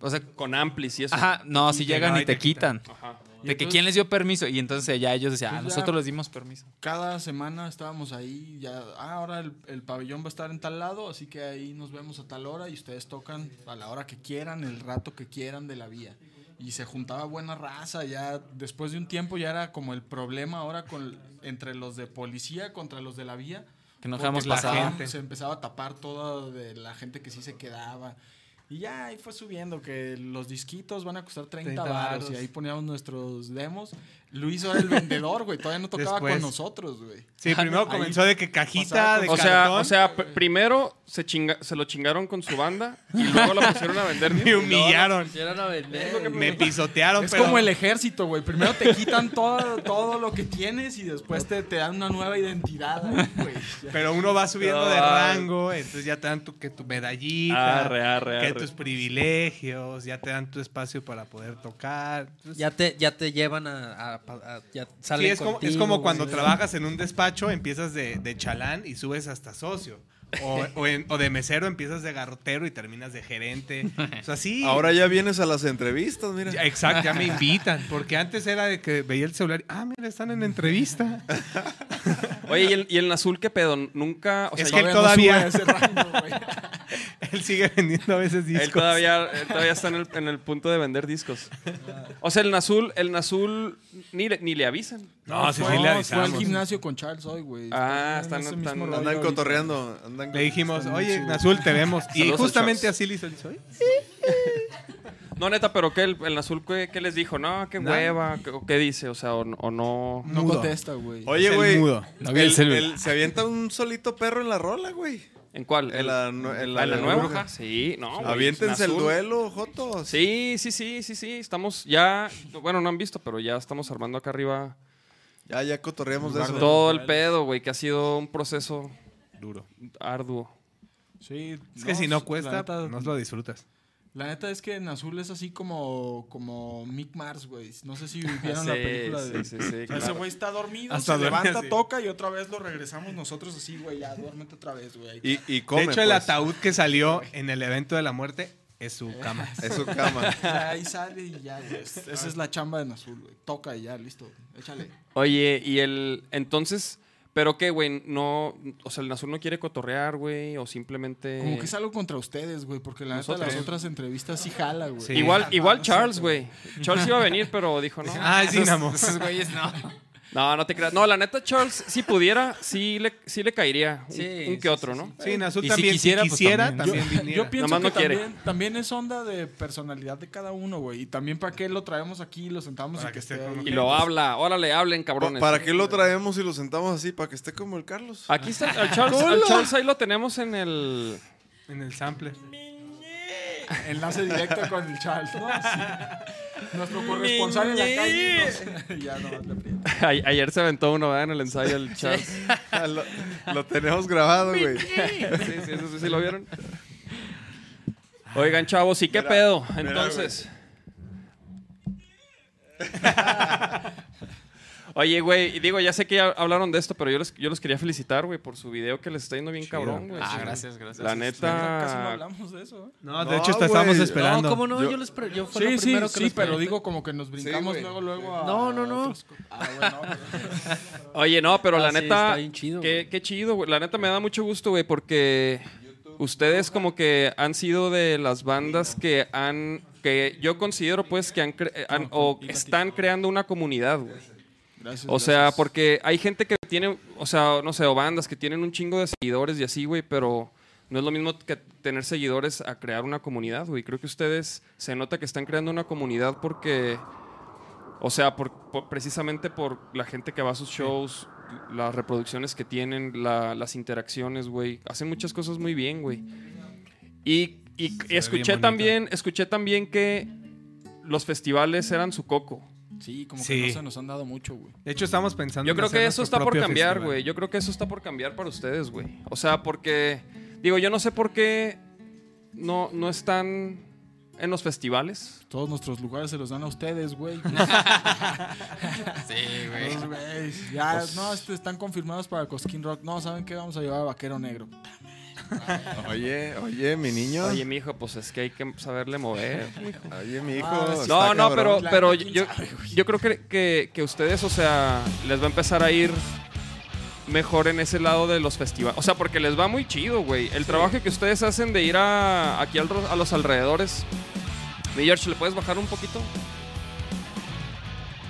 Speaker 7: O sea,
Speaker 11: Con amplis y eso.
Speaker 7: ajá, no, si llegan
Speaker 1: llegaba
Speaker 7: y
Speaker 1: y
Speaker 7: te
Speaker 1: te quitan.
Speaker 7: quitan.
Speaker 11: Ajá.
Speaker 7: De que quién les dio permiso. Y entonces ya ellos decían, ah,
Speaker 8: Pues ya.
Speaker 7: nosotros les dimos permiso.
Speaker 8: Cada semana estábamos ahí, ya, ah, ahora el, el pabellón va a estar en tal lado, así que ahí nos vemos a tal hora y ustedes tocan a la hora que quieran, el rato que quieran de la vía. Y se juntaba buena raza, ya después de un tiempo ya era como el problema ahora con entre los de policía contra los de la vía.
Speaker 7: Que nos
Speaker 8: porque
Speaker 7: dejamos
Speaker 8: la
Speaker 7: pasar.
Speaker 8: gente Se empezaba a tapar toda de la gente que sí se quedaba. Y ya ahí fue subiendo que los disquitos van a costar 30,
Speaker 1: 30
Speaker 8: baros.
Speaker 1: varos.
Speaker 8: Y ahí poníamos nuestros demos. Luis era el vendedor, güey. Todavía no tocaba
Speaker 1: Después.
Speaker 8: con nosotros, güey.
Speaker 1: Sí, primero
Speaker 8: Ahí
Speaker 1: comenzó de que
Speaker 8: pasaba
Speaker 1: cajita, de
Speaker 11: O sea,
Speaker 1: cartón.
Speaker 11: o sea pr- primero se, chinga, se lo chingaron con su banda y luego la pusieron a vender.
Speaker 1: me humillaron.
Speaker 6: Quisieron a vender.
Speaker 1: Me pisotearon,
Speaker 8: Es
Speaker 1: pero.
Speaker 8: como el ejército, güey. Primero te quitan todo, todo lo que tienes y después te, te dan una nueva identidad, ahí, güey.
Speaker 1: Pero uno va subiendo de
Speaker 11: No, ah.
Speaker 1: rango, entonces ya te dan tu, que tu medallita,
Speaker 11: Arre, arre,
Speaker 1: que
Speaker 11: arre.
Speaker 1: tus privilegios, ya te dan tu espacio para poder tocar. Entonces,
Speaker 6: Ya te, ya te llevan a... a- a- ya salen
Speaker 1: sí, es como, es
Speaker 6: contigo,
Speaker 1: como
Speaker 6: güey.
Speaker 1: cuando trabajas en un despacho, empiezas de, de chalán y subes hasta socio. O, o en- o de mesero empiezas de garrotero y terminas de gerente. O sea, sí.
Speaker 5: Ahora ya vienes a las entrevistas, mira.
Speaker 1: Ya, Exacto, ya me invitan. Porque antes era de que veía el celular. y, Ah, mira, están en entrevista.
Speaker 11: Oye, ¿y el, y el azul qué pedo? Nunca... O sea,
Speaker 1: Es
Speaker 11: yo-
Speaker 1: que él todavía-
Speaker 8: no sube a ese rango, güey.
Speaker 1: Él sigue vendiendo a veces discos.
Speaker 11: Él todavía, él todavía está en el, en el punto de vender discos. O sea, el Nazul, el Nazul ni le, ni le avisan.
Speaker 1: No, sí,
Speaker 8: No,
Speaker 1: sí, le
Speaker 8: fue al
Speaker 1: avisamos.
Speaker 8: gimnasio con Charles hoy, güey.
Speaker 11: Ah,
Speaker 8: Están en
Speaker 11: están-
Speaker 8: ese mismo
Speaker 11: están-
Speaker 8: rollo
Speaker 5: Andan
Speaker 8: ahorita.
Speaker 5: cotorreando. Andan
Speaker 1: Le dijimos,
Speaker 8: Está
Speaker 1: oye,
Speaker 8: mucho-
Speaker 1: Nazul, te vemos. Y
Speaker 11: Saludos a
Speaker 1: justamente
Speaker 11: Charles.
Speaker 1: así le hizo el soy.
Speaker 11: No, neta, pero ¿qué? ¿El, el Nazul ¿qué, qué les dijo? No, qué hueva. ¿Qué, o qué dice? O sea, o, no- o no...
Speaker 8: No
Speaker 1: Mudo.
Speaker 8: contesta, güey.
Speaker 5: Oye,
Speaker 1: Es el
Speaker 5: güey.
Speaker 1: mudo.
Speaker 7: No vi el
Speaker 5: el-
Speaker 7: celular.
Speaker 5: el- se avienta un solito perro en la rola, güey.
Speaker 11: ¿En cuál?
Speaker 5: En la, nu- en la,
Speaker 11: ¿A la
Speaker 5: de
Speaker 11: nueva?
Speaker 5: Bruja.
Speaker 11: Sí, no. güey,
Speaker 5: Aviéntense el
Speaker 11: Nazul.
Speaker 5: duelo, Joto.
Speaker 11: Sí, sí, sí, sí, sí. Estamos ya... Bueno, no han visto, pero ya estamos armando acá arriba
Speaker 5: Ya, ya cotorreamos de eso.
Speaker 11: todo el pedo, güey, que ha sido un proceso... Duro. Arduo.
Speaker 8: Sí,
Speaker 1: Es que si no
Speaker 8: la
Speaker 1: cuesta,
Speaker 8: neta-
Speaker 1: no lo disfrutas.
Speaker 8: La neta es que en azul es así como, como Mick Mars, güey. No sé si vieron la
Speaker 11: Sí,
Speaker 8: película
Speaker 11: sí,
Speaker 8: de...
Speaker 11: sí, sí,
Speaker 8: O sea, Ese
Speaker 11: claro.
Speaker 8: güey está dormido,
Speaker 1: Hasta
Speaker 8: se
Speaker 1: duerme
Speaker 8: levanta,
Speaker 1: así.
Speaker 8: toca y otra vez lo regresamos nosotros así, güey. Ya, duérmete otra vez, güey.
Speaker 5: Y, y come,
Speaker 1: de hecho, el
Speaker 5: pues.
Speaker 1: ataúd que salió en el evento de la muerte es su cama.
Speaker 5: Es su cama.
Speaker 8: O sea, ahí sale y ya, güey. Es- Esa es la chamba de azul, güey. Toca y ya, listo. Échale.
Speaker 11: Oye, y el. Entonces. Pero qué, güey, no. O sea, el Nazul no quiere cotorrear, güey. O simplemente.
Speaker 8: Como que es algo contra ustedes, güey, porque la neta las
Speaker 11: Nosotros.
Speaker 8: otras entrevistas sí jala, güey.
Speaker 1: Sí.
Speaker 11: Igual, igual Charles, güey. Charles iba a venir, pero dijo no.
Speaker 1: Ah, es Dinamo.
Speaker 7: Esos güeyes no.
Speaker 11: No, no te creas. No, la neta, Charles, si pudiera, sí le, sí le caería. Un,
Speaker 6: Sí,
Speaker 11: un
Speaker 6: sí,
Speaker 11: que otro, ¿no?
Speaker 1: Sí, Nazul
Speaker 7: Y si
Speaker 1: también. Si
Speaker 7: quisiera,
Speaker 1: quisiera,
Speaker 7: pues,
Speaker 1: también,
Speaker 7: también.
Speaker 1: viniera.
Speaker 8: Yo pienso
Speaker 11: Nomás no
Speaker 8: que
Speaker 11: quiere.
Speaker 8: también, también es onda de personalidad de cada uno, güey. Y también para qué lo traemos aquí y lo sentamos
Speaker 1: Para que
Speaker 8: y que
Speaker 1: esté
Speaker 8: esté
Speaker 1: con-
Speaker 8: ahí.
Speaker 11: Y lo habla. Órale, hablen, cabrones.
Speaker 5: ¿Para qué lo traemos y lo sentamos así? Para que esté como el Carlos.
Speaker 11: Aquí está. Al Charles, al Charles ahí lo tenemos en el.
Speaker 1: En el sample.
Speaker 8: Enlace directo con el Charles. ¿no? Sí. Nuestro corresponsal en la calle. nos- ya no, le aprieta.
Speaker 11: Ay- Ayer se aventó uno, ¿verdad? En el ensayo el Charles.
Speaker 5: Ah, lo, lo tenemos grabado, güey.
Speaker 11: Sí, sí, eso sí, sí lo vieron. Ah. Oigan, chavos, ¿y qué pedo? Entonces. Oye, güey, y digo, ya sé que ya hablaron de esto, pero yo los, yo los quería felicitar, güey, por su video que les está yendo bien cabrón, güey.
Speaker 7: Ah,
Speaker 11: Sí.
Speaker 7: gracias, gracias.
Speaker 11: La
Speaker 8: Casi no
Speaker 11: neta.
Speaker 8: hablamos de eso. ¿eh?
Speaker 1: No, de
Speaker 5: No,
Speaker 1: hecho, te
Speaker 5: güey.
Speaker 1: estábamos
Speaker 5: No,
Speaker 1: esperando.
Speaker 6: No, ¿cómo no?
Speaker 5: Yo-
Speaker 6: Yo, los pre- yo fue
Speaker 8: Sí,
Speaker 6: lo
Speaker 8: sí,
Speaker 6: primero que
Speaker 8: sí,
Speaker 6: los
Speaker 8: pero
Speaker 6: pregunté.
Speaker 8: digo como que nos brincamos
Speaker 5: güey.
Speaker 8: luego, luego a.
Speaker 6: No, no, no.
Speaker 8: otros co- Ah, bueno, pero-
Speaker 11: Oye, no, pero la
Speaker 6: Ah, sí,
Speaker 11: neta.
Speaker 6: está bien chido,
Speaker 11: qué,
Speaker 6: güey.
Speaker 11: qué chido, güey. La neta me da mucho gusto, güey, porque ustedes como que han sido de las bandas que han. que yo considero, pues, que han. cre- eh, han- o están creando una comunidad, güey.
Speaker 8: Gracias,
Speaker 11: O sea,
Speaker 8: gracias.
Speaker 11: porque hay gente que tiene, o sea, no sé, o bandas que tienen un chingo de seguidores y así, güey, pero no es lo mismo que tener seguidores a crear una comunidad, güey. Creo que ustedes se nota que están creando una comunidad porque, o sea, por, por- precisamente por la gente que va a sus shows, las reproducciones que tienen, la- las interacciones, güey. Hacen muchas cosas muy bien, güey. Y, y escuché
Speaker 1: bonito.
Speaker 11: también, escuché también que los festivales eran su coco.
Speaker 8: Sí, como
Speaker 1: Sí.
Speaker 8: que no se nos han dado mucho, güey.
Speaker 1: De hecho, estamos pensando.
Speaker 11: Yo
Speaker 1: en
Speaker 11: creo
Speaker 1: Mm, hacer
Speaker 11: que eso
Speaker 1: nuestro
Speaker 11: está por
Speaker 1: propio
Speaker 11: cambiar,
Speaker 1: festival.
Speaker 11: güey. Yo creo que eso está por cambiar para ustedes, güey. O sea, porque. Digo, yo no sé por qué no, no están en los festivales.
Speaker 8: Todos nuestros lugares se los dan a ustedes, güey.
Speaker 7: Sí, güey.
Speaker 8: Pues, güey, Ya, no, este, están confirmados para Cosquín Rock. No, ¿saben qué? Vamos a llevar a Vaquero Negro.
Speaker 5: Oye, oye, mi niño.
Speaker 11: Oye,
Speaker 5: Oye,
Speaker 11: mijo, pues es que hay que saberle mover.
Speaker 5: mi hijo.
Speaker 8: Ah, sí.
Speaker 11: No,
Speaker 5: está
Speaker 11: no,
Speaker 5: cabrón.
Speaker 11: pero,
Speaker 8: Claro,
Speaker 11: pero
Speaker 8: ¿quién
Speaker 11: yo,
Speaker 8: sabe, güey?
Speaker 11: yo creo que, que, que ustedes, o sea, les va a empezar a ir mejor en ese lado de los festivales. O sea, porque les va muy chido, güey. El trabajo que ustedes hacen de ir a, aquí al ro- a los alrededores. Mi George, ¿le puedes bajar un poquito?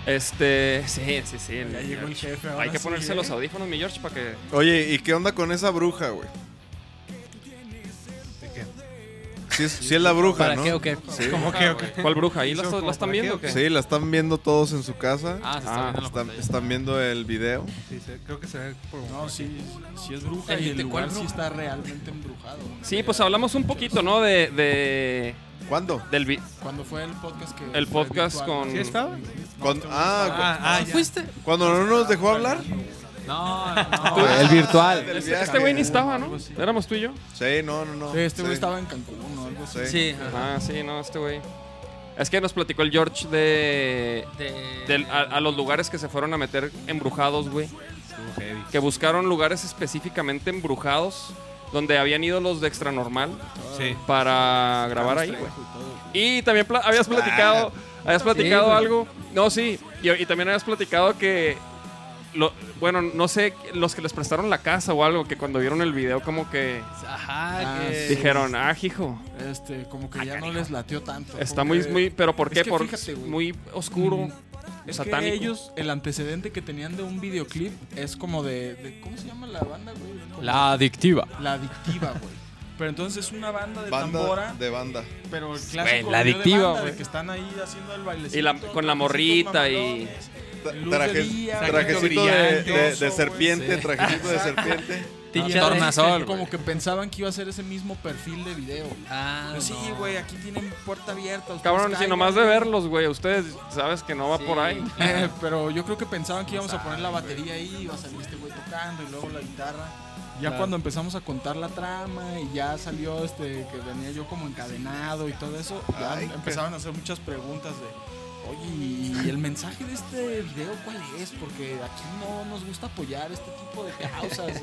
Speaker 11: Este, sí, sí, sí. mi
Speaker 8: Ya llegó el
Speaker 11: George.
Speaker 8: jefe, ahora
Speaker 11: Hay que
Speaker 8: sí,
Speaker 11: ponerse
Speaker 8: ¿eh?
Speaker 11: los audífonos, mi George, para que...
Speaker 5: Oye, ¿y qué onda con esa bruja, güey? Sí es, sí es la bruja,
Speaker 6: ¿Para
Speaker 5: ¿no?
Speaker 6: qué o qué?
Speaker 5: Sí.
Speaker 1: ¿Cómo que? ok?
Speaker 11: ¿Cuál bruja? ¿Ahí
Speaker 1: Hizo
Speaker 11: la está-
Speaker 1: como
Speaker 11: la están
Speaker 1: para
Speaker 11: viendo
Speaker 1: qué,
Speaker 11: o qué?
Speaker 5: Sí, la están viendo todos en su casa.
Speaker 7: Ah, se
Speaker 11: Ah,
Speaker 7: está viendo la
Speaker 5: Están,
Speaker 7: pantalla.
Speaker 5: están viendo el video.
Speaker 1: Sí, se- creo que se ve por.
Speaker 8: No, sí, sí es bruja
Speaker 6: Oye,
Speaker 8: y el
Speaker 6: ¿de cuál
Speaker 8: lugar sí
Speaker 6: bruja?
Speaker 8: está realmente embrujado.
Speaker 11: Sí, pues hablamos un poquito, ¿no? De, de,
Speaker 5: ¿Cuándo?
Speaker 11: del, vi-
Speaker 8: Cuando fue el podcast que...
Speaker 11: el
Speaker 8: fue
Speaker 11: podcast
Speaker 8: virtual,
Speaker 11: con...
Speaker 1: ¿Sí estaba?
Speaker 5: Cuando- ah,
Speaker 1: Ah, ah, ya.
Speaker 6: ¿Fuiste?
Speaker 5: cu- cuando no nos dejó hablar.
Speaker 7: No, no.
Speaker 5: Ah.
Speaker 10: El virtual.
Speaker 5: del
Speaker 11: Este
Speaker 5: viaje.
Speaker 11: este güey ni estaba, ¿no? Éramos tú y yo.
Speaker 5: Sí, no, no, no.
Speaker 8: Sí, este güey
Speaker 5: Sí.
Speaker 8: estaba en Cancún o algo así.
Speaker 5: Sí.
Speaker 6: Sí. ajá.
Speaker 11: Ah, sí, no, este güey. Es que nos platicó el George de,
Speaker 6: De-
Speaker 11: del- a, a los lugares que se fueron a meter embrujados, güey.
Speaker 1: Estuvo heavy.
Speaker 11: Que buscaron lugares específicamente embrujados donde habían ido los de Extranormal
Speaker 1: Sí.
Speaker 11: para grabar ahí, güey. Y también pla- habías platicado, habías platicado
Speaker 6: güey.
Speaker 11: algo. No, sí. Y, y también habías platicado que, lo- bueno, no sé, los que les prestaron la casa o algo, que cuando vieron el video como que
Speaker 6: Ajá,
Speaker 8: Ah,
Speaker 6: que-
Speaker 8: sí.
Speaker 11: dijeron, ah, hijo.
Speaker 8: Este, como que ya no les latió tanto.
Speaker 11: Está
Speaker 8: como
Speaker 11: muy,
Speaker 8: que-
Speaker 11: muy, pero ¿por
Speaker 8: es
Speaker 11: qué?
Speaker 8: que
Speaker 11: Por
Speaker 8: fíjate, güey.
Speaker 11: muy
Speaker 7: Mm.
Speaker 11: oscuro,
Speaker 8: Es
Speaker 11: satánico.
Speaker 8: que ellos, el antecedente que tenían de un videoclip es como de... de- ¿Cómo se llama la banda, güey? Como-
Speaker 7: La adictiva.
Speaker 8: La adictiva, güey. Pero entonces es una banda de
Speaker 5: Banda
Speaker 8: tambora,
Speaker 5: de banda.
Speaker 8: pero el clásico
Speaker 7: la
Speaker 8: video de
Speaker 7: adictiva,
Speaker 8: banda de
Speaker 7: güey.
Speaker 8: que están ahí haciendo el bailecito.
Speaker 11: Y la- con la morrita y-
Speaker 5: Tra-
Speaker 8: Luz de
Speaker 5: traje-
Speaker 8: día,
Speaker 5: trajecito de,
Speaker 1: brillante,
Speaker 5: de- de
Speaker 8: oso, güey.
Speaker 5: serpiente, trajecito de serpiente.
Speaker 6: Tincha de-
Speaker 7: Ah, Tornasol, güey.
Speaker 8: Como que pensaban que iba a ser ese mismo perfil de video.
Speaker 6: Ah,
Speaker 8: Pero Pues sí,
Speaker 6: no.
Speaker 8: güey, aquí tienen puerta abierta. ustedes
Speaker 11: Cabrón, si
Speaker 8: caigan.
Speaker 11: nomás de verlos, güey, ustedes sabes que no va
Speaker 6: Sí.
Speaker 11: por ahí.
Speaker 8: Eh, pero yo creo que pensaban que íbamos a poner la batería ahí, iba a salir este güey tocando y luego la guitarra. Ya cuando empezamos a contar la trama y ya salió este que venía yo como encadenado y todo eso, ya
Speaker 5: Ay,
Speaker 8: empezaron a hacer muchas preguntas de, oye, ¿y el mensaje de este video cuál es? Porque aquí no nos gusta apoyar este tipo de causas.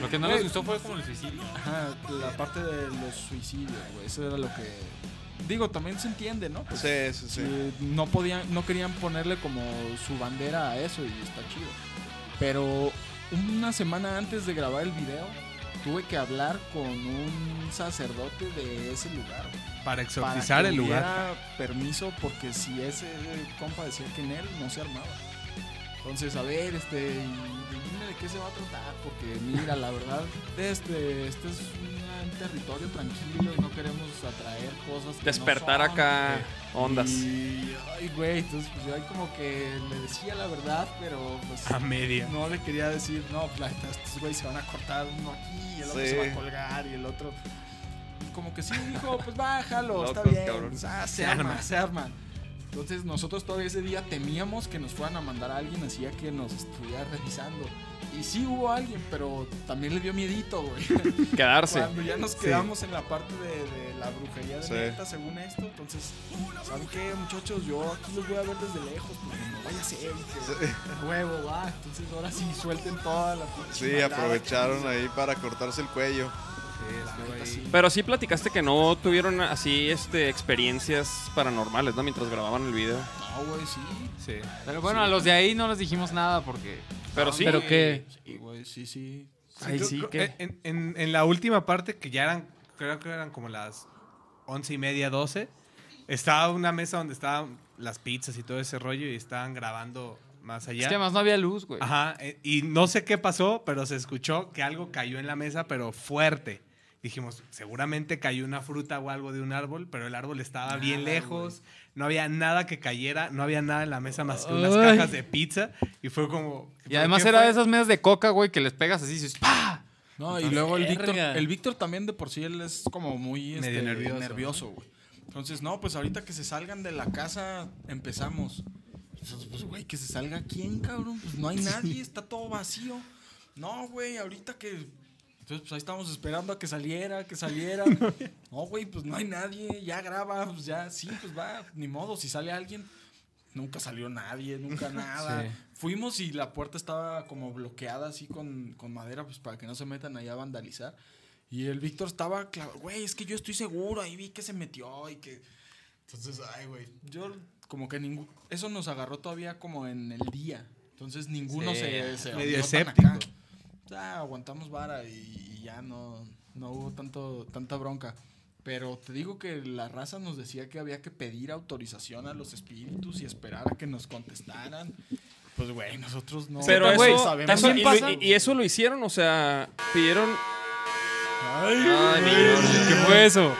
Speaker 7: Lo que no les gustó fue como el suicidio.
Speaker 8: Ajá, la parte de los suicidios, güey, eso era lo que... Digo, también se entiende, ¿no? Pues,
Speaker 5: Sí, sí, sí.
Speaker 8: Sí, no podían, no querían ponerle como su bandera a eso y está chido. Pero una semana antes de grabar el video, tuve que hablar con un sacerdote de ese lugar. güey,
Speaker 1: Para
Speaker 8: para
Speaker 1: exorcizar
Speaker 8: que
Speaker 1: el
Speaker 8: me
Speaker 1: lugar.
Speaker 8: diera permiso, porque si ese compa decía que en él no se armaba. Entonces, a ver, este, y dime de qué se va a tratar, porque mira, la verdad, este, este es un territorio tranquilo y no queremos atraer cosas. que no
Speaker 11: Despertar
Speaker 8: son".
Speaker 11: acá ondas.
Speaker 8: Y, ay, güey, entonces pues, yo ahí como que le decía la verdad, pero pues
Speaker 1: A media.
Speaker 8: no le quería decir, no, pues la neta, estos güeyes se van a cortar uno aquí, y el otro
Speaker 5: Sí.
Speaker 8: se va a colgar y el otro. Como que sí, dijo, pues bájalo, está
Speaker 11: Locos,
Speaker 8: bien.
Speaker 11: cabrón.
Speaker 8: pues, ah, se, arma, se arma. Entonces nosotros todavía ese día temíamos que nos fueran a mandar a alguien así a que nos estuviera revisando. Y sí hubo alguien, pero también le dio miedito, güey.
Speaker 7: Ah,
Speaker 11: Quedarse.
Speaker 8: Cuando ya nos
Speaker 11: Sí.
Speaker 8: quedamos en la parte de, de la brujería de
Speaker 11: Sí.
Speaker 8: neta, según esto, entonces, ¿saben qué, muchachos? Yo aquí los voy a ver desde lejos, pues no vaya a ser. que- Huevo, va. Entonces ahora sí suelten toda la pinche
Speaker 5: Sí,
Speaker 8: maldad.
Speaker 5: aprovecharon ahí para cortarse el cuello.
Speaker 11: Pero sí platicaste que no tuvieron así este experiencias paranormales, ¿no? Mientras grababan el video.
Speaker 8: No, ah, güey, sí.
Speaker 1: Sí.
Speaker 7: Pero bueno, a los de ahí no les dijimos nada porque.
Speaker 11: Pero
Speaker 7: No,
Speaker 11: sí.
Speaker 7: Pero qué.
Speaker 8: Sí, güey, sí, sí.
Speaker 7: Ay,
Speaker 1: Creo-
Speaker 7: sí,
Speaker 1: creo-
Speaker 7: ¿qué?
Speaker 1: En, en- en la última parte, que ya eran, creo que eran como las once y media, doce, estaba una mesa donde estaban las pizzas y todo ese rollo y estaban grabando más allá.
Speaker 7: Es que además no había luz, güey.
Speaker 1: Ajá, eh, y no sé qué pasó, pero se escuchó que algo cayó en la mesa, pero fuerte. Dijimos, seguramente cayó una fruta o algo de un árbol, pero el árbol estaba bien lejos, no había nada que cayera, no había nada en la mesa más que unas
Speaker 7: Ay.
Speaker 1: cajas de pizza, y fue como...
Speaker 7: Y además era de esas mesas de coca, güey, que les pegas así y dices, ¡pah!
Speaker 8: No, y
Speaker 7: Entonces,
Speaker 8: luego el Víctor,
Speaker 7: verga.
Speaker 8: el Víctor también de por sí él es como muy
Speaker 1: Medio
Speaker 8: este,
Speaker 1: nervioso,
Speaker 8: nervioso, güey. Entonces, no, pues ahorita que se salgan de la casa, empezamos. Entonces, pues, güey, que se salga quién, cabrón. Pues no hay nadie, está todo vacío. No, güey, ahorita que. Entonces, pues ahí estamos esperando a que saliera, que saliera. no, güey, pues no hay nadie, ya graba, pues ya, sí, pues va, ni modo, si sale alguien. Nunca salió nadie, nunca nada.
Speaker 7: Sí.
Speaker 8: Fuimos y la puerta estaba como bloqueada así con, con madera, pues para que no se metan ahí a vandalizar. Y el Víctor estaba clavado, güey, es que yo estoy seguro, ahí vi que se metió y que... Entonces, ay, güey, yo como que ningún... Eso nos agarró todavía como en el día. Entonces ninguno
Speaker 7: Sí,
Speaker 8: se, se...
Speaker 1: medio
Speaker 8: unió tan
Speaker 1: escéptico.
Speaker 8: acá. O sea, aguantamos vara y, y ya no, no hubo tanto, tanta bronca. Pero te digo que la raza nos decía que había que pedir autorización a los espíritus y esperar a que nos contestaran. Pues, güey, nosotros no.
Speaker 11: Pero
Speaker 8: no
Speaker 11: eso,
Speaker 8: sabemos
Speaker 11: eso-
Speaker 8: qué
Speaker 11: y,
Speaker 8: pasa.
Speaker 11: lo- y- y eso lo hicieron, o sea, pidieron.
Speaker 8: Ay,
Speaker 11: Ay, mi Dios.
Speaker 7: ¿Qué fue eso?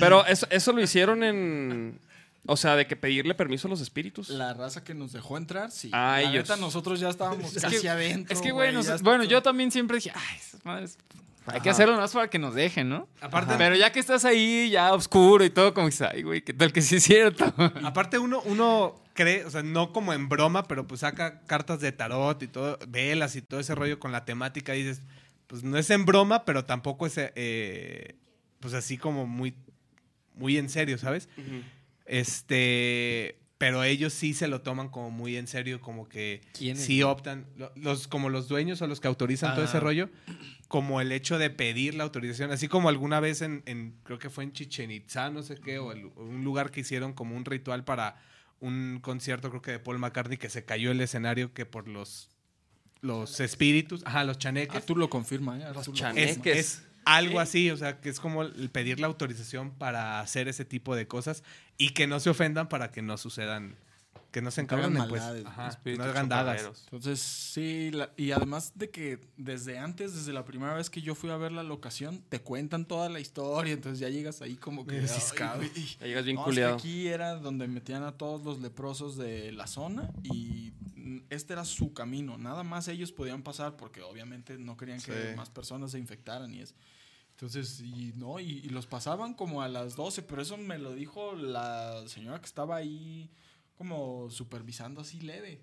Speaker 11: Pero eso, eso lo hicieron en. O sea, de que pedirle permiso a los espíritus.
Speaker 8: La raza que nos dejó entrar, sí.
Speaker 11: Ay,
Speaker 8: la
Speaker 11: yo-
Speaker 8: neta, nosotros ya estábamos casi adentro.
Speaker 7: Ah, Es que, güey, nos-
Speaker 8: ya
Speaker 7: bueno,
Speaker 8: está-
Speaker 7: yo también siempre dije, ay, esas madres. Hay que hacerlo más para que nos dejen, ¿no?
Speaker 1: Aparte-
Speaker 7: Pero ya que estás ahí, ya oscuro y todo, como que dices, ay, güey, ¿qué tal que sí es cierto?
Speaker 1: Aparte uno, uno cree, o sea, no como en broma, pero pues saca cartas de tarot y todo, velas y todo ese rollo con la temática y dices, pues no es en broma, pero tampoco es, eh, pues así como muy, muy en serio, ¿sabes? Este, pero ellos sí se lo toman como muy en serio, como que
Speaker 6: ¿Quiénes?
Speaker 1: sí optan, lo- los, como los dueños o los que autorizan todo ese
Speaker 6: Ah.
Speaker 1: rollo, como el hecho de pedir la autorización, así como alguna vez en, en- creo que fue en Chichen Itza, no sé qué, o el- o un lugar que hicieron como un ritual para un concierto, creo que de Paul McCartney, que se cayó el escenario que por los, los espíritus, ajá, los chaneques.
Speaker 8: Artur lo confirma, ¿eh? Artur lo
Speaker 11: chaneques.
Speaker 1: Es,
Speaker 8: confirma.
Speaker 11: Chaneques.
Speaker 1: es algo así, o sea, que es como el pedir la autorización para hacer ese tipo de cosas y que no se ofendan para que no sucedan, que no se
Speaker 8: No hagan
Speaker 1: encabronen, pues.
Speaker 8: maldades,
Speaker 1: Ajá, no
Speaker 7: Espíritus
Speaker 1: hagan dadas.
Speaker 7: chocarreros.
Speaker 8: Entonces, sí, la- y además de que desde antes, desde la primera vez que yo fui a ver la locación, te cuentan toda la historia, entonces ya llegas ahí como que...
Speaker 1: Medio
Speaker 8: ay,
Speaker 1: ciscado.
Speaker 8: güey.
Speaker 11: Ya llegas bien
Speaker 8: No, es que
Speaker 11: culiado.
Speaker 8: aquí era donde metían a todos los leprosos de la zona y mm, este era su camino. Nada más ellos podían pasar porque obviamente no querían que
Speaker 5: Sí.
Speaker 8: más personas se infectaran y es. Entonces, y no, y, y los pasaban como a las 12, pero eso me lo dijo la señora que estaba ahí como supervisando así leve.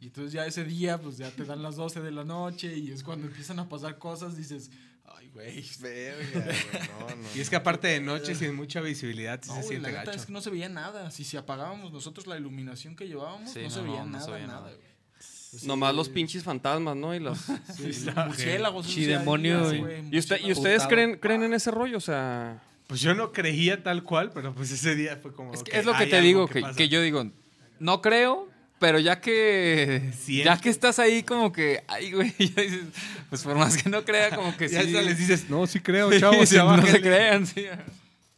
Speaker 8: Y entonces ya ese día, pues ya te dan las 12 de la noche y es cuando empiezan a pasar cosas, dices, ay, güey.
Speaker 5: Verga, güey, no, no.
Speaker 1: Y es que aparte de noche, sin mucha visibilidad, sí
Speaker 8: No,
Speaker 1: se
Speaker 8: güey, la
Speaker 1: siente
Speaker 8: neta
Speaker 1: gacho.
Speaker 8: es que no se veía nada. Si se apagábamos nosotros la iluminación que llevábamos,
Speaker 7: Sí,
Speaker 8: no, se
Speaker 7: no,
Speaker 8: veía
Speaker 7: no, no
Speaker 8: nada,
Speaker 7: se veía
Speaker 8: nada.
Speaker 7: nada.
Speaker 8: güey.
Speaker 11: Nomás los pinches fantasmas, ¿no? Y las.
Speaker 8: Sí, murciélagos.
Speaker 6: Sí, demonio,
Speaker 8: sí,
Speaker 6: y-
Speaker 8: güey,
Speaker 11: ¿Y, usted- y
Speaker 8: murciélagos.
Speaker 11: ustedes
Speaker 6: Putado.
Speaker 11: creen, creen en ese rollo? O sea.
Speaker 1: Pues yo no creía tal cual, pero pues ese día fue como...
Speaker 7: Es, que
Speaker 1: ok,
Speaker 7: es lo que
Speaker 1: hay
Speaker 7: te
Speaker 1: algo
Speaker 7: digo, que,
Speaker 1: pasa.
Speaker 7: que yo digo, no creo, pero ya que.
Speaker 1: Siento.
Speaker 7: Ya que estás ahí, como que, ay, güey, ya dices, pues por más que no crea, como que sí.
Speaker 1: Ya hasta les dices, no, sí creo,
Speaker 7: Sí,
Speaker 1: chavos,
Speaker 7: sí,
Speaker 1: ya
Speaker 7: no se
Speaker 1: bájenle".
Speaker 7: crean, sí.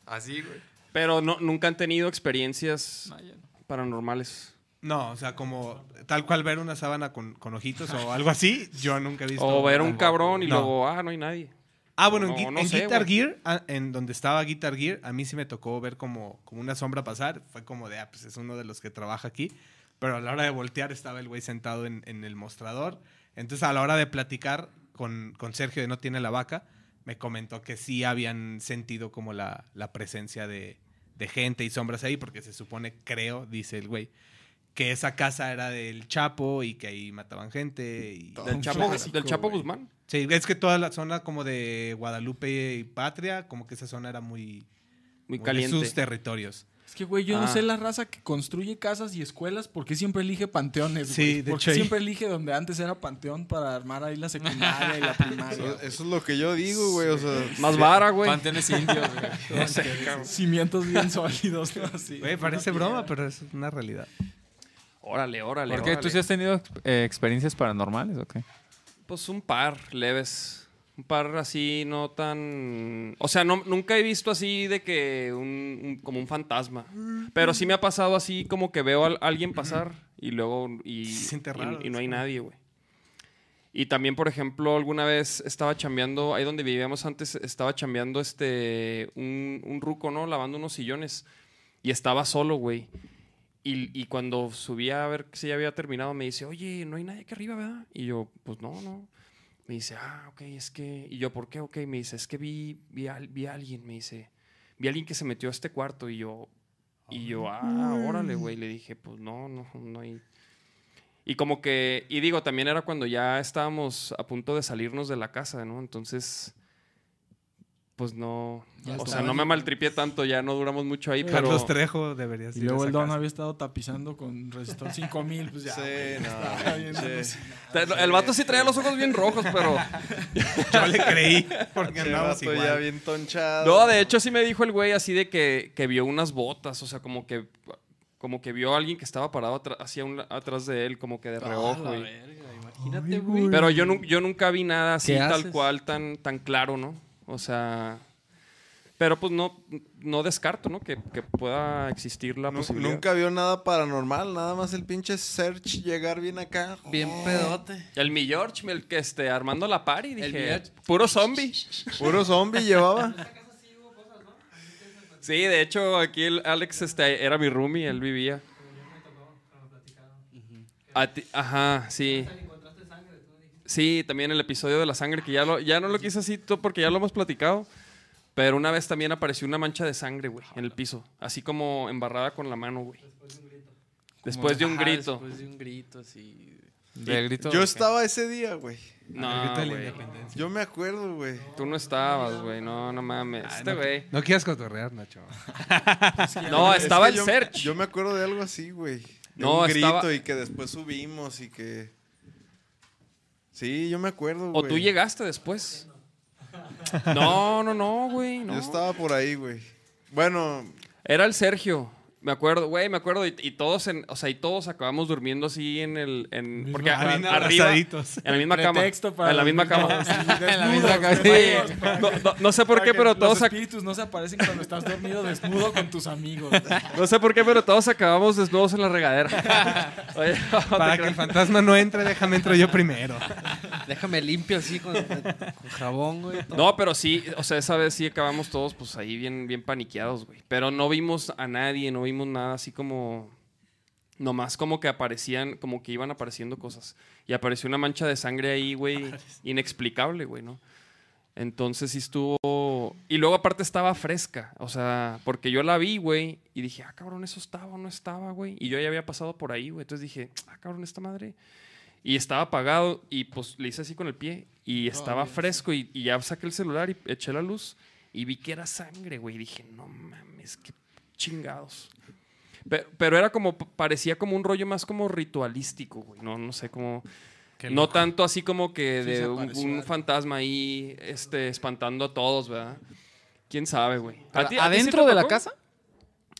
Speaker 7: Así, güey.
Speaker 11: Pero no, nunca han tenido experiencias
Speaker 7: No, ya no.
Speaker 11: paranormales.
Speaker 1: No, o sea, como tal cual ver una sábana con, con ojitos o algo así, yo nunca he visto.
Speaker 11: O ver un
Speaker 1: tampoco.
Speaker 11: cabrón y
Speaker 1: No.
Speaker 11: luego, ah, no hay nadie.
Speaker 1: Ah, bueno,
Speaker 11: No,
Speaker 1: en, Gui-
Speaker 11: no
Speaker 1: en
Speaker 11: sé,
Speaker 1: Guitar
Speaker 11: güey.
Speaker 1: Gear, ah, en donde estaba Guitar Gear, a mí sí me tocó ver como, como una sombra pasar. Fue como de, ah, pues es uno de los que trabaja aquí. Pero a la hora de voltear estaba el güey sentado en, en el mostrador. Entonces, a la hora de platicar con, con Sergio de No Tiene la Vaca, me comentó que sí habían sentido como la, la presencia de, de gente y sombras ahí, porque se supone, creo, dice el güey, que esa casa era del Chapo y que ahí mataban gente. Y...
Speaker 11: Del Chapo, del Chapo Guzmán.
Speaker 1: Sí, es que toda la zona como de Guadalupe y Patria, como que esa zona era muy...
Speaker 11: Muy
Speaker 1: como de
Speaker 11: caliente.
Speaker 1: sus territorios.
Speaker 8: Es que, güey, yo
Speaker 11: Ah.
Speaker 8: no sé la raza que construye casas y escuelas porque siempre elige panteones,
Speaker 1: Sí,
Speaker 8: güey.
Speaker 1: de
Speaker 8: porque
Speaker 1: hecho, ahí-
Speaker 8: siempre elige donde antes era panteón para armar ahí la secundaria y la primaria.
Speaker 5: Eso, eso es lo que yo digo, güey. O sea,
Speaker 11: Más vara, güey.
Speaker 7: Panteones indios, güey.
Speaker 8: güey. Cimientos bien sólidos, ¿no? Así.
Speaker 1: Güey, pues, parece broma, pero es una realidad.
Speaker 11: Órale, órale.
Speaker 7: ¿Por qué? ¿Tú
Speaker 11: órale.
Speaker 7: sí has tenido eh, experiencias paranormales o qué?
Speaker 11: Pues un par leves. Un par así, no tan. O sea, no, nunca he visto así de que. Un, un- como un fantasma. Pero sí me ha pasado así como que veo a alguien pasar y luego. Y,
Speaker 1: Se siente
Speaker 11: y-
Speaker 1: raro,
Speaker 11: y no
Speaker 1: es
Speaker 11: hay
Speaker 1: como-
Speaker 11: nadie, güey. Y también, por ejemplo, alguna vez estaba chambeando. Ahí donde vivíamos antes, estaba chambeando este. Un, un ruco, ¿no? Lavando unos sillones. Y estaba solo, güey. Y, y cuando subía a ver si ya había terminado, me dice, oye, no hay nadie aquí arriba, ¿verdad? Y yo, pues no, no. Me dice, ah, ok, es que... Y yo, ¿por qué? Ok, me dice, es que vi, vi, al- vi a alguien, me dice. Vi a alguien que se metió a este cuarto y yo... Y yo, ah, órale, güey. Le dije, pues no, no, no hay... Y como que... Y digo, también era cuando ya estábamos a punto de salirnos de la casa, ¿no? Entonces... Pues no...
Speaker 6: Ya
Speaker 11: o sea,
Speaker 6: estaban-
Speaker 11: no me maltripié tanto, ya no duramos mucho ahí, pero...
Speaker 1: Carlos Trejo debería
Speaker 8: Y
Speaker 1: ser.
Speaker 8: luego el don había estado tapizando con resistor 5000, pues ya.
Speaker 5: Sí,
Speaker 8: güey,
Speaker 5: no,
Speaker 8: estaba bien
Speaker 5: sí.
Speaker 8: alucinado.
Speaker 11: El vato sí traía los ojos bien rojos, pero...
Speaker 1: Yo le creí porque
Speaker 5: Ese
Speaker 1: andábamos
Speaker 5: vato ya
Speaker 1: igual.
Speaker 5: bien tonchado.
Speaker 11: No, de hecho sí me dijo el güey así de que, que vio unas botas, o sea, como que como que vio a alguien que estaba parado atra- hacia un la- atrás de él, como que
Speaker 5: Ah,
Speaker 11: de reojo. güey.
Speaker 6: Imagínate, güey.
Speaker 11: Pero yo, nu- yo nunca vi nada así
Speaker 6: ¿Qué
Speaker 11: tal
Speaker 6: haces?
Speaker 11: cual, tan, tan claro, ¿no? O sea... Pero pues no, no descarto, ¿no? Que, que pueda existir la
Speaker 5: Nu-
Speaker 11: posibilidad.
Speaker 5: pues, Nunca vio nada paranormal, nada más el pinche search llegar bien acá.
Speaker 6: Bien pedote.
Speaker 11: El mi George, el que este, armando la party,
Speaker 6: El
Speaker 11: dije,
Speaker 6: George.
Speaker 11: puro zombie.
Speaker 5: Puro zombie llevaba.
Speaker 11: Sí, de hecho, aquí el Alex este, era mi roomie, él vivía. A ti- ajá, sí. Sí, también el episodio de la sangre, que ya, lo, ya no lo quise así to- porque ya lo hemos platicado. Pero una vez también apareció una mancha de sangre, güey, en el piso. Así como embarrada con la mano, güey. Después de un
Speaker 6: Ajá,
Speaker 11: grito.
Speaker 6: Después de un grito, así.
Speaker 7: De grito.
Speaker 5: Yo estaba ese día, güey.
Speaker 11: No, güey.
Speaker 5: Yo me acuerdo, güey.
Speaker 11: Tú no estabas, güey. No, no mames. Este güey.
Speaker 1: No quieras cotorrear, Nacho.
Speaker 11: No,
Speaker 5: Ah, Es que
Speaker 11: estaba el
Speaker 5: yo-
Speaker 11: Search.
Speaker 5: Yo me acuerdo de algo así, güey. De
Speaker 11: No,
Speaker 5: un grito
Speaker 11: estaba-
Speaker 5: y que después subimos y que. Sí, yo me acuerdo,
Speaker 11: O
Speaker 5: güey.
Speaker 11: tú llegaste después. No, no, no, güey. No.
Speaker 5: Yo estaba por ahí, güey. Bueno,
Speaker 11: Era el Sergio. Me acuerdo, güey, me acuerdo. Y, y todos, en, o sea, y todos acabamos durmiendo así en el. En, porque a-
Speaker 1: Bien
Speaker 11: arriba.
Speaker 1: abrazaditos.
Speaker 11: En la misma cama.
Speaker 8: Pretexto para
Speaker 11: En la
Speaker 8: los
Speaker 11: misma
Speaker 8: niños,
Speaker 11: cama.
Speaker 8: así,
Speaker 6: En la
Speaker 8: desnudos,
Speaker 6: misma cama.
Speaker 11: Sí.
Speaker 8: desnudos, para-
Speaker 11: No, no- no sé por
Speaker 8: para
Speaker 11: qué,
Speaker 8: que
Speaker 11: pero todos,
Speaker 8: Los
Speaker 11: ac-
Speaker 8: espíritus no se aparecen cuando estás dormido desnudo con tus amigos.
Speaker 11: no sé por qué, pero todos acabamos desnudos en la regadera. Oye, no te
Speaker 1: Para que
Speaker 11: creas.
Speaker 1: el fantasma no entre, déjame entro yo primero.
Speaker 6: Ah. Déjame limpio así con, eh, con jabón, güey. todo.
Speaker 11: No, pero sí, o sea, esa vez sí acabamos todos pues ahí bien, bien paniqueados, güey. Pero no vimos a nadie, no vimos nada así como... Nomás como que aparecían, como que iban apareciendo cosas. Y apareció una mancha de sangre ahí, güey, inexplicable, güey, ¿no? Entonces sí estuvo... Y luego aparte estaba fresca, o sea, porque yo la vi, güey, y dije, ah, cabrón, eso estaba o no estaba, güey. Y yo ya había pasado por ahí, güey. Entonces dije, ah, cabrón, esta madre. Y estaba apagado y pues le hice así con el pie y estaba fresco y, y ya saqué el celular y eché la luz y vi que era sangre, güey. Y dije, no mames, qué chingados. Pero, pero era como, parecía como un rollo más como ritualístico, güey. No, no sé cómo... No tanto así como que
Speaker 8: Sí, se
Speaker 11: de un,
Speaker 8: apareció
Speaker 11: un
Speaker 8: algo.
Speaker 11: fantasma ahí este, espantando a todos, ¿verdad? ¿Quién sabe, güey? ¿A
Speaker 7: Pero
Speaker 11: ti- a ti sí
Speaker 7: ¿Adentro
Speaker 11: te
Speaker 7: de la
Speaker 11: tocó?
Speaker 7: casa?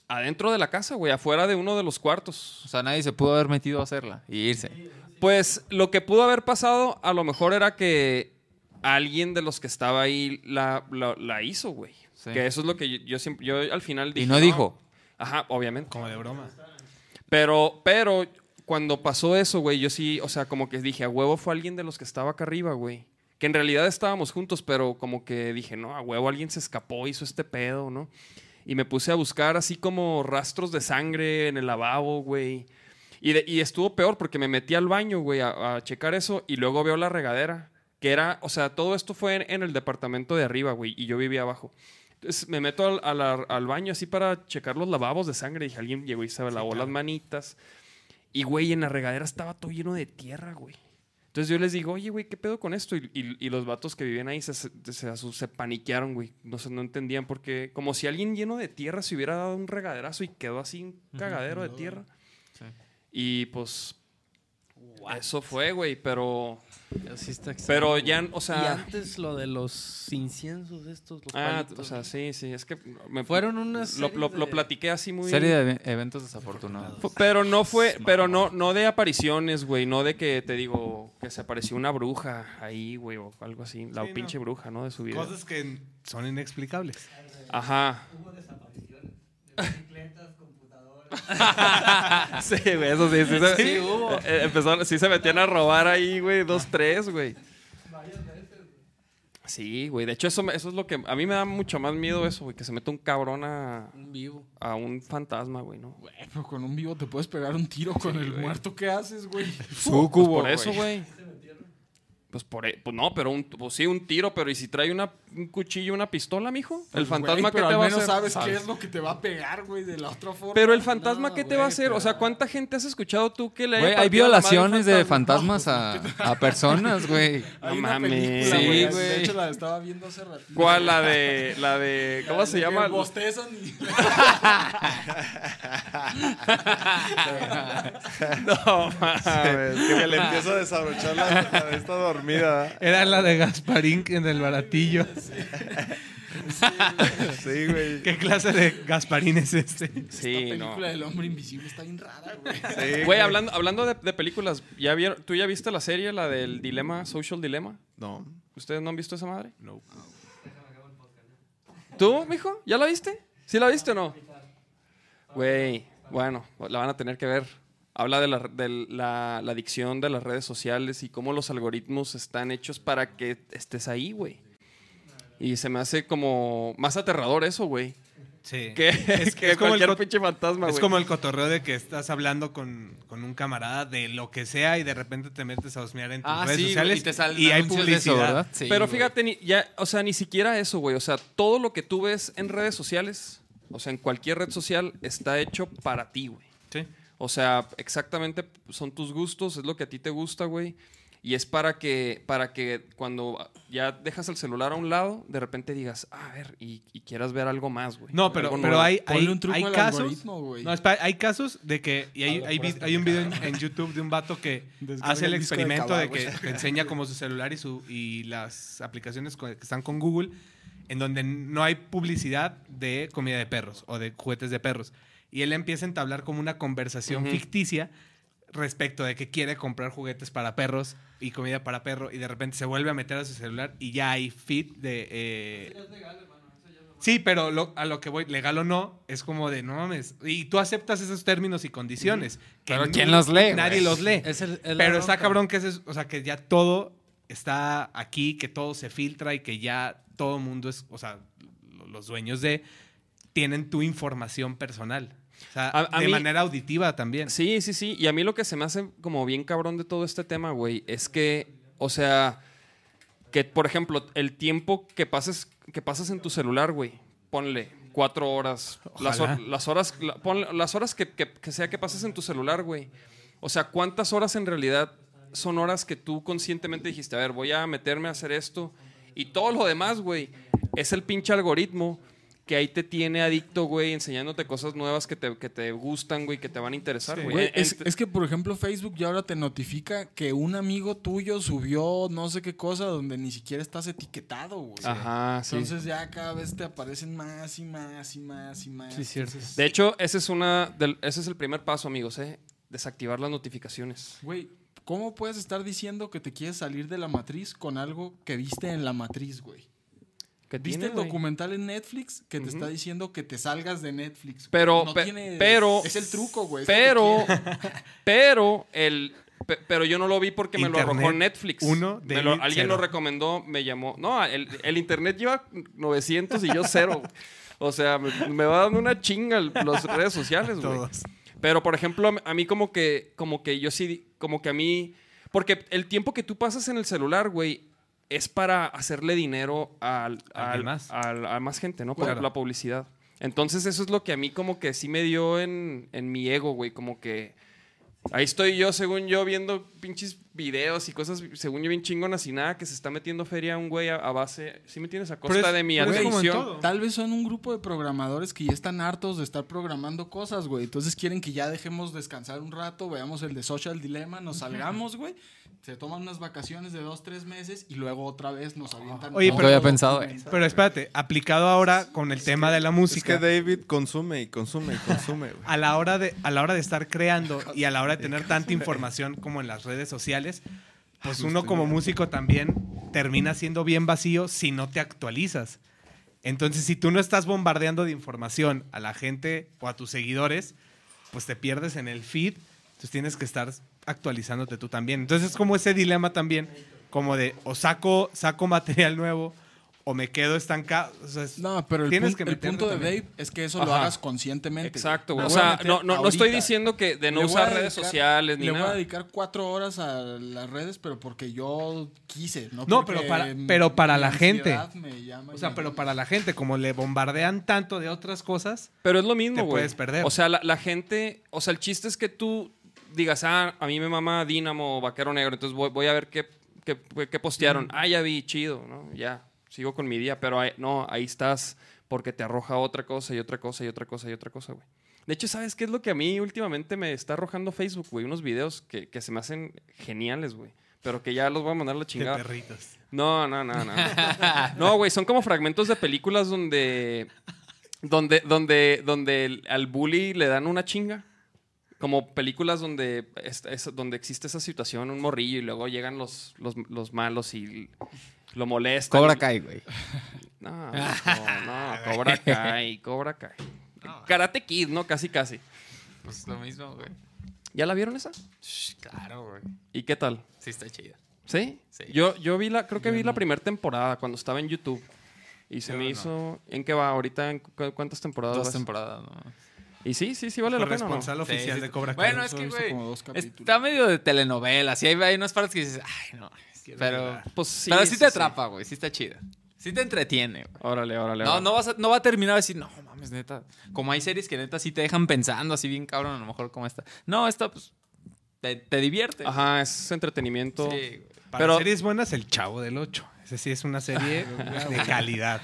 Speaker 11: Adentro de la casa, güey, afuera de uno de los cuartos.
Speaker 7: O sea, nadie se pudo haber metido a hacerla y irse.
Speaker 11: Pues lo que pudo haber pasado a lo mejor era que alguien de los que estaba ahí la, la- la hizo, güey.
Speaker 7: Sí.
Speaker 11: Que eso es lo que yo, yo siempre, yo al final dije.
Speaker 7: Y no dijo.
Speaker 11: Ajá, obviamente.
Speaker 1: Como de broma.
Speaker 11: Pero, pero cuando pasó eso, güey, yo sí, o sea, como que dije, a huevo fue alguien de los que estaba acá arriba, güey. Que en realidad estábamos juntos, pero como que dije, no, a huevo alguien se escapó, hizo este pedo, ¿no? Y me puse a buscar así como rastros de sangre en el lavabo, güey. Y, de- y estuvo peor porque me metí al baño, güey, a, a checar eso y luego veo la regadera. Que era, o sea, todo esto fue en, en el departamento de arriba, güey, y yo vivía abajo. es- me meto al, a la- al baño así para checar los lavabos de sangre. Dije, alguien llegó y se lavó las manitas. Y, güey, en la regadera estaba todo lleno de tierra, güey. Entonces yo les digo, oye, güey, ¿qué pedo con esto? Y, y- y los vatos que vivían ahí se, se, se asu- se paniquearon, güey. No sé, no entendían por qué. Como si alguien lleno de tierra se hubiera dado un regaderazo y quedó así un cagadero de tierra. Y pues... Eso fue, güey, pero...
Speaker 6: Así está
Speaker 11: Pero
Speaker 6: extraño,
Speaker 11: ya,
Speaker 6: güey.
Speaker 11: o sea...
Speaker 6: Y antes lo de los inciensos estos, los
Speaker 11: Ah,
Speaker 6: palitos,
Speaker 11: o sea,
Speaker 6: güey.
Speaker 11: sí, sí, es que me
Speaker 6: Fueron unas
Speaker 11: lo, lo-
Speaker 6: series
Speaker 11: lo
Speaker 6: de-
Speaker 11: platiqué así muy
Speaker 7: Serie de eve- eventos desafortunados.
Speaker 11: Fu- Pero no fue, pero no no de apariciones, güey, no de que te digo que se apareció una bruja ahí, güey, o algo así, la
Speaker 1: Sí, no.
Speaker 11: pinche bruja, ¿no? De su vida.
Speaker 1: Cosas que son inexplicables.
Speaker 11: Ajá.
Speaker 9: Hubo desapariciones. De bicicletas, computadoras.
Speaker 11: sí, güey, eso sí, sí, se-
Speaker 6: Sí, hubo. Ah.
Speaker 11: eh, empezaron- sí se metían a robar ahí, güey, dos, tres, güey. Sí, güey, de hecho eso, me- eso es lo que a mí me da mucho más miedo eso, güey, que se meta un cabrón a,
Speaker 6: Un vivo.
Speaker 11: a un fantasma, güey, ¿no?
Speaker 8: Güey, pero con un vivo te puedes pegar un tiro con el muerto. ¿Qué haces, güey?
Speaker 11: Pues por eso, güey. Pues por e- pues no, pero un, pues sí, un tiro, pero ¿y si trae una, un cuchillo, una pistola, mijo? El
Speaker 8: Pues,
Speaker 11: fantasma
Speaker 8: güey,
Speaker 11: que
Speaker 8: pero
Speaker 11: te
Speaker 8: al
Speaker 11: va a
Speaker 8: menos
Speaker 11: hacer.
Speaker 8: sabes, qué es lo que te va a pegar, güey, de la otra forma.
Speaker 11: Pero el fantasma
Speaker 6: No,
Speaker 11: que te va a
Speaker 6: güey,
Speaker 11: hacer, o sea, ¿cuánta gente has escuchado tú que le haya
Speaker 7: Güey, hay
Speaker 11: partido la madre a un
Speaker 7: violaciones de
Speaker 11: fantasma?
Speaker 7: fantasmas a, a personas, güey.
Speaker 8: Hay
Speaker 11: No
Speaker 8: una
Speaker 11: mames.
Speaker 8: película,
Speaker 7: Sí,
Speaker 8: güey.
Speaker 7: güey.
Speaker 8: De hecho, la estaba viendo hace ratito.
Speaker 11: ¿Cuál? La de la de ¿cómo
Speaker 8: La
Speaker 11: se
Speaker 8: de que
Speaker 11: llama?
Speaker 8: Bostezan y...
Speaker 11: No, mames.
Speaker 5: que le empiezo a desabrochar la, la de esta dormida.
Speaker 1: Era la de Gasparín en el baratillo.
Speaker 5: ¿verdad? Sí, güey.
Speaker 1: ¿Qué clase de Gasparín es este?
Speaker 11: Sí,
Speaker 8: la
Speaker 11: no.
Speaker 8: película del hombre invisible está bien rara, güey.
Speaker 5: Sí,
Speaker 11: Güey, hablando, hablando de, de películas, ¿ya vieron, ¿tú ya viste la serie, la del dilema, Social Dilemma?
Speaker 5: No.
Speaker 11: ¿Ustedes no han visto esa madre? No. ¿Tú, mijo? ¿Ya la viste? ¿Sí la viste o no? Güey, bueno, la van a tener que ver. Habla de, la, de la, la adicción de las redes sociales y cómo los algoritmos están hechos para que estés ahí, güey. Y se me hace como más aterrador eso, güey.
Speaker 1: Sí.
Speaker 11: Que,
Speaker 1: Es,
Speaker 11: que
Speaker 1: es como, el
Speaker 11: cualquier
Speaker 1: co-
Speaker 11: pinche fantasma,
Speaker 1: es
Speaker 11: güey.
Speaker 1: como el cotorreo de que estás hablando con, con un camarada de lo que sea y de repente te metes a husmear en tus
Speaker 7: Ah,
Speaker 1: redes
Speaker 7: sí,
Speaker 1: sociales
Speaker 7: y te salen
Speaker 1: hay
Speaker 7: anuncios de
Speaker 1: publicidad.
Speaker 7: eso, ¿verdad? Sí,
Speaker 11: Pero
Speaker 7: güey.
Speaker 11: fíjate, ni- ya, o sea, ni siquiera eso, güey. O sea, todo lo que tú ves en redes sociales, o sea, en cualquier red social, está hecho para ti, güey.
Speaker 1: Sí.
Speaker 11: O sea, exactamente son tus gustos, es lo que a ti te gusta, güey. Y es para que, para que cuando ya dejas el celular a un lado, de repente digas, a ver, y, y quieras ver algo más, güey.
Speaker 1: No, pero,
Speaker 11: Algo
Speaker 1: pero
Speaker 11: nuevo.
Speaker 1: hay, hay,
Speaker 8: Ponle un truco
Speaker 1: hay
Speaker 8: al
Speaker 1: casos.
Speaker 8: algoritmo, güey.
Speaker 1: No, espera, hay casos de que. Y hay, hay vi- hay un video en, en YouTube de un vato que
Speaker 8: Descarga
Speaker 1: hace el
Speaker 8: el disco de
Speaker 1: experimento de, que
Speaker 8: Caballos.
Speaker 1: te enseña como su celular y, su, y las aplicaciones co- que están con Google, en donde no hay publicidad de comida de perros o de juguetes de perros. Y él empieza a entablar como una conversación
Speaker 11: Ujú.
Speaker 1: ficticia respecto de que quiere comprar juguetes para perros y comida para perro y de repente se vuelve a meter a su celular y ya hay feed de... eh, Sí, pero lo- a lo que voy, legal o no, es como de no mames. Y tú aceptas esos términos y condiciones. que
Speaker 7: Pero
Speaker 1: ni-
Speaker 7: ¿quién los lee,
Speaker 1: Nadie
Speaker 7: güey?
Speaker 1: los lee.
Speaker 6: Es el- es la
Speaker 1: pero está
Speaker 6: bronca.
Speaker 1: cabrón que ese es, o sea, que ya todo está aquí, que todo se filtra y que ya todo mundo es, o sea, lo- los dueños de tienen tu información personal. O sea,
Speaker 11: A- a
Speaker 1: de
Speaker 11: mí-
Speaker 1: manera auditiva también.
Speaker 11: Sí, sí, sí. Y a mí lo que se me hace como bien cabrón de todo este tema, güey, es que, o sea, que por ejemplo, el tiempo que pases, que pasas en tu celular, güey, ponle cuatro horas. Las, hor- las horas, la- ponle- las horas que, que- que sea que pases en tu celular, güey. O sea, ¿cuántas horas en realidad son horas que tú conscientemente dijiste, a ver, voy a meterme a hacer esto? Y todo lo demás, güey, es el pinche algoritmo que ahí te tiene adicto, güey, enseñándote cosas nuevas que te, que te gustan, güey, que te van a interesar, güey. este-
Speaker 8: Güey,
Speaker 11: En-
Speaker 8: es,
Speaker 11: ent-
Speaker 8: es que, por ejemplo, Facebook ya ahora te notifica que un amigo tuyo subió no sé qué cosa donde ni siquiera estás etiquetado, güey.
Speaker 11: Ajá, sí.
Speaker 8: Entonces ya cada vez te aparecen más y más y más y más.
Speaker 6: Sí, cierto.
Speaker 8: Entonces,
Speaker 11: de hecho, ese es, una del- ese es el primer paso, amigos, ¿eh? Desactivar las notificaciones.
Speaker 8: Güey, ¿cómo puedes estar diciendo que te quieres salir de la matriz con algo que viste en la matriz, güey?
Speaker 11: ¿Qué
Speaker 8: ¿Viste
Speaker 11: tiene,
Speaker 8: el
Speaker 11: güey?
Speaker 8: documental en Netflix que te
Speaker 11: Ujú.
Speaker 8: está diciendo que te salgas de Netflix? güey?
Speaker 11: Pero,
Speaker 8: No
Speaker 11: pe-
Speaker 8: tiene-
Speaker 11: pero,
Speaker 8: Es el truco, güey. es lo que
Speaker 11: pero,
Speaker 8: quieren.
Speaker 11: pero, el, pe- pero yo no lo vi porque me lo
Speaker 1: Internet
Speaker 11: arrojó Netflix.
Speaker 1: uno,
Speaker 11: Me
Speaker 1: David
Speaker 11: lo- alguien
Speaker 1: cero.
Speaker 11: lo recomendó, me llamó. No, el, el internet lleva 900 y yo cero. güey. O sea, me, me va dando una chinga el- las redes sociales, güey.
Speaker 1: Todos.
Speaker 11: Pero, por ejemplo, a mí como que, como que yo sí, como que a mí, porque el tiempo que tú pasas en el celular, güey, es para hacerle dinero al,
Speaker 1: Alguien
Speaker 11: al-
Speaker 1: más.
Speaker 11: al- a más gente, ¿no? Por
Speaker 1: Claro.
Speaker 11: la publicidad. Entonces eso es lo que a mí como que sí me dio en, en mi ego, güey, como que... Ahí estoy yo, según yo, viendo pinches videos y cosas, según yo, bien chingonas y nada, que se está metiendo feria un güey a, a base. ¿Sí me tienes a costa
Speaker 1: es-
Speaker 11: de mi
Speaker 1: pero es como en
Speaker 11: atención?
Speaker 1: todo.
Speaker 8: Tal vez son un grupo de programadores que ya están hartos de estar programando cosas, güey. Entonces quieren que ya dejemos descansar un rato, veamos el de Social Dilemma, nos salgamos, güey. Se toman unas vacaciones de dos, tres meses y luego otra vez nos avientan.
Speaker 1: Oye,
Speaker 7: Nunca
Speaker 1: pero-
Speaker 7: había pensado, eh.
Speaker 1: Pero espérate, aplicado ahora con el tema de la
Speaker 5: Es
Speaker 1: música.
Speaker 5: que David consume y consume y consume, güey.
Speaker 1: a la hora de a la hora de estar creando y a la hora de tener tanta información como en las redes sociales, pues uno como músico también termina siendo bien vacío si no te actualizas. Entonces, si tú no estás bombardeando de información a la gente o a tus seguidores, pues te pierdes en el feed, entonces tienes que estar actualizándote tú también. Entonces, es como ese dilema también, como de o saco saco material nuevo o me quedo estancado. O sea, es-
Speaker 8: No, pero el,
Speaker 1: Tienes
Speaker 8: pun-
Speaker 1: que
Speaker 8: el
Speaker 1: meterle
Speaker 8: punto de
Speaker 1: también.
Speaker 8: Dave es que eso lo
Speaker 11: Ajá.
Speaker 8: hagas conscientemente.
Speaker 11: Exacto, güey.
Speaker 8: Me
Speaker 11: O
Speaker 8: voy a
Speaker 11: sea,
Speaker 8: meter
Speaker 11: no, no, no estoy
Speaker 8: ahorita.
Speaker 11: diciendo que de no
Speaker 8: Le voy a
Speaker 11: usar redes
Speaker 8: dedicar-
Speaker 11: sociales ni
Speaker 8: Le voy a
Speaker 11: nada.
Speaker 8: dedicar cuatro horas a las redes, pero porque yo quise. No,
Speaker 1: No,
Speaker 8: porque
Speaker 1: pero para-
Speaker 8: m-
Speaker 1: pero para
Speaker 8: mi
Speaker 1: la gente.
Speaker 8: ansiedad me llama y
Speaker 1: O sea,
Speaker 8: me-
Speaker 1: pero para la gente, como le bombardean tanto de otras cosas,
Speaker 11: Pero es lo mismo,
Speaker 1: Te
Speaker 11: güey.
Speaker 1: puedes perder.
Speaker 11: O sea, la, la gente, o sea, el chiste es que tú digas, ah, a mí me mama Dinamo, Vaquero Negro, entonces voy, voy a ver qué, qué, qué postearon. Ah, ya vi, chido, ¿no? Ya, sigo con mi día, pero ahí- no, ahí estás porque te arroja otra cosa y otra cosa y otra cosa y otra cosa, güey. De hecho, ¿sabes qué es lo que a mí últimamente me está arrojando Facebook, güey? Unos videos que, que se me hacen geniales, güey. Pero que ya los voy a mandar a la
Speaker 1: de
Speaker 11: chingada.
Speaker 1: perritos.
Speaker 11: No, no, no, no. No, güey, son como fragmentos de películas donde. Donde, donde, donde el- al bully le dan una chinga. Como películas donde, es- es- donde existe esa situación, un morrillo, y luego llegan los, los, los malos y lo molestan.
Speaker 10: Cobra Kai, güey.
Speaker 11: No, no, no, Cobra Kai, Cobra Kai. Karate Kid, ¿no? Casi, casi.
Speaker 7: Pues lo mismo, güey.
Speaker 11: ¿Ya la vieron esa?
Speaker 7: Shh, Claro, güey.
Speaker 11: ¿Y qué tal?
Speaker 7: Sí está chida.
Speaker 11: ¿Sí?
Speaker 7: Sí.
Speaker 11: Yo, yo vi la, creo que vi la primera temporada cuando estaba en YouTube. Y se
Speaker 7: Yo
Speaker 11: me
Speaker 7: no.
Speaker 11: hizo. ¿En qué va? ¿Ahorita en cu- cuántas temporadas?
Speaker 7: Dos
Speaker 11: vas?
Speaker 7: temporadas, ¿no?
Speaker 11: Y sí, sí, sí vale
Speaker 7: Pues
Speaker 11: la pena. ¿o no?
Speaker 1: Corresponsal oficial
Speaker 7: Sí, sí.
Speaker 1: de Cobra Kai.
Speaker 7: Bueno, es
Speaker 8: Solo
Speaker 7: que,
Speaker 8: he visto
Speaker 7: güey,
Speaker 8: como dos capítulos.
Speaker 7: está medio de telenovela. Sí, hay, hay unas partes que dices, ay, no. Pero,
Speaker 1: llorar.
Speaker 11: Pues sí.
Speaker 7: pero sí te atrapa, güey. Sí. está chida. Sí te entretiene, güey.
Speaker 11: Órale, órale.
Speaker 7: No,
Speaker 11: órale.
Speaker 7: no, vas a- no va a terminar de decir, no, mames, neta. Como hay series que neta sí te dejan pensando así bien cabrón, a lo mejor como esta. No, esta, pues, te, te divierte.
Speaker 11: Ajá, es entretenimiento.
Speaker 7: Sí, güey.
Speaker 1: Para
Speaker 11: pero-
Speaker 1: series buenas, El Chavo del 8. Ese sí es una serie
Speaker 7: Ah,
Speaker 1: de calidad.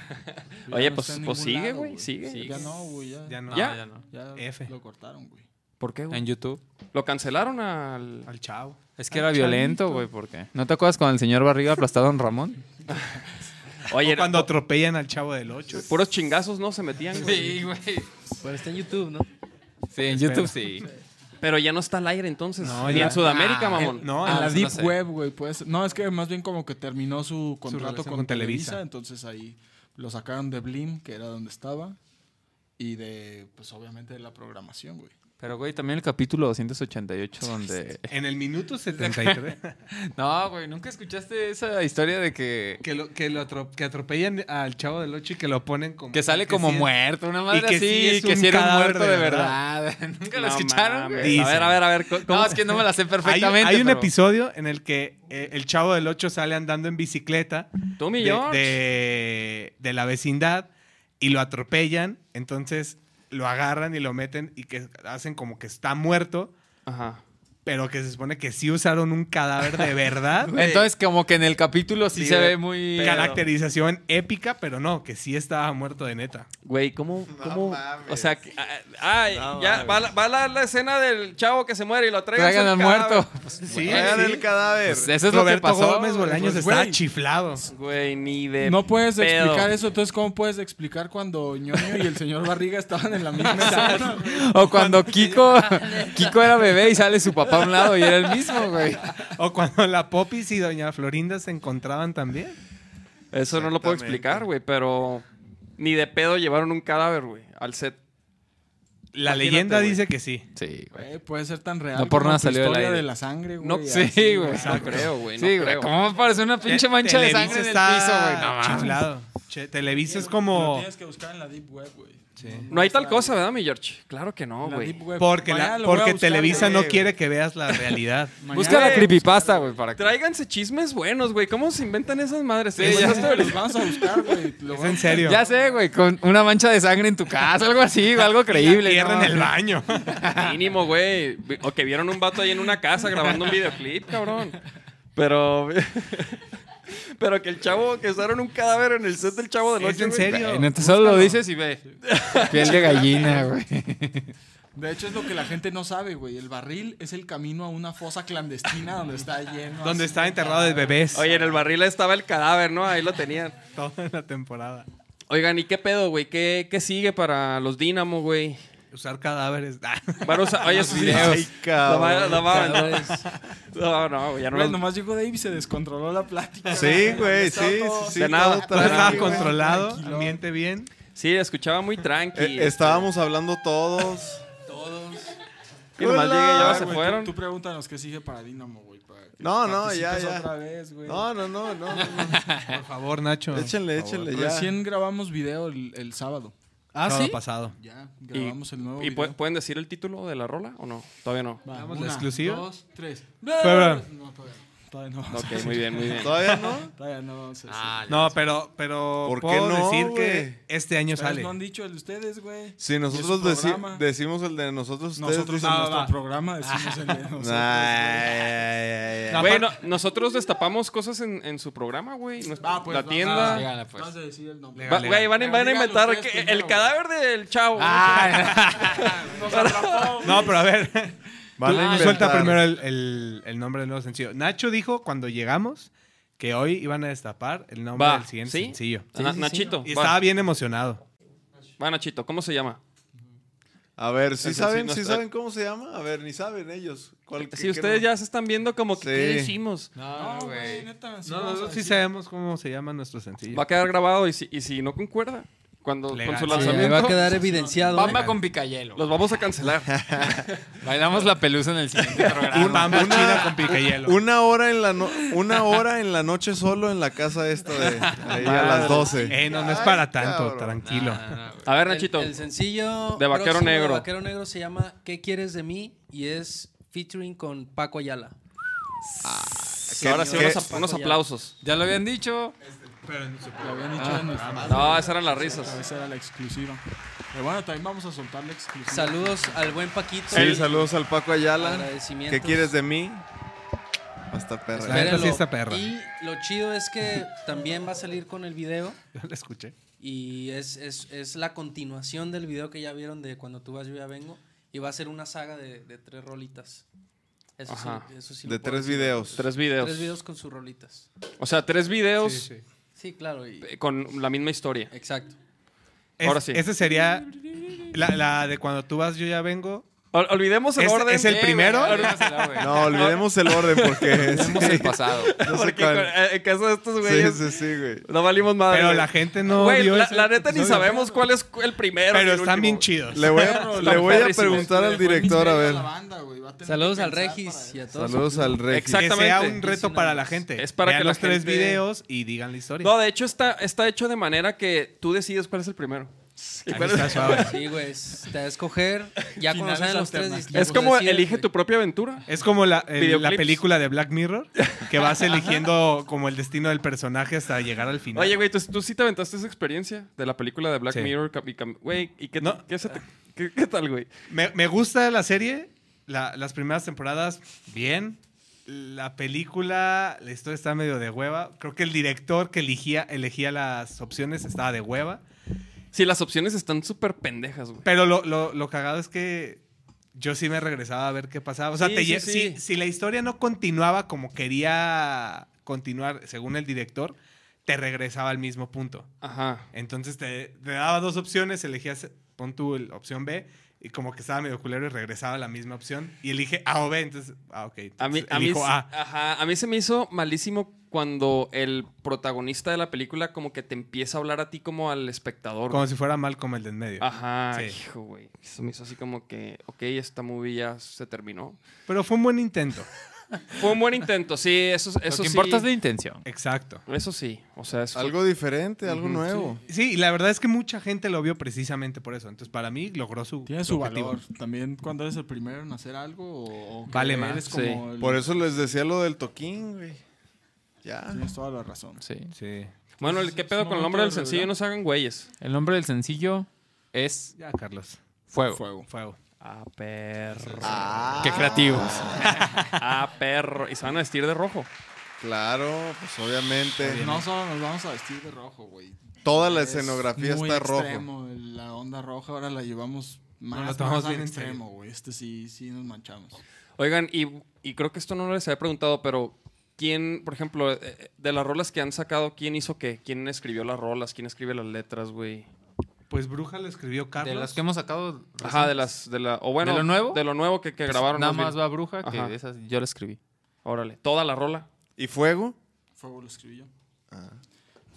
Speaker 8: Ya
Speaker 11: Oye,
Speaker 8: no
Speaker 11: pues,
Speaker 8: está en
Speaker 11: pues
Speaker 8: ningún
Speaker 11: sigue,
Speaker 8: lado,
Speaker 11: güey. Sigue.
Speaker 7: Sí.
Speaker 8: Ya no, güey. Ya,
Speaker 1: Ya no.
Speaker 7: No, ya, no.
Speaker 8: ya
Speaker 1: F.
Speaker 8: lo cortaron, güey.
Speaker 11: ¿Por qué, güey?
Speaker 7: En YouTube.
Speaker 11: Lo cancelaron al.
Speaker 1: Al Chavo.
Speaker 7: Es que era violento, güey, porque. ¿No te acuerdas cuando el señor Barriga aplastaba a Don Ramón?
Speaker 11: Oye,
Speaker 1: O cuando atropellan al Chavo del 8.
Speaker 11: puros chingazos, ¿no? Se metían, güey.
Speaker 7: Sí, güey.
Speaker 6: Pero está en YouTube, ¿no?
Speaker 7: Sí, en YouTube sí.
Speaker 11: Pero ya no está al aire entonces.
Speaker 1: No,
Speaker 11: Ni
Speaker 1: ya-
Speaker 11: en Sudamérica,
Speaker 7: Ah,
Speaker 11: mamón.
Speaker 1: No,
Speaker 8: a
Speaker 1: en
Speaker 8: la
Speaker 1: las-
Speaker 7: eso no
Speaker 8: Deep
Speaker 7: sé.
Speaker 8: Web, güey. Pues, no, es que más bien como que terminó su contrato
Speaker 1: relación
Speaker 8: con,
Speaker 1: con
Speaker 8: Televisa,
Speaker 1: Televisa.
Speaker 8: Entonces ahí lo sacaron de Blim, que era donde estaba. Y de, pues obviamente de la programación, güey.
Speaker 7: Pero, güey, también el capítulo 288 donde...
Speaker 1: en el minuto 73.
Speaker 7: No, güey, ¿nunca escuchaste esa historia de que...
Speaker 1: que, lo, que, lo atro- que atropellan al Chavo del 8 y que lo ponen como.
Speaker 7: Que sale como
Speaker 1: sí es-
Speaker 7: muerto, una madre
Speaker 1: Y que
Speaker 7: así,
Speaker 1: sí es
Speaker 7: que
Speaker 1: un
Speaker 7: si era un
Speaker 1: cadáver
Speaker 7: muerto
Speaker 1: de
Speaker 7: de verdad. ¿Nunca lo
Speaker 11: No
Speaker 7: escucharon?
Speaker 11: mames.
Speaker 7: güey?
Speaker 11: A ver, a ver, a ver. ¿cómo-
Speaker 7: No, es que no me la sé
Speaker 1: Hay,
Speaker 7: perfectamente.
Speaker 1: hay un
Speaker 7: pero-
Speaker 1: episodio en el que eh, el Chavo del 8 sale andando en bicicleta
Speaker 11: ¿Tú, mi
Speaker 1: de,
Speaker 11: George?
Speaker 1: de- de la vecindad y lo atropellan, entonces lo agarran y lo meten y que hacen como que está muerto,
Speaker 11: Ajá.
Speaker 1: pero que se supone que sí usaron un cadáver de verdad.
Speaker 7: Entonces, como que en el capítulo sí,
Speaker 11: Sí,
Speaker 7: se
Speaker 11: güey,
Speaker 7: ve muy...
Speaker 1: Caracterización épica, pero no, que sí estaba muerto de neta.
Speaker 11: Güey, ¿cómo? cómo o
Speaker 5: mames.
Speaker 11: sea, que- ah, ay,
Speaker 5: No
Speaker 11: ya
Speaker 5: mames.
Speaker 11: va, la, va la- la escena del chavo que se muere y lo traigan.
Speaker 7: Traigan al muerto.
Speaker 1: Sí,
Speaker 5: Hagan el cadáver.
Speaker 7: Pues eso es lo que
Speaker 1: Roberto
Speaker 7: pasó.
Speaker 1: Gómez
Speaker 7: güey.
Speaker 1: Bolaños
Speaker 8: Pues,
Speaker 1: estaba
Speaker 8: güey.
Speaker 1: chiflado.
Speaker 11: Güey, ni de.
Speaker 8: No puedes
Speaker 11: pedo.
Speaker 8: explicar eso, entonces ¿cómo puedes explicar cuando ñoño y el señor Barriga estaban en la misma sala?
Speaker 7: O cuando Kiko, Kiko era bebé y sale su papá a un lado y era el mismo, güey.
Speaker 1: O cuando la Popis y Doña Florinda se encontraban también.
Speaker 11: Eso no lo puedo
Speaker 5: Exactamente.
Speaker 11: explicar, güey, pero. Ni de pedo llevaron un cadáver, güey, al set.
Speaker 1: La
Speaker 11: Imagínate,
Speaker 1: leyenda
Speaker 11: güey.
Speaker 1: dice que sí.
Speaker 7: Sí, güey.
Speaker 8: Güey, Eh, puede ser tan real.
Speaker 7: No por
Speaker 8: como
Speaker 7: nada
Speaker 8: tu
Speaker 7: salió del
Speaker 8: historia
Speaker 7: aire.
Speaker 8: de la sangre, güey.
Speaker 11: No,
Speaker 8: así,
Speaker 7: Sí, güey.
Speaker 8: güey.
Speaker 11: No creo, güey. No
Speaker 7: Sí, güey.
Speaker 11: creo.
Speaker 7: ¿Cómo me parece una pinche mancha de
Speaker 1: Eh, Televisa
Speaker 7: sangre en el
Speaker 1: está
Speaker 7: piso, güey? No mames.
Speaker 1: chiflado. Che, Televisa es
Speaker 8: Lo
Speaker 1: como
Speaker 8: tienes que buscar en la Deep Web, güey.
Speaker 11: No hay tal cosa, ¿verdad, mi George? Claro que no,
Speaker 8: La
Speaker 11: güey.
Speaker 8: Deep Web.
Speaker 1: Porque, la-
Speaker 8: Mañana lo voy a
Speaker 1: porque
Speaker 8: buscar,
Speaker 1: Televisa
Speaker 8: güey.
Speaker 1: no quiere que veas la realidad.
Speaker 7: Busca la
Speaker 11: Güey,
Speaker 7: creepypasta, güey, para que.
Speaker 11: Tráiganse chismes buenos, güey. ¿Cómo se inventan esas madres?
Speaker 8: Sí,
Speaker 11: ya-
Speaker 8: ya los vamos a buscar, güey. Lo
Speaker 1: es
Speaker 8: voy a-
Speaker 1: en serio.
Speaker 7: Ya sé, güey, con una mancha de sangre en tu casa, algo así, güey, algo creíble.
Speaker 1: Tierra
Speaker 7: ¿no?
Speaker 1: en el baño.
Speaker 11: Mínimo, güey. O que vieron un vato ahí en una casa grabando un videoclip, cabrón. Pero. Pero que el chavo, que usaron un cadáver en el set del chavo de
Speaker 1: Es
Speaker 11: noche.
Speaker 1: en
Speaker 11: güey.
Speaker 1: serio.
Speaker 7: Bueno, entonces solo lo dices y ve. Piel de gallina, güey.
Speaker 8: De hecho, es lo que la gente no sabe, güey. El barril es el camino a una fosa clandestina donde está lleno.
Speaker 1: Donde
Speaker 8: así.
Speaker 1: está enterrado de bebés
Speaker 11: Oye, en el barril estaba el cadáver, ¿no? Ahí lo tenían.
Speaker 1: toda la temporada.
Speaker 11: Oigan, ¿y qué pedo, güey? ¿Qué, qué sigue para los Dinamo, güey?
Speaker 1: Usar cadáveres. Ah,
Speaker 11: Van a usar- Oye, esos videos.
Speaker 5: Ay, cabrón. Pues
Speaker 11: La va- la va-
Speaker 6: Cadáveres.
Speaker 11: No, no, güey, ya no
Speaker 8: Güey,
Speaker 11: los-
Speaker 8: nomás llegó Dave y se descontroló la plática.
Speaker 5: Sí, güey, sí,
Speaker 8: Está
Speaker 5: sí,
Speaker 8: todo-
Speaker 5: sí.
Speaker 11: De nada,
Speaker 5: todo
Speaker 11: todo
Speaker 1: todo
Speaker 5: tranqui,
Speaker 1: estaba
Speaker 5: güey.
Speaker 1: controlado,
Speaker 8: tranquilo.
Speaker 1: ambiente bien.
Speaker 11: Sí, escuchaba muy tranqui. este,
Speaker 5: Eh, estábamos hablando todos.
Speaker 11: Y nomás llegué y
Speaker 8: A
Speaker 11: ya
Speaker 8: ver,
Speaker 11: se
Speaker 8: Ah, güey,
Speaker 11: fueron.
Speaker 8: Tú, tú pregúntanos qué sigue para Dinamo, güey. para que
Speaker 5: No, no, ya,
Speaker 8: participes
Speaker 5: ya.
Speaker 8: otra vez, güey.
Speaker 5: No, no, no, no. no, no.
Speaker 1: Por favor, Nacho.
Speaker 5: Échenle, échenle ya.
Speaker 8: Recién grabamos video el, el sábado.
Speaker 6: ¿Ah,
Speaker 1: Sábado
Speaker 6: sí?
Speaker 1: pasado.
Speaker 8: Ya, grabamos el nuevo
Speaker 11: ¿Y
Speaker 8: video.
Speaker 11: pu- pueden decir el título de la rola o no? Todavía no.
Speaker 8: Va,
Speaker 1: Damos la
Speaker 8: una,
Speaker 1: exclusiva.
Speaker 8: dos, tres.
Speaker 1: Pero-
Speaker 8: No, todavía no. Todavía no.
Speaker 11: Ok, muy bien, muy bien.
Speaker 5: Todavía no.
Speaker 8: Todavía no. vamos a decir.
Speaker 1: No, pero, pero
Speaker 5: ¿Por qué
Speaker 1: puedo
Speaker 5: no,
Speaker 1: decir
Speaker 5: güey?
Speaker 1: que este año
Speaker 8: Ustedes
Speaker 1: sale.
Speaker 8: no han dicho el de ustedes, güey.
Speaker 5: Si nosotros
Speaker 8: ¿Y es su
Speaker 5: deci-
Speaker 8: programa?
Speaker 5: decimos el de nosotros, ustedes
Speaker 8: Nosotros en
Speaker 5: dicen-
Speaker 8: nuestro programa decimos el de nosotros.
Speaker 5: Ay, ay, ay.
Speaker 1: No,
Speaker 11: Güey,
Speaker 1: aparte-
Speaker 11: no- nosotros destapamos cosas en, en su programa, güey. Nos-
Speaker 8: Ah, pues,
Speaker 11: la
Speaker 8: no,
Speaker 11: tienda.
Speaker 8: no,
Speaker 7: Dígala, pues.
Speaker 8: Vas a decir el nombre.
Speaker 11: Va-
Speaker 1: Legal,
Speaker 11: güey, van, a-
Speaker 8: Pero
Speaker 11: van a
Speaker 8: díganlo
Speaker 11: inventar
Speaker 8: ustedes
Speaker 11: que-
Speaker 8: primero,
Speaker 11: el
Speaker 8: güey.
Speaker 11: cadáver del chavo.
Speaker 7: Ah,
Speaker 8: Nos atrapó, güey.
Speaker 1: No, pero a ver.
Speaker 5: Van a
Speaker 1: Tú
Speaker 5: inventar.
Speaker 1: Suelta primero el, el- el nombre del nuevo sencillo. Nacho dijo cuando llegamos que hoy iban a destapar el nombre
Speaker 11: Va,
Speaker 1: del siguiente
Speaker 11: ¿sí?
Speaker 1: sencillo.
Speaker 11: Na- Nachito.
Speaker 1: Y estaba
Speaker 11: Va,
Speaker 1: bien emocionado.
Speaker 11: va, Nachito, ¿cómo se llama?
Speaker 5: A ver, si
Speaker 11: Ese sí
Speaker 5: saben,
Speaker 11: no
Speaker 5: si
Speaker 11: está-
Speaker 5: saben cómo se llama? A ver, ni saben ellos. ¿Cuál- qué-
Speaker 11: Si
Speaker 5: qué
Speaker 11: ustedes
Speaker 5: no?
Speaker 11: ya se están viendo como que
Speaker 5: Sí.
Speaker 11: ¿qué decimos.
Speaker 8: No, güey, neta.
Speaker 1: No,
Speaker 8: vamos a
Speaker 1: nosotros sí
Speaker 8: decir.
Speaker 1: sabemos cómo se llama nuestro sencillo.
Speaker 11: Va a quedar grabado y si, y si no concuerda cuando
Speaker 1: Legal.
Speaker 11: con
Speaker 1: Sí,
Speaker 11: su
Speaker 6: Sí, ahí
Speaker 11: lanzamiento,
Speaker 6: va a quedar evidenciado. ¿eh?
Speaker 7: Bamba con picayelo.
Speaker 11: los vamos a cancelar.
Speaker 7: Bailamos la pelusa en el siguiente programa.
Speaker 1: Un bambú china con picayelo.
Speaker 5: Una hora en la no- una hora en la noche solo en la casa esta de ahí a las 12.
Speaker 1: Eh, no, no es para tanto,
Speaker 5: cabrón.
Speaker 1: tranquilo.
Speaker 11: A ver,
Speaker 6: El-
Speaker 11: Nachito.
Speaker 6: El, sencillo
Speaker 11: De Vaquero
Speaker 6: próximo
Speaker 11: Negro.
Speaker 6: De Vaquero Negro se llama ¿Qué quieres de mí? Y es featuring con Paco Ayala.
Speaker 11: Ahora sí,
Speaker 5: ¿Qué-
Speaker 11: unos, ap- unos aplausos. Ah.
Speaker 7: Ya lo habían dicho.
Speaker 8: Lo habían dicho en nuestro
Speaker 11: No, esas eran las risas.
Speaker 8: Esa era la exclusiva. Pero bueno, también vamos a soltar la exclusiva.
Speaker 6: Saludos al buen Paquito.
Speaker 5: Sí, saludos al Paco Ayala.
Speaker 6: Agradecimientos.
Speaker 5: ¿Qué quieres de mí? Hasta
Speaker 1: La
Speaker 5: perra.
Speaker 1: neta sí
Speaker 6: Espérenlo.
Speaker 1: está perra.
Speaker 6: Y lo chido es que también va a salir con el video
Speaker 1: Yo la escuché.
Speaker 6: y es, es, es la continuación del video que ya vieron de Cuando tú vas yo ya vengo y va a ser una saga de, de tres rolitas. Eso
Speaker 11: Ajá.
Speaker 6: sí, eso sí lo
Speaker 5: De
Speaker 6: puedo
Speaker 5: tres
Speaker 6: decir.
Speaker 5: videos.
Speaker 11: Tres videos.
Speaker 6: Tres videos con sus rolitas.
Speaker 11: O sea, tres videos
Speaker 6: Sí, claro. y-
Speaker 11: eh, con la misma historia.
Speaker 6: exacto.
Speaker 1: Es-
Speaker 11: Ahora sí.
Speaker 1: Ese sería la, la de cuando tú vas, yo ya vengo.
Speaker 11: Ol- olvidemos el
Speaker 1: ¿Es-
Speaker 11: orden.
Speaker 1: es el
Speaker 11: Sí,
Speaker 1: primero?
Speaker 11: güey, olvidemos el-
Speaker 7: No,
Speaker 5: No, olvidemos el orden porque
Speaker 7: Hemos el pasado.
Speaker 5: no sé
Speaker 11: Porque
Speaker 5: cuál.
Speaker 11: con- eh, en caso de estos
Speaker 5: Sí,
Speaker 11: güeyes
Speaker 5: sí, sí, güey.
Speaker 11: no valimos madre.
Speaker 1: Pero
Speaker 11: güey.
Speaker 1: la gente no
Speaker 11: Güey,
Speaker 1: vio
Speaker 11: la,
Speaker 1: ese
Speaker 11: la neta ni
Speaker 1: episodio.
Speaker 11: sabes cuál es cu- el primero. y
Speaker 1: Pero
Speaker 11: el
Speaker 1: están
Speaker 11: último,
Speaker 1: bien
Speaker 11: güey.
Speaker 1: chidos.
Speaker 5: Le voy a, le voy a preguntar al director a ver.
Speaker 6: Saludos al Regis y a todos.
Speaker 5: Saludos al Regis.
Speaker 1: Que
Speaker 11: Exacto.
Speaker 1: sea
Speaker 11: Exactamente.
Speaker 1: un reto para la gente.
Speaker 11: Es para
Speaker 1: Vean
Speaker 11: que la
Speaker 1: los tres
Speaker 11: gente-
Speaker 1: videos y digan la historia.
Speaker 11: No, de hecho está, está hecho de manera que tú decides cuál es el primero. Y
Speaker 1: Ahí
Speaker 11: cuál es-
Speaker 1: está suave.
Speaker 6: Pues Sí, güey, es- te va a escoger. Ya
Speaker 8: Finales
Speaker 6: conocen los tres
Speaker 8: alternativos.
Speaker 6: distintos.
Speaker 11: Es como
Speaker 6: pues decides,
Speaker 11: elige
Speaker 6: güey.
Speaker 11: tu propia aventura.
Speaker 1: Es como la, el- la
Speaker 11: Videoclips.
Speaker 1: película de Black Mirror, que vas eligiendo como el destino del personaje hasta llegar al final.
Speaker 11: Oye, güey, ¿tú, tú sí te aventaste esa experiencia de la película de Black
Speaker 1: Sí.
Speaker 11: Mirror. cap- y cam- Güey, ¿y qué,
Speaker 1: No.
Speaker 11: qué se te- qué- qué tal, güey?
Speaker 1: me, me gusta la serie, la- las primeras temporadas, bien. La película, la historia está medio de hueva. Creo que el director que elegía, elegía las opciones estaba de hueva.
Speaker 11: Sí, las opciones están súper pendejas, güey.
Speaker 1: Pero lo, lo, lo cagado es que yo sí me regresaba a ver qué pasaba. O sea,
Speaker 11: Sí,
Speaker 1: te
Speaker 11: sí,
Speaker 1: lle-
Speaker 11: sí.
Speaker 1: Si, si la historia no continuaba como quería continuar, según el director, te regresaba al mismo punto.
Speaker 11: Ajá.
Speaker 1: Entonces te, te daba dos opciones, elegías, pon tu el- opción B, y como que estaba medio culero y regresaba a la misma opción. Y elige A o B, entonces, ah, ok.
Speaker 11: A mí,
Speaker 1: entonces
Speaker 11: a, mí,
Speaker 1: elijo A.
Speaker 11: ajá, a mí se me hizo malísimo cuando el protagonista de la película como que te empieza a hablar a ti como al espectador.
Speaker 1: Como si fuera mal como el de en medio.
Speaker 11: Ajá,
Speaker 1: Sí.
Speaker 11: hijo, güey. Se me hizo así como que, ok, esta movie ya se terminó.
Speaker 1: Pero fue un buen intento.
Speaker 11: Fue un buen intento, sí, eso, eso
Speaker 7: Lo que
Speaker 11: sí.
Speaker 7: importa es la intención.
Speaker 1: Exacto.
Speaker 11: Eso sí, o sea, eso
Speaker 5: Algo diferente, algo
Speaker 11: Ujú,
Speaker 5: nuevo.
Speaker 1: Sí, y la verdad es que mucha gente lo vio precisamente por eso. Entonces, para mí, logró su,
Speaker 8: Tiene su
Speaker 1: objetivo.
Speaker 8: valor. También cuando eres el primero en hacer algo o, o que
Speaker 1: Vale
Speaker 8: eres
Speaker 1: más,
Speaker 8: como
Speaker 11: sí.
Speaker 8: el-
Speaker 5: Por eso les decía lo del toquín, güey. Ya.
Speaker 8: Tienes toda la razón.
Speaker 7: Sí.
Speaker 1: Sí.
Speaker 11: Bueno, el qué pedo
Speaker 8: es
Speaker 11: con el nombre
Speaker 8: momento
Speaker 11: del
Speaker 8: de
Speaker 11: sencillo,
Speaker 8: revelar.
Speaker 11: no se hagan güeyes.
Speaker 7: El nombre del sencillo es
Speaker 1: Ya, Carlos.
Speaker 7: Fuego.
Speaker 8: Fuego.
Speaker 1: Fuego.
Speaker 11: Ah, perro.
Speaker 5: Ah,
Speaker 7: Qué creativos.
Speaker 11: Ah, perro. Y se van a vestir de rojo.
Speaker 5: Claro, pues obviamente.
Speaker 8: No solo nos vamos a vestir de rojo, güey.
Speaker 5: Toda la
Speaker 8: Es
Speaker 5: escenografía
Speaker 8: muy
Speaker 5: está rojo.
Speaker 8: extremo, La onda roja ahora la llevamos más,
Speaker 1: lo tomamos
Speaker 8: más al
Speaker 1: bien en
Speaker 8: extremo, güey. Este sí, sí nos manchamos.
Speaker 11: Oigan, y, y creo que esto no les había preguntado, pero ¿quién, por ejemplo, eh, eh, de las rolas que han sacado, quién hizo qué? ¿Quién escribió las rolas? ¿Quién escribe las letras, güey?
Speaker 1: Pues Bruja lo escribió Carlos.
Speaker 7: De las que hemos sacado.
Speaker 11: Ajá, de las, de la, o bueno,
Speaker 7: ¿De lo nuevo?
Speaker 11: De lo nuevo que, que
Speaker 7: pues,
Speaker 11: grabaron.
Speaker 7: Nada
Speaker 11: más
Speaker 7: más
Speaker 11: bien.
Speaker 7: va Bruja, que
Speaker 11: Ajá.
Speaker 7: de esas yo la escribí.
Speaker 11: Órale, toda la rola.
Speaker 5: ¿Y fuego?
Speaker 8: Fuego lo escribí yo.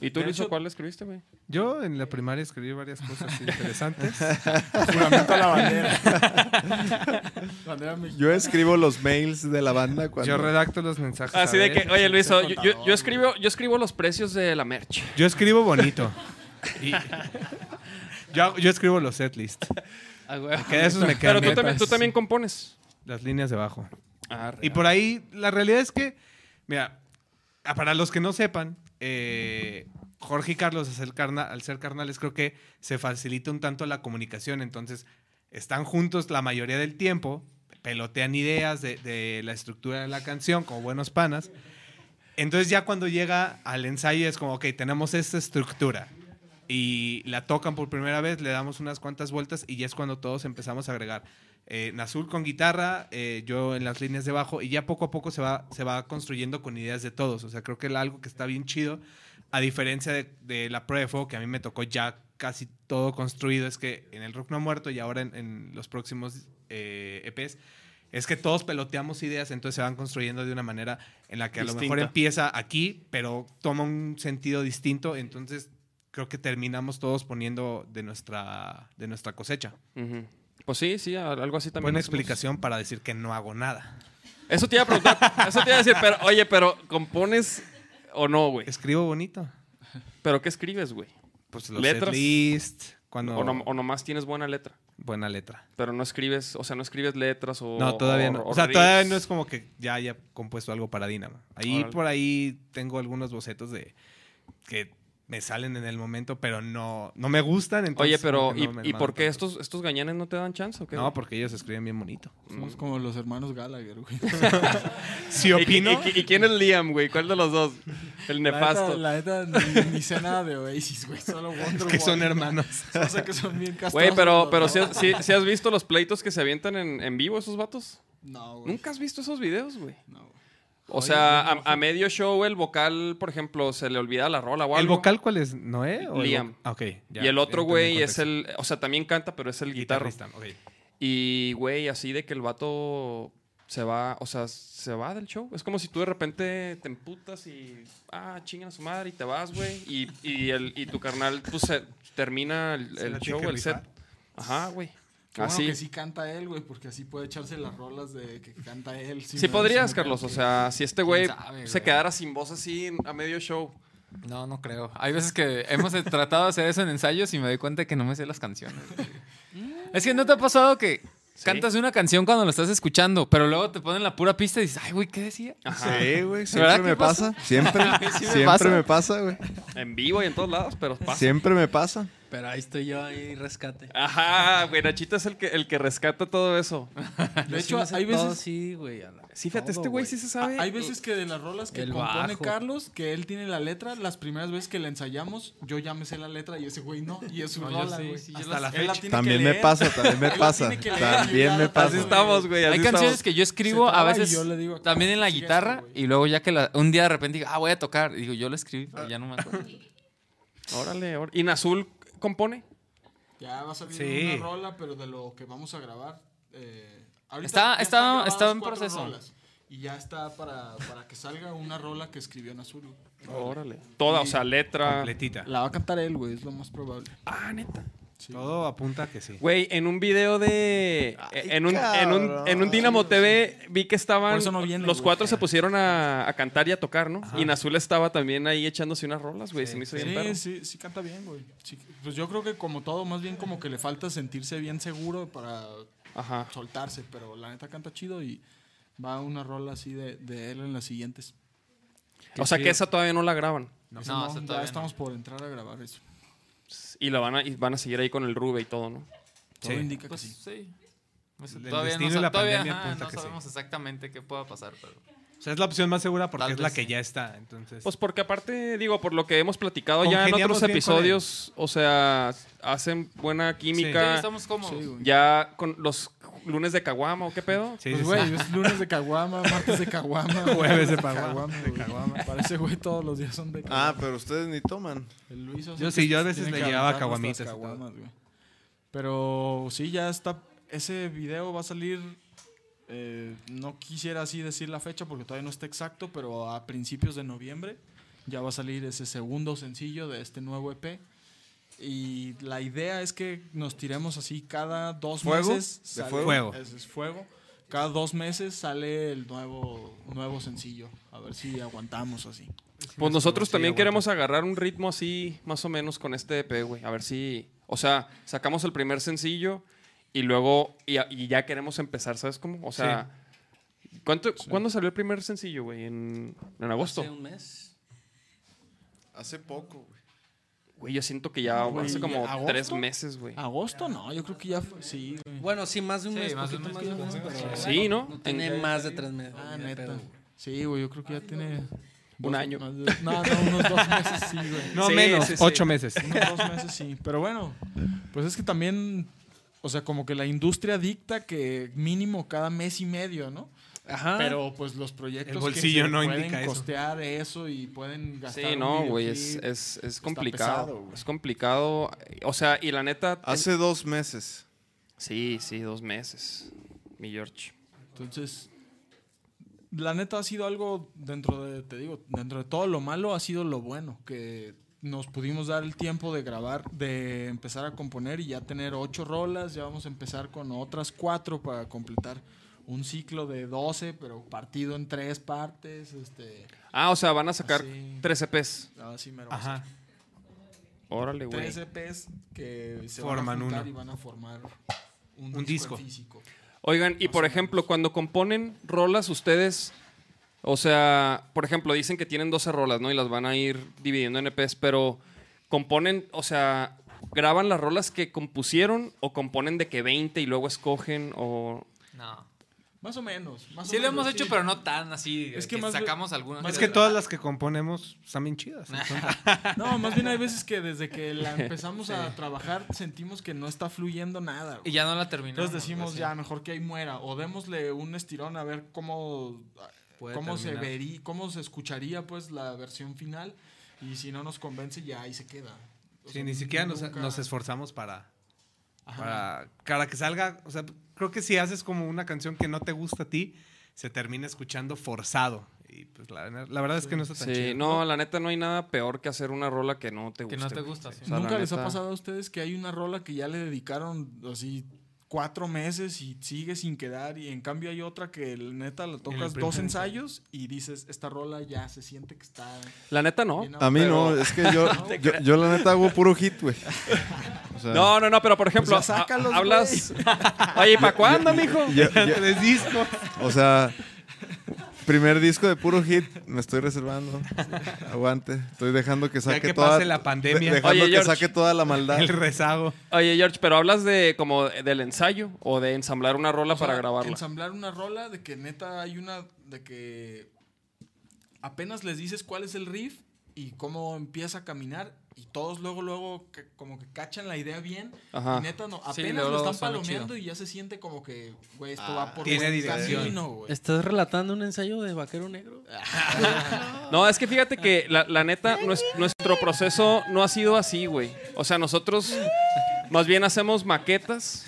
Speaker 11: ¿Y tú,
Speaker 8: De
Speaker 11: Luis,
Speaker 8: hecho-
Speaker 11: cuál la escribiste, güey?
Speaker 7: pues,
Speaker 1: Yo en la primaria escribí varias cosas interesantes.
Speaker 8: Juramento a la bandera. bandera mexicana.
Speaker 5: Yo escribo los mails de la banda cuando.
Speaker 1: Yo redacto los mensajes.
Speaker 11: Así
Speaker 1: a
Speaker 11: de
Speaker 1: ver.
Speaker 11: que, oye, Luis,
Speaker 8: ese
Speaker 11: yo, yo,
Speaker 8: contador,
Speaker 11: yo escribo, yo escribo los precios de la merch.
Speaker 1: Yo escribo bonito. Y- yo, hago- yo escribo los setlists. Que de esos me quedan
Speaker 11: Ah, Pero tú
Speaker 1: bien.
Speaker 11: también, tú Ah, también compones.
Speaker 1: Las líneas debajo.
Speaker 11: Arre,
Speaker 1: Y por ahí, la realidad es que, mira, ah, para los que no sepan, eh, Jorge y Carlos, al ser, carna- al ser carnales, creo que se facilita un tanto la comunicación. Entonces, están juntos la mayoría del tiempo, pelotean ideas de, de la estructura de la canción como buenos panas. Entonces, ya cuando llega al ensayo, es como, ok, tenemos esta estructura. Y la tocan por primera vez, le damos unas cuantas vueltas y ya es cuando todos empezamos a agregar. Eh, Nazul con guitarra, eh, yo en las líneas de bajo, y ya poco a poco se va, se va construyendo con ideas de todos. O sea, creo que es algo que está bien chido, a diferencia de, de la prueba de fuego, que a mí me tocó ya casi todo construido, es que en el Rock No Muerto y ahora en, en los próximos eh, EPs, es que todos peloteamos ideas, entonces se van construyendo de una manera en la que a lo mejor
Speaker 11: Distinta.
Speaker 1: empieza aquí, pero toma un sentido distinto, entonces creo que terminamos todos poniendo de nuestra, de nuestra cosecha.
Speaker 11: Ujú. Pues sí, sí, a- algo así también.
Speaker 1: Buena
Speaker 11: hacemos.
Speaker 1: explicación para decir que no hago nada.
Speaker 11: Eso te iba a preguntar, eso te iba a decir, pero oye, pero ¿compones o no, güey?
Speaker 1: Escribo bonito.
Speaker 11: ¿Pero qué escribes, güey?
Speaker 1: Pues los
Speaker 11: Letras.
Speaker 1: setlist, cuando
Speaker 11: O, nom- o nomás tienes buena letra,
Speaker 1: buena letra.
Speaker 11: pero no escribes, o sea, no escribes letras o...
Speaker 1: No, todavía no.
Speaker 11: o-
Speaker 1: O sea,
Speaker 11: riffs.
Speaker 1: todavía no es como que ya haya compuesto algo para Dynamo. Ahí
Speaker 11: Órale.
Speaker 1: por ahí tengo algunos bocetos de que me salen en el momento, pero no, no me gustan. Entonces
Speaker 11: Oye, pero
Speaker 1: como que
Speaker 11: ¿y,
Speaker 1: no me
Speaker 11: y por
Speaker 1: mando
Speaker 11: qué
Speaker 1: tanto.
Speaker 11: estos, estos gañanes no te dan chance o qué?
Speaker 1: No, pues, porque ellos escriben bien bonito.
Speaker 8: Somos como los hermanos Gallagher, güey.
Speaker 1: Si
Speaker 11: ¿Y, y-
Speaker 1: opino,
Speaker 11: y- y quién es Liam, güey? ¿Cuál de los dos? El nefasto.
Speaker 8: La neta, la neta, ni, ni sé nada de Oasis, güey. Solo Wonderwall.
Speaker 1: que son hermanos.
Speaker 8: O sea, que son bien castrosos.
Speaker 11: Güey, pero,
Speaker 8: los
Speaker 11: pero
Speaker 8: dos.
Speaker 11: si, has- si- si has visto los pleitos que se avientan en, en vivo esos vatos.
Speaker 8: No, güey.
Speaker 11: ¿Nunca has visto esos videos, güey?
Speaker 8: No, güey.
Speaker 11: O sea, a, a medio show el vocal, por ejemplo, se le olvida la rola o
Speaker 1: ¿El
Speaker 11: algo.
Speaker 1: vocal cuál es? ¿Noé? o el
Speaker 11: Liam.
Speaker 1: vo- Ah, ok, ya,
Speaker 11: y el
Speaker 1: ya
Speaker 11: otro
Speaker 1: entendí
Speaker 11: güey es
Speaker 1: contexto.
Speaker 11: el, o sea, también canta, pero es el guitarro.
Speaker 1: guitarrista. ok.
Speaker 11: Y güey, así de que el vato se va, o sea, se va del show. Es como si tú de repente te emputas y, ah, chingan a su madre y te vas, güey. Y, y, el- y tu carnal, pues, se- termina el,
Speaker 1: Se
Speaker 11: el
Speaker 1: la tiene
Speaker 11: show,
Speaker 1: que
Speaker 11: el set.
Speaker 1: rifar.
Speaker 11: Ajá, güey.
Speaker 5: ¿Ah,
Speaker 8: Qué bueno
Speaker 11: Así.
Speaker 8: que sí canta él, güey, porque así puede echarse las rolas de que canta él.
Speaker 11: sí,
Speaker 8: sin-
Speaker 11: podrías,
Speaker 8: sin-
Speaker 11: Carlos. O sea, si este güey
Speaker 10: sabe,
Speaker 11: se
Speaker 10: güey?
Speaker 11: quedara sin voz así a medio show.
Speaker 7: No, no creo. Hay veces que hemos tratado de hacer eso en ensayos y me doy cuenta que no me sé las canciones. es que no te ha pasado que cantas una canción cuando lo estás escuchando, pero luego te ponen la pura pista y dices, ay, güey, ¿qué decía?
Speaker 11: Ajá.
Speaker 5: Sí, güey,
Speaker 7: ¿Verdad
Speaker 5: siempre
Speaker 7: que
Speaker 5: me pasa? Siempre,
Speaker 7: Sí me
Speaker 5: siempre
Speaker 7: pasa.
Speaker 5: me pasa, güey.
Speaker 11: En vivo y en todos lados, pero pasa.
Speaker 5: Siempre me pasa.
Speaker 6: Pero ahí estoy yo ahí rescate.
Speaker 11: Ajá, güey, Nachito es el que, el que rescata todo eso.
Speaker 8: Ah, De hecho, hay veces
Speaker 6: sí, güey. a la-
Speaker 11: Sí, fíjate,
Speaker 6: todo,
Speaker 11: este güey
Speaker 6: güey.
Speaker 11: sí se sabe.
Speaker 8: Ah, Hay veces que de las rolas que
Speaker 6: El
Speaker 8: compone
Speaker 6: bajo.
Speaker 8: Carlos, que él tiene la letra, las primeras veces que la ensayamos, yo ya me sé la letra y ese güey no, y es su
Speaker 7: No, yo
Speaker 8: rola,
Speaker 7: sí,
Speaker 8: güey.
Speaker 7: sí, yo
Speaker 8: Hasta
Speaker 7: las-
Speaker 8: la
Speaker 7: él
Speaker 8: fecha.
Speaker 7: la
Speaker 8: tiene
Speaker 5: También
Speaker 8: que
Speaker 5: me
Speaker 8: leer.
Speaker 5: pasa, también me
Speaker 8: Él la
Speaker 5: pasa.
Speaker 8: tiene que leer,
Speaker 5: También
Speaker 8: yo
Speaker 5: me
Speaker 8: ya la
Speaker 11: Así
Speaker 5: pasa.
Speaker 8: tengo.
Speaker 11: estamos, güey. así
Speaker 7: Hay canciones
Speaker 11: estamos.
Speaker 7: que yo escribo
Speaker 8: traba
Speaker 7: a
Speaker 8: y
Speaker 7: veces
Speaker 8: yo le digo acá,
Speaker 7: también en la
Speaker 8: "Sigue esto,
Speaker 7: guitarra
Speaker 8: güey".
Speaker 7: y luego ya que la- un día de repente digo, ah, voy a tocar. Y digo, yo lo escribí, pero ya no me
Speaker 8: Ah,
Speaker 7: acuerdo.
Speaker 11: Órale, órale. ¿Y Nazul compone?
Speaker 8: Ya va a salir
Speaker 1: Sí.
Speaker 8: una rola, pero de lo que vamos a grabar. eh, ahorita
Speaker 7: Está- está-
Speaker 8: ya están grabadas
Speaker 7: está en
Speaker 8: cuatro
Speaker 7: proceso.
Speaker 8: rolas, y ya está para, para que salga una rola que escribió en azul. güey.
Speaker 11: Órale. Toda, o sea, letra.
Speaker 1: Completita.
Speaker 8: La va a cantar él, güey, es lo más probable.
Speaker 11: Ah, neta.
Speaker 1: Todo apunta a que sí.
Speaker 11: Güey, en un video de. en, un, en, un, en un Dinamo TV vi que estaban.
Speaker 8: Por eso no viene,
Speaker 11: los
Speaker 8: güey.
Speaker 11: cuatro se pusieron a, a cantar y a tocar, ¿no? Y Nazul estaba también ahí echándose unas rolas, güey. se me hizo bien perro.
Speaker 8: Sí, sí, sí canta bien, güey. Sí, pues yo creo que como todo, más bien como que le falta sentirse bien seguro para
Speaker 11: Ajá.
Speaker 8: soltarse, pero la neta canta chido y va una rola así de, de él en las siguientes.
Speaker 11: O sea que esa todavía no la graban.
Speaker 7: No,
Speaker 8: Esa
Speaker 7: esa
Speaker 8: ya
Speaker 7: todavía no.
Speaker 8: estamos por entrar a grabar eso.
Speaker 11: Y la van a, y van a seguir ahí con el Rube y todo, ¿no?
Speaker 8: Todo
Speaker 1: Sí.
Speaker 8: indica
Speaker 7: Pues
Speaker 8: que sí.
Speaker 7: sí. O sea,
Speaker 1: El
Speaker 7: todavía no,
Speaker 1: destino y
Speaker 7: sa-
Speaker 1: la
Speaker 7: todavía,
Speaker 1: pandemia
Speaker 7: ajá,
Speaker 1: apunta
Speaker 7: no
Speaker 1: que sí.
Speaker 7: sabemos exactamente qué pueda pasar, pero
Speaker 1: O sea, es la opción más segura porque
Speaker 7: Tal
Speaker 1: es la
Speaker 7: vez
Speaker 1: que
Speaker 7: sí.
Speaker 1: ya está. Entonces,
Speaker 11: Pues porque aparte, digo, por lo que hemos platicado ya en
Speaker 1: Congeniamos
Speaker 11: otros
Speaker 1: bien con
Speaker 11: episodios, o sea, hacen buena
Speaker 7: Sí,
Speaker 11: química.
Speaker 7: estamos cómodos.
Speaker 8: Sí, güey.
Speaker 11: Ya con los lunes de Caguama o qué pedo.
Speaker 1: sí,
Speaker 8: Pues,
Speaker 1: sí,
Speaker 8: güey,
Speaker 1: sí.
Speaker 8: es lunes de caguama, martes de caguama,
Speaker 1: Jueves de
Speaker 8: güey,
Speaker 1: caguama,
Speaker 8: güey. Parece, güey, todos los días son de caguama.
Speaker 5: Ah, pero ustedes ni toman.
Speaker 8: El Luis Oso
Speaker 1: Yo
Speaker 8: que
Speaker 1: sí, yo a
Speaker 8: tiene
Speaker 1: veces
Speaker 8: que
Speaker 1: le llevaba
Speaker 8: aventar
Speaker 1: caguamitas
Speaker 8: nuestras
Speaker 1: y todo.
Speaker 8: caguamas, güey. Pero sí, ya está. Ese video va a salir. eh, no quisiera así decir la fecha porque todavía no está exacto, pero a principios de noviembre ya va a salir ese segundo sencillo de este nuevo EP. Y la idea es que nos tiremos así cada dos
Speaker 5: ¿Fuego?
Speaker 8: meses.
Speaker 5: ¿De fuego?
Speaker 1: Fuego.
Speaker 8: Ese es fuego. Cada dos meses sale el nuevo, nuevo sencillo. A ver si aguantamos así.
Speaker 11: Pues nosotros
Speaker 1: Sí,
Speaker 11: también
Speaker 1: aguanta.
Speaker 11: queremos agarrar un ritmo así, más o menos, con este EP, güey. A ver si. O sea, sacamos el primer sencillo y luego. Y, a- y ya queremos empezar, ¿sabes cómo? O sea. ¿cuánto- ¿Cuándo salió el primer sencillo, güey? En, en agosto.
Speaker 6: Hace un mes.
Speaker 5: Hace poco, güey.
Speaker 11: Güey, yo siento que ya
Speaker 8: Güey,
Speaker 11: hace como
Speaker 8: ¿agosto? Ah,
Speaker 11: tres meses, güey.
Speaker 8: ¿Agosto? No, yo creo que ya fue. Sí, güey.
Speaker 6: Bueno, sí, más de un
Speaker 7: Sí,
Speaker 6: mes.
Speaker 7: más de un
Speaker 6: poquito
Speaker 7: mes.
Speaker 6: más de un mes, pero-
Speaker 11: Sí, ¿no?
Speaker 6: No tiene más de tres meses.
Speaker 8: Ah,
Speaker 6: Ni de
Speaker 8: neta.
Speaker 6: pedo.
Speaker 8: Sí, güey, yo creo que ya tiene.
Speaker 11: Ah, Un año.
Speaker 8: más de- No, no, unos dos meses sí, güey.
Speaker 1: No
Speaker 11: Sí,
Speaker 1: menos,
Speaker 11: sí, sí.
Speaker 1: ocho meses.
Speaker 8: Unos dos meses sí. Pero bueno, pues es que también. O sea, como que la industria dicta que mínimo cada mes y medio, ¿no?
Speaker 11: Ajá.
Speaker 8: Pero pues los proyectos
Speaker 1: El bolsillo
Speaker 8: que se
Speaker 1: no
Speaker 8: pueden
Speaker 1: indica eso.
Speaker 8: costear eso. y pueden gastar.
Speaker 11: Sí,
Speaker 8: un
Speaker 11: no, güey, es,
Speaker 8: videoclip.
Speaker 11: es, es
Speaker 8: Está
Speaker 11: complicado.
Speaker 8: pesado, güey.
Speaker 11: es complicado. O sea, y la neta. ten-
Speaker 5: Hace dos meses.
Speaker 11: Sí, sí, dos meses. Mi George.
Speaker 8: Entonces, la neta ha sido algo dentro de, te digo, dentro de todo lo malo ha sido lo bueno, que nos pudimos dar el tiempo de grabar, de empezar a componer y ya tener ocho rolas, ya vamos a empezar con otras cuatro para completar un ciclo de 12, pero partido en tres partes, este,
Speaker 11: Ah, o sea, van a sacar
Speaker 8: Así.
Speaker 11: tres E EPs.
Speaker 8: así mero.
Speaker 1: Ajá.
Speaker 11: Órale, güey.
Speaker 8: Tres E EPs que se
Speaker 1: Forman
Speaker 8: van a juntar
Speaker 1: uno.
Speaker 8: y van a formar un,
Speaker 1: Un disco.
Speaker 8: disco, físico.
Speaker 11: Oigan, y por ejemplo, cuando componen rolas ustedes, o sea, por ejemplo, dicen que tienen 12 rolas, ¿no? Y las van a ir dividiendo en EPs, pero componen, o sea, graban las rolas que compusieron o componen de que 20 y luego escogen o...
Speaker 7: no.
Speaker 8: Más o menos. más o
Speaker 7: Sí lo
Speaker 8: menos,
Speaker 7: hemos hecho,
Speaker 8: sí.
Speaker 7: pero no tan así.
Speaker 8: Es
Speaker 7: Es
Speaker 8: que
Speaker 7: que,
Speaker 8: más bien-
Speaker 7: sacamos algunas.
Speaker 1: Es que todas las que componemos están bien chidas. entonces,
Speaker 8: No, más bien hay veces que desde que la empezamos a trabajar sentimos que no está fluyendo nada.
Speaker 7: Y
Speaker 8: güey.
Speaker 7: ya no la terminamos.
Speaker 8: Entonces decimos
Speaker 7: güey,
Speaker 8: ya,
Speaker 7: sí.
Speaker 8: mejor que ahí muera. O démosle un estirón a ver cómo,
Speaker 7: Puede
Speaker 8: cómo se
Speaker 7: terminar.
Speaker 8: vería, cómo se escucharía pues la versión final. Y si no nos convence, ya ahí se queda. O
Speaker 1: sí,
Speaker 8: sea,
Speaker 1: ni siquiera nos,
Speaker 8: nunca-
Speaker 1: nos esforzamos para,
Speaker 8: Ajá.
Speaker 1: para, para que salga. O sea, creo que si haces como una canción que no te gusta a ti, se termina escuchando forzado. Y pues la, la verdad es que no está tan
Speaker 11: Sí,
Speaker 1: chido.
Speaker 11: no, la neta no hay nada peor que hacer una rola que no te gusta.
Speaker 7: Que no te gusta. sí.
Speaker 11: O sea, la
Speaker 8: ¿Nunca les ha
Speaker 11: neta-
Speaker 8: pasado a ustedes que hay una rola que ya le dedicaron así cuatro meses y sigue sin quedar? Y en cambio hay otra que la neta la tocas dos
Speaker 1: primer
Speaker 8: ensayos y dices, esta rola ya se siente que está...
Speaker 11: La neta no.
Speaker 8: bien
Speaker 5: A mí no,
Speaker 8: pero-
Speaker 5: es que yo, yo, yo la neta hago puro hit, güey. O sea,
Speaker 11: No, no, no, pero por ejemplo,
Speaker 8: Pues ya
Speaker 11: ha-
Speaker 8: sácalos,
Speaker 11: hablas. Oye, ¿para cuándo, mijo?
Speaker 5: yo- yo-
Speaker 1: Tres discos.
Speaker 5: o sea, primer disco de puro hit, me estoy reservando. Aguante, estoy dejando que saque
Speaker 1: que
Speaker 5: toda
Speaker 1: pase la pandemia.
Speaker 5: de- dejando
Speaker 11: Oye,
Speaker 5: que
Speaker 11: George.
Speaker 5: saque toda la maldad.
Speaker 1: El rezago.
Speaker 11: Oye, George, pero hablas de como del ensayo o de ensamblar una rola para
Speaker 8: sea,
Speaker 11: grabarla.
Speaker 8: Ensamblar una rola de que neta hay una de que apenas les dices cuál es el riff y cómo empieza a caminar y todos luego luego que- como que cachan la idea bien
Speaker 11: Ajá.
Speaker 8: y neta no apenas
Speaker 7: Sí,
Speaker 8: lo
Speaker 7: luego
Speaker 8: están
Speaker 7: suena
Speaker 8: palomeando
Speaker 7: chido.
Speaker 8: y ya se siente como que güey esto
Speaker 5: Ah,
Speaker 8: va por
Speaker 1: tiene
Speaker 8: buen
Speaker 1: dirección.
Speaker 8: camino, güey.
Speaker 6: ¿Estás relatando un ensayo de Vaquero Negro?
Speaker 11: No, es que fíjate que la, la neta, nues- nuestro proceso no ha sido así, güey. O sea, nosotros más bien hacemos maquetas.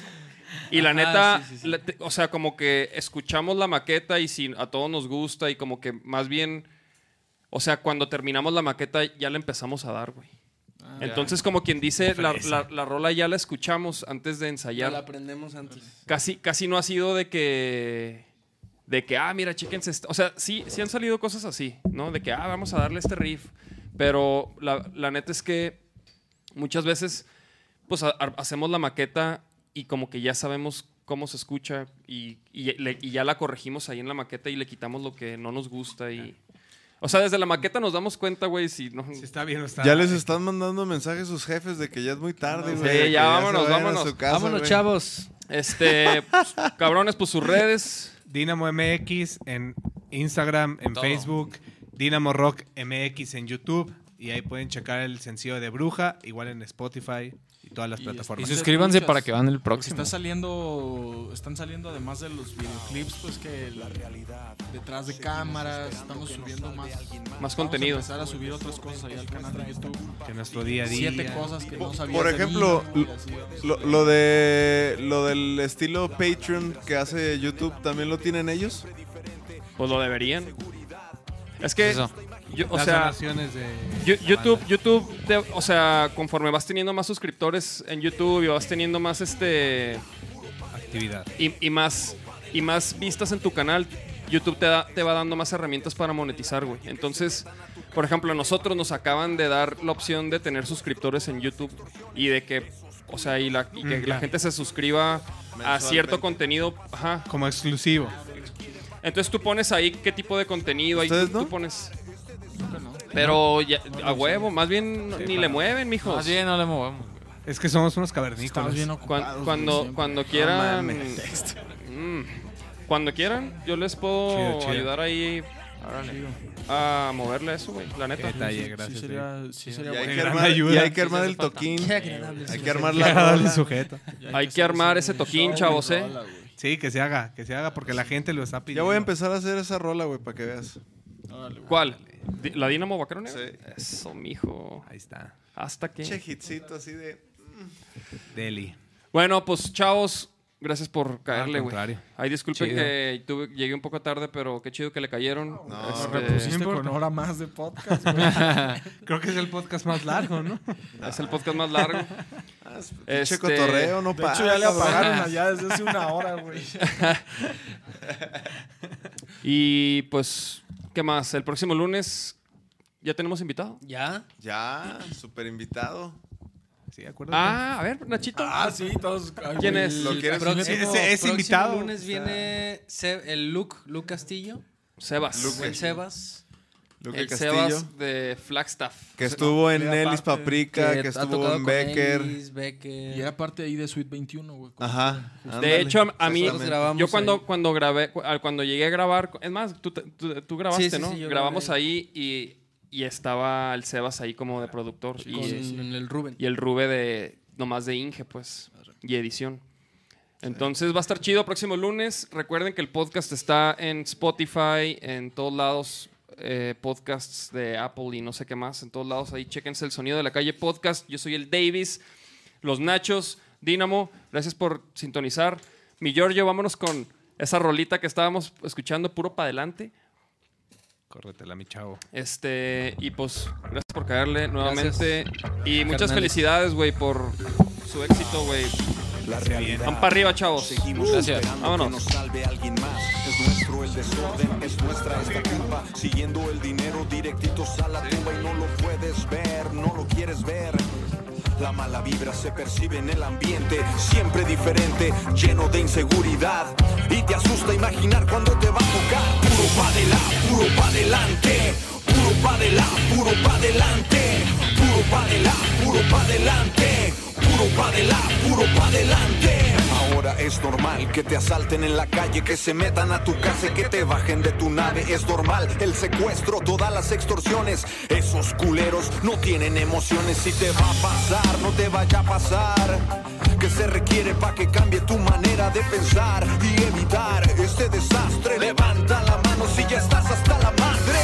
Speaker 11: Y la
Speaker 6: Ajá,
Speaker 11: neta,
Speaker 6: sí, sí, sí.
Speaker 11: la- te- o sea, como que escuchamos la maqueta y si a todos nos gusta y como que más bien, o sea, cuando terminamos la maqueta ya la empezamos a dar, güey.
Speaker 6: Ah,
Speaker 11: Entonces, como quien dice, la, la- la rola ya la escuchamos antes de ensayar.
Speaker 6: La aprendemos antes.
Speaker 11: Casi, casi no ha sido de que. De que, ah, mira, chéquense. esto. O sea, sí, sí han salido cosas así, ¿no? De que, ah, vamos a darle este riff. Pero la, la neta es que muchas veces, pues ha- ha- hacemos la maqueta y como que ya sabemos cómo se escucha y, y le- y ya la corregimos ahí en la maqueta y le quitamos lo que no nos gusta y. O sea, desde la maqueta nos damos cuenta, güey, si no.
Speaker 1: Si está bien o está
Speaker 5: Ya les están mandando mensajes sus jefes de que ya es muy tarde,
Speaker 11: Sí,
Speaker 5: güey. de que
Speaker 11: ya
Speaker 5: se
Speaker 11: vámonos,
Speaker 5: vayan a
Speaker 11: vámonos.
Speaker 5: su casa,
Speaker 6: Vámonos,
Speaker 5: güey.
Speaker 6: chavos.
Speaker 11: Este, pues, cabrones, pues sus redes.
Speaker 1: Dinamo MX en Instagram, en
Speaker 7: Todo.
Speaker 1: Facebook, Dinamo Rock MX en YouTube. Y ahí pueden checar el sencillo de Bruja, igual en Spotify y todas las
Speaker 8: Y-
Speaker 7: Y
Speaker 1: plataformas.
Speaker 8: sus-
Speaker 7: suscríbanse
Speaker 8: Muchas.
Speaker 7: para que vean el
Speaker 8: Porque
Speaker 7: próximo.
Speaker 8: está saliendo, están saliendo además de los videoclips, pues que la realidad detrás de cámaras, estamos subiendo más,
Speaker 11: Más contenido.
Speaker 8: Vamos a empezar a subir otras cosas ahí al canal de YouTube.
Speaker 1: Que nuestro día a día.
Speaker 8: este, Siete cosas que no sabía.
Speaker 5: Por
Speaker 8: de mí,
Speaker 5: ejemplo,
Speaker 8: ¿no?
Speaker 5: lo,
Speaker 8: Y así vamos.
Speaker 5: lo- lo de lo del estilo Patreon que hace YouTube, ¿también lo tienen ellos?
Speaker 11: Pues lo deberían. Es que,
Speaker 7: Eso.
Speaker 11: yo- o
Speaker 1: Las
Speaker 11: sea,
Speaker 1: donaciones de
Speaker 11: yo-
Speaker 1: la
Speaker 11: YouTube,
Speaker 1: banda.
Speaker 11: YouTube, te- o sea, conforme vas teniendo más suscriptores en YouTube y vas teniendo más, este,
Speaker 1: Actividad.
Speaker 11: y, y más, y más vistas en tu canal, YouTube te, da- te va dando más herramientas para monetizar, güey. Entonces, por ejemplo, a nosotros nos acaban de dar la opción de tener suscriptores en YouTube y de que, o sea, y, la, y que la gente se suscriba a cierto contenido, ajá,
Speaker 1: Como exclusivo.
Speaker 11: Entonces tú pones ahí qué tipo de contenido ahí
Speaker 5: ¿Ustedes
Speaker 11: tú,
Speaker 5: no?
Speaker 11: tú pones. Pero ya- a huevo, más bien ni le mueven, mijos.
Speaker 7: Más bien no le movemos. güey.
Speaker 1: Es que somos unos
Speaker 8: Estamos
Speaker 1: cavernícolas.
Speaker 8: bien
Speaker 11: Cuan-
Speaker 8: ocupados, güey,
Speaker 11: cuando,
Speaker 8: siempre.
Speaker 11: cuando quieran. Mm. cuando quieran, yo les puedo
Speaker 1: Chido, chido.
Speaker 11: ayudar ahí a moverle eso, güey. La neta.
Speaker 1: Qué detalle,
Speaker 8: Sí
Speaker 1: gracias. David.
Speaker 8: sería, sí sería
Speaker 5: Y hay
Speaker 8: bueno.
Speaker 5: que
Speaker 1: gran
Speaker 5: armar,
Speaker 1: ayuda.
Speaker 5: y hay que armar
Speaker 7: hace
Speaker 5: el
Speaker 7: falta.
Speaker 5: toquín.
Speaker 6: Qué agradable.
Speaker 5: Hay que
Speaker 6: sujeto.
Speaker 5: armar
Speaker 1: Qué
Speaker 5: la
Speaker 1: agradable
Speaker 5: rola.
Speaker 1: sujeto.
Speaker 11: Hay que
Speaker 8: hacer
Speaker 11: armar ese toquín,
Speaker 8: show,
Speaker 11: chavos,
Speaker 8: rola,
Speaker 11: ¿eh?
Speaker 8: güey.
Speaker 1: Sí, que se haga, que se haga porque la gente lo está
Speaker 5: Ya
Speaker 1: pidiendo.
Speaker 5: voy a empezar a hacer esa rola, güey, para que veas.
Speaker 8: Órale, güey.
Speaker 11: ¿Cuál? Di- ¿La Dinamo Vaquerona?
Speaker 5: Sí.
Speaker 11: Eso, mijo.
Speaker 1: Ahí está.
Speaker 11: Hasta que.
Speaker 5: Che hitcito así de...
Speaker 1: Deli.
Speaker 11: Bueno, pues chavos, gracias por caerle, güey.
Speaker 1: contrario.
Speaker 11: Ay, disculpen
Speaker 7: Chido.
Speaker 11: que tuve- llegué un poco tarde, pero qué chido que le cayeron.
Speaker 5: No,
Speaker 11: Este,
Speaker 8: Nos repusiste con hora más de podcast, güey.
Speaker 1: Creo que es el podcast más largo, ¿no?
Speaker 11: es el podcast más largo. Este-
Speaker 5: Che cotorreo, Ah, no
Speaker 8: De
Speaker 5: para.
Speaker 8: hecho, ya le
Speaker 5: cabrón.
Speaker 8: apagaron allá desde hace una hora, güey.
Speaker 11: Y pues, ¿qué más? El próximo lunes ya tenemos invitado.
Speaker 6: ¿Ya?
Speaker 5: Ya, súper invitado.
Speaker 1: Sí, ¿de acuerdo?
Speaker 11: Ah, a ver, Nachito.
Speaker 8: Ah, sí, todos. ay,
Speaker 11: ¿Quién
Speaker 8: güey,
Speaker 11: es?
Speaker 5: ¿Lo quieres?
Speaker 1: Ese- ese
Speaker 6: próximo
Speaker 1: invitado.
Speaker 6: lunes viene Se- el Luke, Luke Castillo,
Speaker 11: Sebas.
Speaker 5: Luque.
Speaker 6: el Sebas.
Speaker 5: Luque
Speaker 11: El
Speaker 5: Castillo.
Speaker 11: Sebas de Flagstaff.
Speaker 5: Que estuvo en
Speaker 8: Aparte,
Speaker 5: Ellis Paprika, que,
Speaker 6: ha
Speaker 5: estuvo
Speaker 6: tocado
Speaker 5: en
Speaker 6: con
Speaker 5: Becker.
Speaker 6: Elvis, Becker.
Speaker 8: Y era parte ahí de Suite 21, güey.
Speaker 5: Ajá.
Speaker 11: De
Speaker 5: ándale.
Speaker 11: hecho, a- a mí,
Speaker 6: Nosotros grabamos
Speaker 11: yo cuando,
Speaker 6: ahí.
Speaker 11: cuando grabé, cu- ah, cuando llegué a grabar, es más, tú, te- tú- tú grabaste,
Speaker 6: Sí, sí,
Speaker 11: ¿no?
Speaker 6: sí, yo
Speaker 11: Grabamos
Speaker 6: grabé
Speaker 11: ahí y, y estaba el Sebas ahí como de productor.
Speaker 6: con
Speaker 11: y,
Speaker 6: el Rubén.
Speaker 11: y el Rube de nomás de Inge, pues, y edición. Entonces va a estar chido próximo lunes. Recuerden que el podcast está en Spotify, en todos lados, eh, podcasts de Apple y no sé qué más, en todos lados. Ahí chéquense el sonido de la calle podcast. Yo soy el Davis, los Nachos, Dínamo. Gracias por sintonizar. Mi Giorgio, vámonos con esa rolita que estábamos escuchando puro para adelante.
Speaker 1: Córretela, mi chavo.
Speaker 11: Este, y pues, gracias por caerle nuevamente. Y
Speaker 6: Carnales.
Speaker 11: muchas felicidades, güey, por su éxito, güey.
Speaker 4: La
Speaker 11: Van
Speaker 4: realidad.
Speaker 11: para arriba, chavos.
Speaker 4: Seguimos
Speaker 7: Gracias.
Speaker 4: esperando
Speaker 11: Vámonos.
Speaker 4: que nos salve alguien más. Es nuestro el desorden, es nuestra esta culpa. Siguiendo el dinero directitos a la tumba y no lo puedes ver, no lo quieres ver. La mala vibra se percibe en el ambiente, siempre diferente, lleno de inseguridad. Y te asusta imaginar cuando te va a tocar. Puro pa' adelante, puro pa' adelante, puro pa' adelante, puro pa' adelante, puro pa' adelante, puro pa' adelante, puro pa' adelante, puro pa' adelante. Ahora es normal que te asalten en la calle, que se metan a tu casa y que te bajen de tu nave. Es normal el secuestro, todas las extorsiones. Esos culeros no tienen emociones. Si te va a pasar, no te vaya a pasar. Que se requiere para que cambie tu manera de pensar y evitar este desastre. Levanta la mano si ya estás hasta la madre.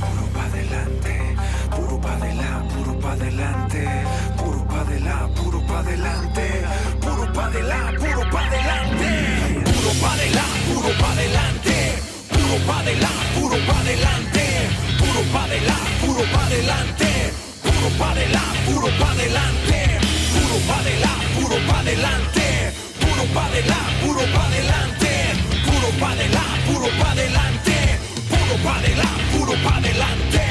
Speaker 4: Puro pa' adelante, puro pa' adelante, puro pa' adelante, puro pa' adelante, puro pa' adelante, puro pa' adelante, puro pa' adelante, puro pa' adelante, puro pa' adelante, puro pa' adelante, puro pa' adelante, puro pa' adelante, puro pa' adelante, puro pa' adelante, puro pa' adelante, puro pa' adelante, puro pa' adelante, puro pa' adelante, puro pa' adelante, puro pa' adelante, puro pa' adelante, puro pa' adelante, puro pa' adelante.